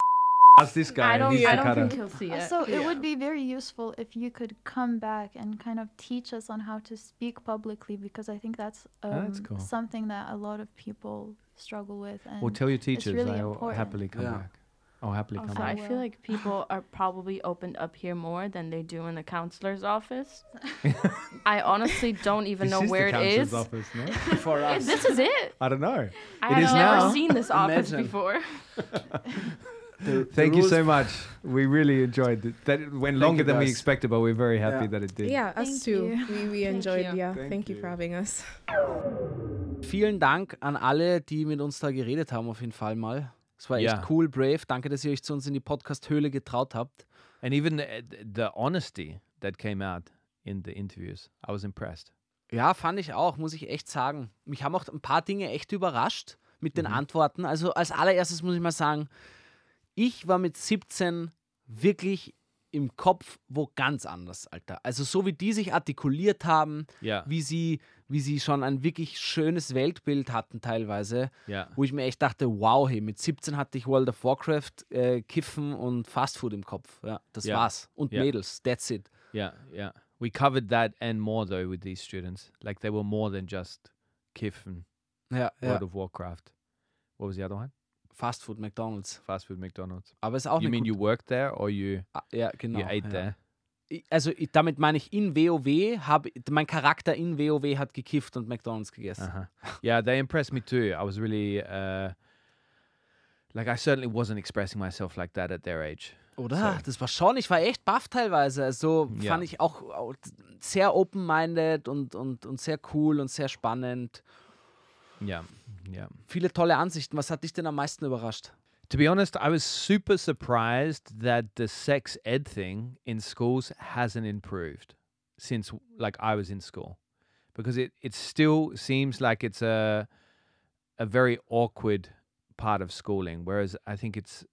[SPEAKER 6] ask this guy.
[SPEAKER 1] I don't.
[SPEAKER 6] He's
[SPEAKER 1] I
[SPEAKER 6] the
[SPEAKER 1] don't
[SPEAKER 6] cutter.
[SPEAKER 1] think he'll see it.
[SPEAKER 23] Uh, So it would be very useful if you could come back and kind of teach us on how to speak publicly because I think that's, um,
[SPEAKER 6] Ah, that's cool.
[SPEAKER 23] something that a lot of people struggle with. And
[SPEAKER 6] Well, tell your
[SPEAKER 23] it's
[SPEAKER 6] teachers.
[SPEAKER 23] really
[SPEAKER 6] I will
[SPEAKER 23] important.
[SPEAKER 6] happily come
[SPEAKER 23] Yeah.
[SPEAKER 6] back. I'll
[SPEAKER 13] Oh,
[SPEAKER 6] happily come
[SPEAKER 1] Also, I
[SPEAKER 6] back.
[SPEAKER 1] feel like people are probably opened up here more than they do in the counselor's office. I honestly don't even
[SPEAKER 6] This
[SPEAKER 1] know
[SPEAKER 6] is the
[SPEAKER 1] where it
[SPEAKER 6] counselor's
[SPEAKER 1] is.
[SPEAKER 6] office, no?
[SPEAKER 1] For us. This is it.
[SPEAKER 6] I don't know.
[SPEAKER 1] I
[SPEAKER 6] it
[SPEAKER 1] have
[SPEAKER 6] is
[SPEAKER 1] never
[SPEAKER 6] now.
[SPEAKER 1] seen this office
[SPEAKER 6] Imagine.
[SPEAKER 1] before.
[SPEAKER 6] Thank you so much. We really enjoyed it. That it went longer
[SPEAKER 21] you,
[SPEAKER 6] than we
[SPEAKER 21] guys.
[SPEAKER 6] expected, but we're very happy that it did.
[SPEAKER 13] Yeah, us
[SPEAKER 27] Thank
[SPEAKER 13] too.
[SPEAKER 27] you.
[SPEAKER 13] We, we
[SPEAKER 27] Thank
[SPEAKER 13] enjoyed.
[SPEAKER 27] you.
[SPEAKER 13] Yeah,
[SPEAKER 6] Mm-hmm. Thank
[SPEAKER 13] thank you for having us.
[SPEAKER 4] Vielen Dank an alle, die mit uns da geredet haben, auf jeden Fall mal. Es war echt
[SPEAKER 6] Ja.
[SPEAKER 4] cool, brave. Danke, dass ihr euch zu uns in die Podcast-Höhle getraut habt.
[SPEAKER 6] And even the, the honesty that came out in the interviews, I was impressed.
[SPEAKER 4] Ja, fand ich auch, muss ich echt sagen. Mich haben auch ein paar Dinge echt überrascht mit
[SPEAKER 6] Mhm.
[SPEAKER 4] den Antworten. Also als allererstes muss ich mal sagen, ich war mit 17 wirklich im Kopf wo ganz anders, Alter. Also so wie die sich artikuliert haben,
[SPEAKER 6] Ja.
[SPEAKER 4] wie, sie, wie sie schon ein wirklich schönes Weltbild hatten teilweise,
[SPEAKER 6] Ja.
[SPEAKER 4] wo ich mir echt dachte, wow, hey, mit 17 hatte ich World of Warcraft, äh, Kiffen und Fastfood im Kopf. Ja, das
[SPEAKER 6] Ja.
[SPEAKER 4] war's. Und
[SPEAKER 6] Ja.
[SPEAKER 4] Mädels, that's it.
[SPEAKER 6] Yeah, yeah. We covered that and more though with these students. Like they were more than just Kiffen,
[SPEAKER 4] Ja, ja.
[SPEAKER 6] World of Warcraft. What was the other one?
[SPEAKER 4] Fast food, McDonald's.
[SPEAKER 6] Fast food, McDonald's.
[SPEAKER 4] Aber ist auch
[SPEAKER 6] You
[SPEAKER 4] eine
[SPEAKER 6] mean
[SPEAKER 4] gute- Ah,
[SPEAKER 6] you worked there or you?
[SPEAKER 4] ja, genau,
[SPEAKER 6] You ate
[SPEAKER 4] ja.
[SPEAKER 6] there.
[SPEAKER 4] Ich- Also ich, damit meine ich, in WoW, habe mein Charakter in WoW hat gekifft und McDonalds gegessen.
[SPEAKER 6] Uh-huh. Yeah, they impressed me too. I was really uh, like I certainly wasn't expressing myself like that at their age.
[SPEAKER 4] Oder? Das war schon, ich war echt baff teilweise. Also
[SPEAKER 6] Ja.
[SPEAKER 4] fand ich auch, auch sehr open-minded und, und, und sehr cool und sehr spannend.
[SPEAKER 6] Yeah, yeah.
[SPEAKER 4] Viele tolle Ansichten. Was hat dich denn am meisten überrascht?
[SPEAKER 6] To be honest, I was super surprised that the sex ed thing in schools hasn't improved since like I was in school. Because it, it still seems like it's a a very awkward part of schooling. Whereas I think it's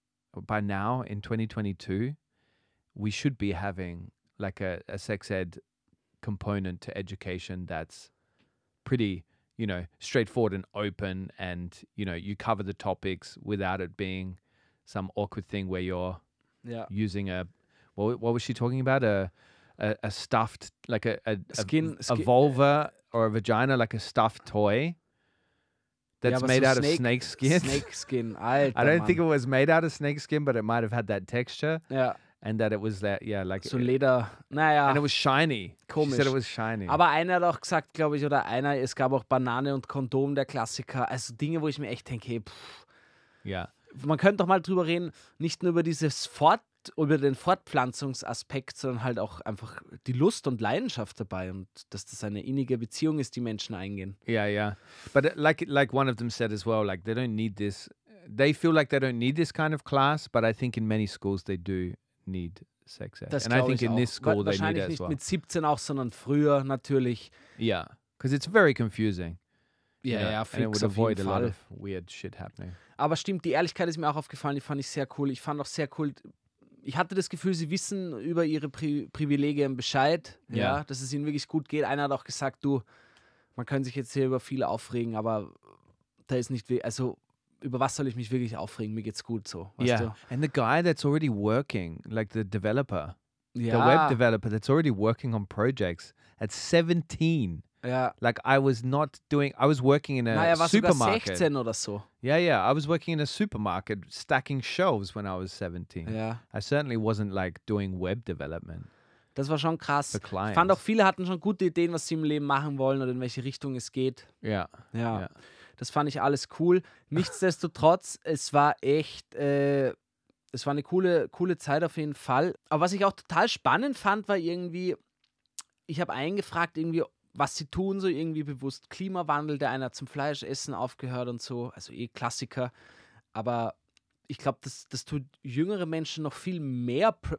[SPEAKER 6] by now in twenty twenty two, we should be having like a, a sex ed component to education that's pretty, you know, straightforward and open and, you know, you cover the topics without it being some awkward thing where you're
[SPEAKER 4] Yeah.
[SPEAKER 6] using a what, what was she talking about? A a, a stuffed like a, a a-
[SPEAKER 4] Skin-
[SPEAKER 6] a,
[SPEAKER 4] skin-
[SPEAKER 6] vulva or a vagina, like a stuffed toy that's
[SPEAKER 4] aber
[SPEAKER 6] made
[SPEAKER 4] so
[SPEAKER 6] out of
[SPEAKER 4] Snake-
[SPEAKER 6] snake skin.
[SPEAKER 4] Snake skin, Alter.
[SPEAKER 6] I don't think it
[SPEAKER 4] Mann.
[SPEAKER 6] was made out of snake skin, but it might have had that texture.
[SPEAKER 4] Yeah.
[SPEAKER 6] And that it was that, yeah, like
[SPEAKER 4] So leder. Naja.
[SPEAKER 6] And it was shiny. She
[SPEAKER 4] Komisch.
[SPEAKER 6] said it was shiny.
[SPEAKER 4] Aber einer hat auch gesagt, glaube ich, oder einer, es gab auch Banane und Kondom, der Klassiker. Also Dinge, wo ich mir echt denke, hey, pff,
[SPEAKER 6] yeah.
[SPEAKER 4] man könnte doch mal drüber reden, nicht nur über dieses Fort, über den Fortpflanzungsaspekt, sondern halt auch einfach die Lust und Leidenschaft dabei und dass das eine innige Beziehung ist, die Menschen eingehen.
[SPEAKER 6] Yeah, yeah. But uh, like like one of them said as well, like they don't need this. They feel like they don't need this kind of class, but I think in many schools they do need sex ed.
[SPEAKER 4] Das
[SPEAKER 6] and I
[SPEAKER 4] glaub
[SPEAKER 6] think
[SPEAKER 4] ich
[SPEAKER 6] in
[SPEAKER 4] auch.
[SPEAKER 6] this
[SPEAKER 4] Wa-
[SPEAKER 6] school they need
[SPEAKER 4] wahrscheinlich
[SPEAKER 6] it as
[SPEAKER 4] nicht
[SPEAKER 6] well.
[SPEAKER 4] mit 17 auch, sondern früher natürlich.
[SPEAKER 6] Yeah, because it's very confusing. you
[SPEAKER 4] Yeah,
[SPEAKER 6] know,
[SPEAKER 4] yeah,
[SPEAKER 6] and it
[SPEAKER 4] fix
[SPEAKER 6] would
[SPEAKER 4] auf
[SPEAKER 6] avoid a
[SPEAKER 4] jeden
[SPEAKER 6] lot
[SPEAKER 4] Fall.
[SPEAKER 6] of weird shit happening.
[SPEAKER 4] Aber stimmt, die Ehrlichkeit ist mir auch aufgefallen, die fand ich sehr cool. Ich fand auch sehr cool, ich hatte das Gefühl, sie wissen über ihre Pri Privilegien Bescheid, ja.
[SPEAKER 6] Ja.
[SPEAKER 4] dass es ihnen wirklich gut geht. Einer hat auch gesagt, du, man kann sich jetzt hier über viel aufregen, aber da ist nicht, we- also über was soll ich mich wirklich aufregen? Mir geht's gut so, weißt
[SPEAKER 6] yeah,
[SPEAKER 4] du?
[SPEAKER 6] and the guy that's already working, like the developer, the
[SPEAKER 4] Yeah.
[SPEAKER 6] web developer that's already working on projects at 17.
[SPEAKER 4] Yeah.
[SPEAKER 6] Like I was not doing. I was working in a
[SPEAKER 4] Na, er war sogar
[SPEAKER 6] supermarket.
[SPEAKER 4] 16 oder so.
[SPEAKER 6] Yeah, yeah. I was working in a supermarket stacking shelves when I was 17.
[SPEAKER 4] Yeah.
[SPEAKER 6] I certainly wasn't like doing web development.
[SPEAKER 4] Das war schon krass.
[SPEAKER 6] For
[SPEAKER 4] Ich
[SPEAKER 6] clients.
[SPEAKER 4] fand auch, viele hatten schon gute Ideen, was sie im Leben machen wollen oder in welche Richtung es geht.
[SPEAKER 6] Ja.
[SPEAKER 4] Ja. Das fand ich alles cool. Nichtsdestotrotz, es war echt, äh, es war eine coole, coole Zeit auf jeden Fall. Aber was ich auch total spannend fand, war irgendwie, ich habe eingefragt, irgendwie, was sie tun, so irgendwie bewusst Klimawandel, der einer zum Fleischessen aufgehört und so, also eh Klassiker. Aber ich glaube, das, das tut jüngere Menschen noch viel mehr pr-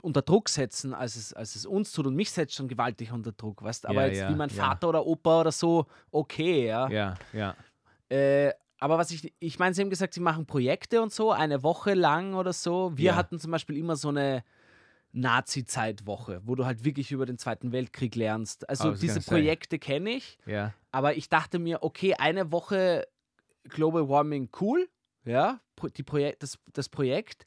[SPEAKER 4] unter Druck setzen, als es, als es uns tut. Und mich setzt schon gewaltig unter Druck, weißt Aber
[SPEAKER 6] Ja,
[SPEAKER 4] jetzt
[SPEAKER 6] ja,
[SPEAKER 4] wie mein
[SPEAKER 6] ja.
[SPEAKER 4] Vater oder Opa oder so, okay, ja.
[SPEAKER 6] Yeah, yeah.
[SPEAKER 4] Äh, aber was ich, ich meine, sie haben gesagt, sie machen Projekte und so, eine Woche lang oder so. Wir
[SPEAKER 6] Ja.
[SPEAKER 4] hatten zum Beispiel immer so eine Nazi-Zeitwoche, wo du halt wirklich über den Zweiten Weltkrieg lernst.
[SPEAKER 6] I
[SPEAKER 4] Also
[SPEAKER 6] was
[SPEAKER 4] diese
[SPEAKER 6] gonna say.
[SPEAKER 4] Projekte kenne ich,
[SPEAKER 6] Yeah.
[SPEAKER 4] aber ich dachte mir, okay, eine Woche Global Warming, cool, ja, Pro- die Projek das, das Projekt,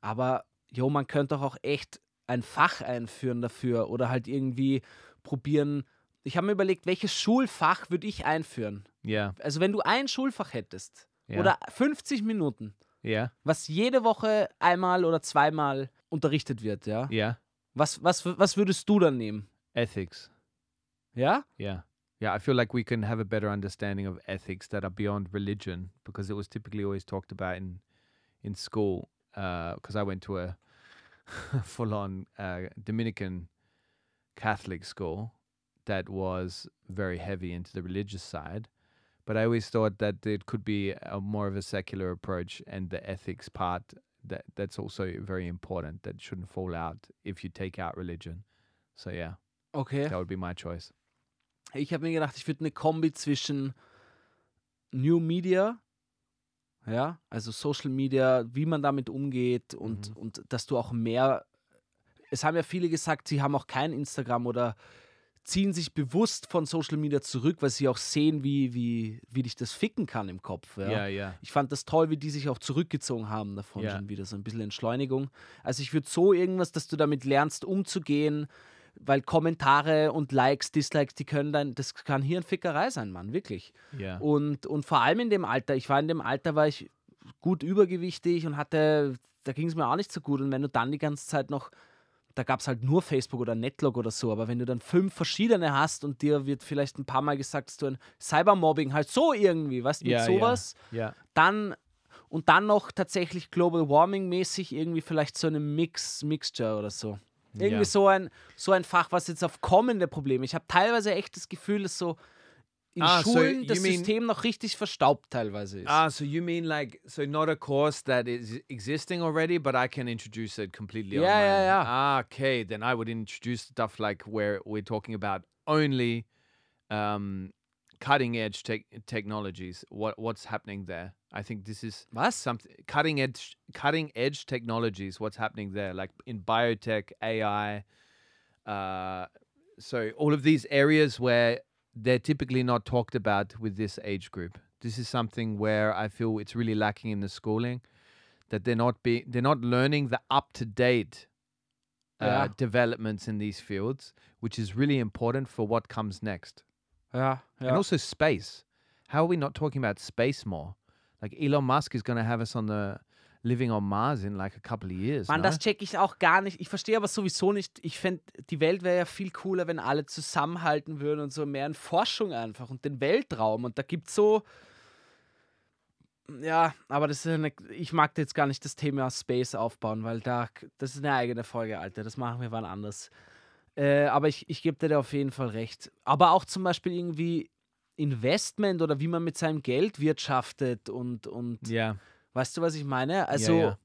[SPEAKER 4] aber jo, man könnte doch auch echt ein Fach einführen dafür oder halt irgendwie probieren. Ich habe mir überlegt, welches Schulfach würde ich einführen?
[SPEAKER 6] Yeah.
[SPEAKER 4] Also wenn du ein Schulfach hättest
[SPEAKER 6] Ja.
[SPEAKER 4] oder 50 Minuten,
[SPEAKER 6] Yeah.
[SPEAKER 4] was jede Woche einmal oder zweimal unterrichtet wird, ja?
[SPEAKER 6] Ja.
[SPEAKER 4] Was, was, was würdest du dann nehmen?
[SPEAKER 6] Ethics.
[SPEAKER 4] Yeah?
[SPEAKER 6] Yeah. Yeah, I feel like we can have a better understanding of ethics that are beyond religion because it was typically always talked about in in school. Because I went to a full on uh, Dominican Catholic school that was very heavy into the religious side. But I always thought that it could be a more of a secular approach and the ethics part that that's also very important that shouldn't fall out if you take out religion. So yeah.
[SPEAKER 4] Okay.
[SPEAKER 6] That would be my choice.
[SPEAKER 4] Ich habe mir gedacht, ich würde eine Kombi zwischen New Media, ja, also Social Media, wie man damit umgeht
[SPEAKER 6] Mhm.
[SPEAKER 4] und, und dass du auch mehr. Es haben ja viele gesagt, sie haben auch kein Instagram oder ziehen sich bewusst von Social Media zurück, weil sie auch sehen, wie, wie, wie dich das ficken kann im Kopf. Ja,
[SPEAKER 6] Ja, ja.
[SPEAKER 4] Ich fand das toll, wie die sich auch zurückgezogen haben davon
[SPEAKER 6] Ja.
[SPEAKER 4] schon wieder, so ein bisschen Entschleunigung. Also ich würde so irgendwas, dass du damit lernst, umzugehen, weil Kommentare und Likes, Dislikes, die können dann, das kann Hirnfickerei sein, Mann, wirklich.
[SPEAKER 6] Ja.
[SPEAKER 4] Und, und vor allem in dem Alter, ich war in dem Alter, war ich gut übergewichtig und hatte, da ging es mir auch nicht so gut. Und wenn du dann die ganze Zeit noch, da gab es halt nur Facebook oder Netlog oder so, aber wenn du dann fünf verschiedene hast und dir wird vielleicht ein paar Mal gesagt, dass du ein Cybermobbing halt so irgendwie, weißt du, mit
[SPEAKER 6] Ja, ja,
[SPEAKER 4] sowas,
[SPEAKER 6] ja.
[SPEAKER 4] dann und dann noch tatsächlich Global Warming mäßig irgendwie vielleicht so eine Mix, Mixture oder so. Irgendwie
[SPEAKER 6] Ja.
[SPEAKER 4] so, ein, so ein Fach, was jetzt auf kommende Probleme. Ich habe teilweise echt das Gefühl, dass so in
[SPEAKER 6] Ah, so
[SPEAKER 4] Schulen das
[SPEAKER 6] you mean-
[SPEAKER 4] System noch richtig verstaubt teilweise ist.
[SPEAKER 6] Ah, so you mean like so not a course that is existing already, but I can introduce it completely
[SPEAKER 4] Yeah,
[SPEAKER 6] on my
[SPEAKER 4] yeah,
[SPEAKER 6] own.
[SPEAKER 4] yeah.
[SPEAKER 6] Ah, okay. Then I would introduce stuff like where we're talking about only um, cutting edge tech technologies. What what's happening there? I think this is something cutting edge cutting edge technologies. What's happening there? Like in biotech, AI. Uh, so all of these areas where they're typically not talked about with this age group. This is something where I feel it's really lacking in the schooling, that they're not be they're not learning the up to date uh,
[SPEAKER 4] Yeah.
[SPEAKER 6] developments in these fields, which is really important for what comes next.
[SPEAKER 4] Yeah, yeah.
[SPEAKER 6] And also space. How are we not talking about space more? Like Elon Musk is going to have us on the living on Mars in like a couple of years.
[SPEAKER 4] Mann,
[SPEAKER 6] no?
[SPEAKER 4] das check ich auch gar nicht. Ich verstehe aber sowieso nicht. Ich fände, die Welt wäre ja viel cooler, wenn alle zusammenhalten würden und so mehr in Forschung einfach und den Weltraum. Und da gibt es so. Ja, aber das ist eine, ich mag jetzt gar nicht das Thema Space aufbauen, weil da, das ist eine eigene Folge, Alter. Das machen wir wann anders. Äh, aber ich, ich gebe dir auf jeden Fall recht. Aber auch zum Beispiel irgendwie Investment oder wie man mit seinem Geld wirtschaftet und, und
[SPEAKER 6] Ja.
[SPEAKER 4] weißt du, was ich meine? Also,
[SPEAKER 6] ja.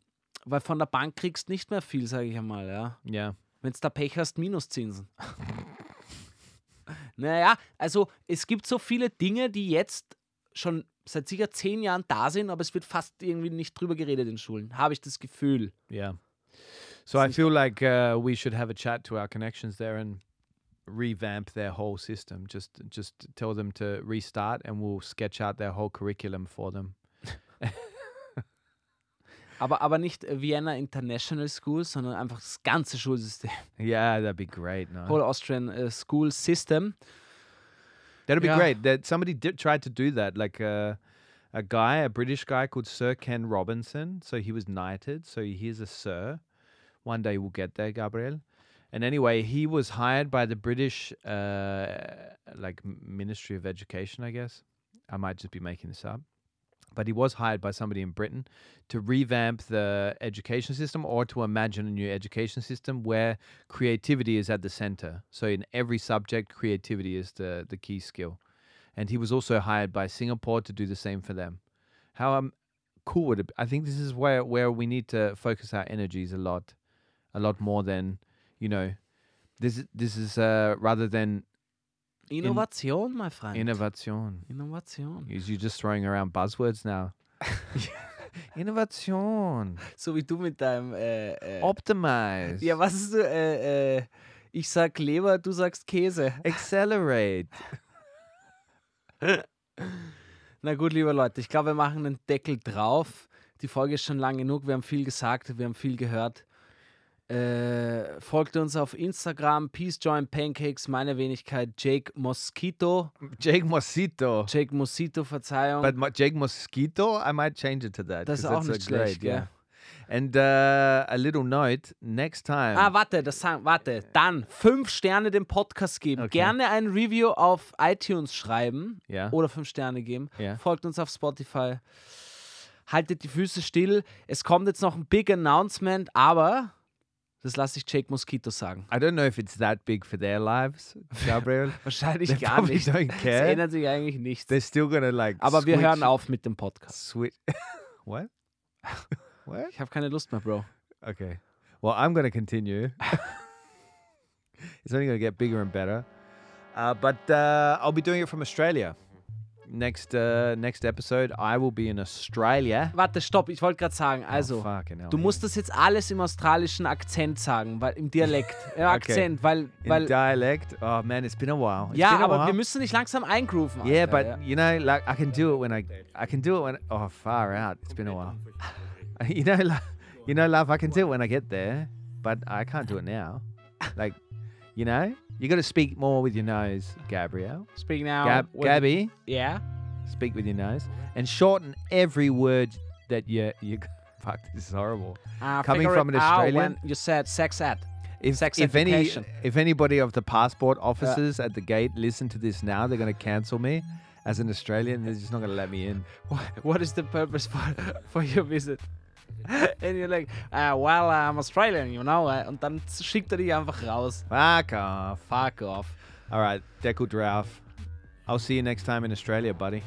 [SPEAKER 4] weil von der Bank kriegst nicht mehr viel, sage ich einmal, ja.
[SPEAKER 6] Ja.
[SPEAKER 4] Wenn da Pech hast, Minuszinsen. Naja, also es gibt so viele Dinge, die jetzt schon seit sicher zehn Jahren da sind, aber es wird fast irgendwie nicht drüber geredet in Schulen, habe ich das Gefühl.
[SPEAKER 6] Yeah. So I feel like uh, we should have a chat to our connections there and revamp their whole system. Just just tell them to restart and we'll sketch out their whole curriculum for them.
[SPEAKER 4] Aber, aber nicht äh, Vienna International School, sondern einfach das ganze Schulsystem.
[SPEAKER 6] Yeah, that'd be great. No.
[SPEAKER 4] Whole Austrian uh, School System.
[SPEAKER 6] That'd be
[SPEAKER 4] Yeah.
[SPEAKER 6] great. That somebody did tried to do that, like a a guy, a British guy called Sir Ken Robinson. So he was knighted. So he is a sir. One day we'll get there, Gabriel. And anyway, he was hired by the British, uh, like m- Ministry of Education, I guess. I might just be making this up, but he was hired by somebody in Britain to revamp the education system or to imagine a new education system where creativity is at the center. So in every subject, creativity is the, the key skill. And he was also hired by Singapore to do the same for them. How um, cool would it be? I think this is where, where we need to focus our energies a lot, a lot more than, you know, this, this is uh, rather than in-
[SPEAKER 4] Innovation, mein Freund.
[SPEAKER 6] Innovation.
[SPEAKER 4] Innovation.
[SPEAKER 6] Is you just throwing around buzzwords now? Innovation.
[SPEAKER 4] So wie du mit deinem äh, äh,
[SPEAKER 6] Optimize.
[SPEAKER 4] Ja, was ist du? Äh, äh, ich sag Leber, du sagst Käse.
[SPEAKER 6] Accelerate.
[SPEAKER 4] Na gut, liebe Leute, ich glaube, wir machen den Deckel drauf. Die Folge ist schon lang genug. Wir haben viel gesagt, wir haben viel gehört. Äh, folgt uns auf Instagram, Peace Join Pancakes, meine Wenigkeit, Jake Mosquito.
[SPEAKER 6] Jake Mosquito.
[SPEAKER 4] Jake Mosquito, Verzeihung.
[SPEAKER 6] But mo- Jake Mosquito, I might change it to that.
[SPEAKER 4] Das ist
[SPEAKER 6] 'cause
[SPEAKER 4] auch
[SPEAKER 6] a
[SPEAKER 4] nicht schlecht, gell?
[SPEAKER 6] great, And uh, a little note next time.
[SPEAKER 4] Ah, warte, das sagen, warte. Dann fünf Sterne dem Podcast geben. Gerne ein Review auf iTunes schreiben
[SPEAKER 6] Ja.
[SPEAKER 4] oder fünf Sterne geben.
[SPEAKER 6] Ja.
[SPEAKER 4] Folgt uns auf Spotify. Haltet die Füße still. Es kommt jetzt noch ein Big Announcement, aber das lasse ich Jake Mosquito sagen.
[SPEAKER 6] I don't know if it's that big for their lives, Gabriel.
[SPEAKER 4] Wahrscheinlich
[SPEAKER 6] They
[SPEAKER 4] gar
[SPEAKER 6] probably
[SPEAKER 4] nicht.
[SPEAKER 6] don't
[SPEAKER 4] Es
[SPEAKER 6] care.
[SPEAKER 4] ändert sich eigentlich nichts.
[SPEAKER 6] They're still gonna like.
[SPEAKER 4] Aber wir
[SPEAKER 6] switch-
[SPEAKER 4] hören auf mit dem Podcast.
[SPEAKER 6] Sweet. What? What?
[SPEAKER 4] Ich habe keine Lust mehr, Bro.
[SPEAKER 6] Okay. Well, I'm going to continue. it's only going to get bigger and better. Uh, but uh, I'll be doing it from Australia. Next uh, next episode, I will be in Australia.
[SPEAKER 4] Warte, stopp, ich wollte gerade
[SPEAKER 6] Oh,
[SPEAKER 4] sagen, also,
[SPEAKER 6] fucking hell,
[SPEAKER 4] du musst das jetzt alles im australischen Akzent sagen, weil im Dialekt, im Akzent, weil,
[SPEAKER 6] in
[SPEAKER 4] weil
[SPEAKER 6] dialect. Oh man, it's been a while. It's
[SPEAKER 4] ja,
[SPEAKER 6] been a
[SPEAKER 4] aber
[SPEAKER 6] while.
[SPEAKER 4] wir müssen nicht langsam eingrooven. Alter,
[SPEAKER 6] Yeah, but
[SPEAKER 4] ja.
[SPEAKER 6] you know, like I can do it when I I can do it when oh far out. It's been a while. you know, like, you know, love. I can do it when I get there, but I can't do it now. Like, you know, you got to speak more with your nose, Gabrielle.
[SPEAKER 4] Speak now.
[SPEAKER 6] Gab-
[SPEAKER 4] with-
[SPEAKER 6] Gabby.
[SPEAKER 4] Yeah.
[SPEAKER 6] Speak with your nose and shorten every word that you you. Fuck, this is horrible.
[SPEAKER 4] Uh,
[SPEAKER 6] Coming
[SPEAKER 4] figure
[SPEAKER 6] from
[SPEAKER 4] it
[SPEAKER 6] an
[SPEAKER 4] out
[SPEAKER 6] Australian,
[SPEAKER 4] when You said sex ed.
[SPEAKER 6] if,
[SPEAKER 4] sex
[SPEAKER 6] if any
[SPEAKER 4] education. Uh.
[SPEAKER 6] if anybody of the passport officers at the gate listen to this now, they're going to cancel me as an Australian. They're just not going to let me in.
[SPEAKER 4] what is the purpose for, for your visit? And you're like, uh, well, I'm Australian, you know. uh, Und dann schickt er dich einfach raus.
[SPEAKER 6] Fuck off.
[SPEAKER 4] Fuck off.
[SPEAKER 6] All right, Deku Drauf. I'll see you next time in Australia, buddy.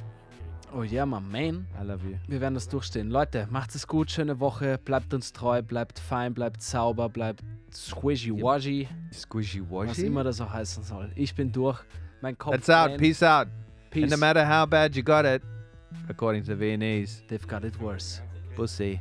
[SPEAKER 4] Oh yeah, my man.
[SPEAKER 6] I love you.
[SPEAKER 4] Wir werden das durchstehen. Leute, macht es gut, schöne Woche, bleibt uns treu, bleibt fein, bleibt sauber, bleibt squishy-washy,
[SPEAKER 6] Squishy
[SPEAKER 4] was
[SPEAKER 6] washy.
[SPEAKER 4] immer das auch heißen soll. Ich bin durch, mein Kopf
[SPEAKER 6] That's out.
[SPEAKER 4] brennt.
[SPEAKER 6] Peace out. And no
[SPEAKER 4] Peace.
[SPEAKER 6] matter how bad you got it, according to the Viennese,
[SPEAKER 4] they've got it worse.
[SPEAKER 6] Pussy.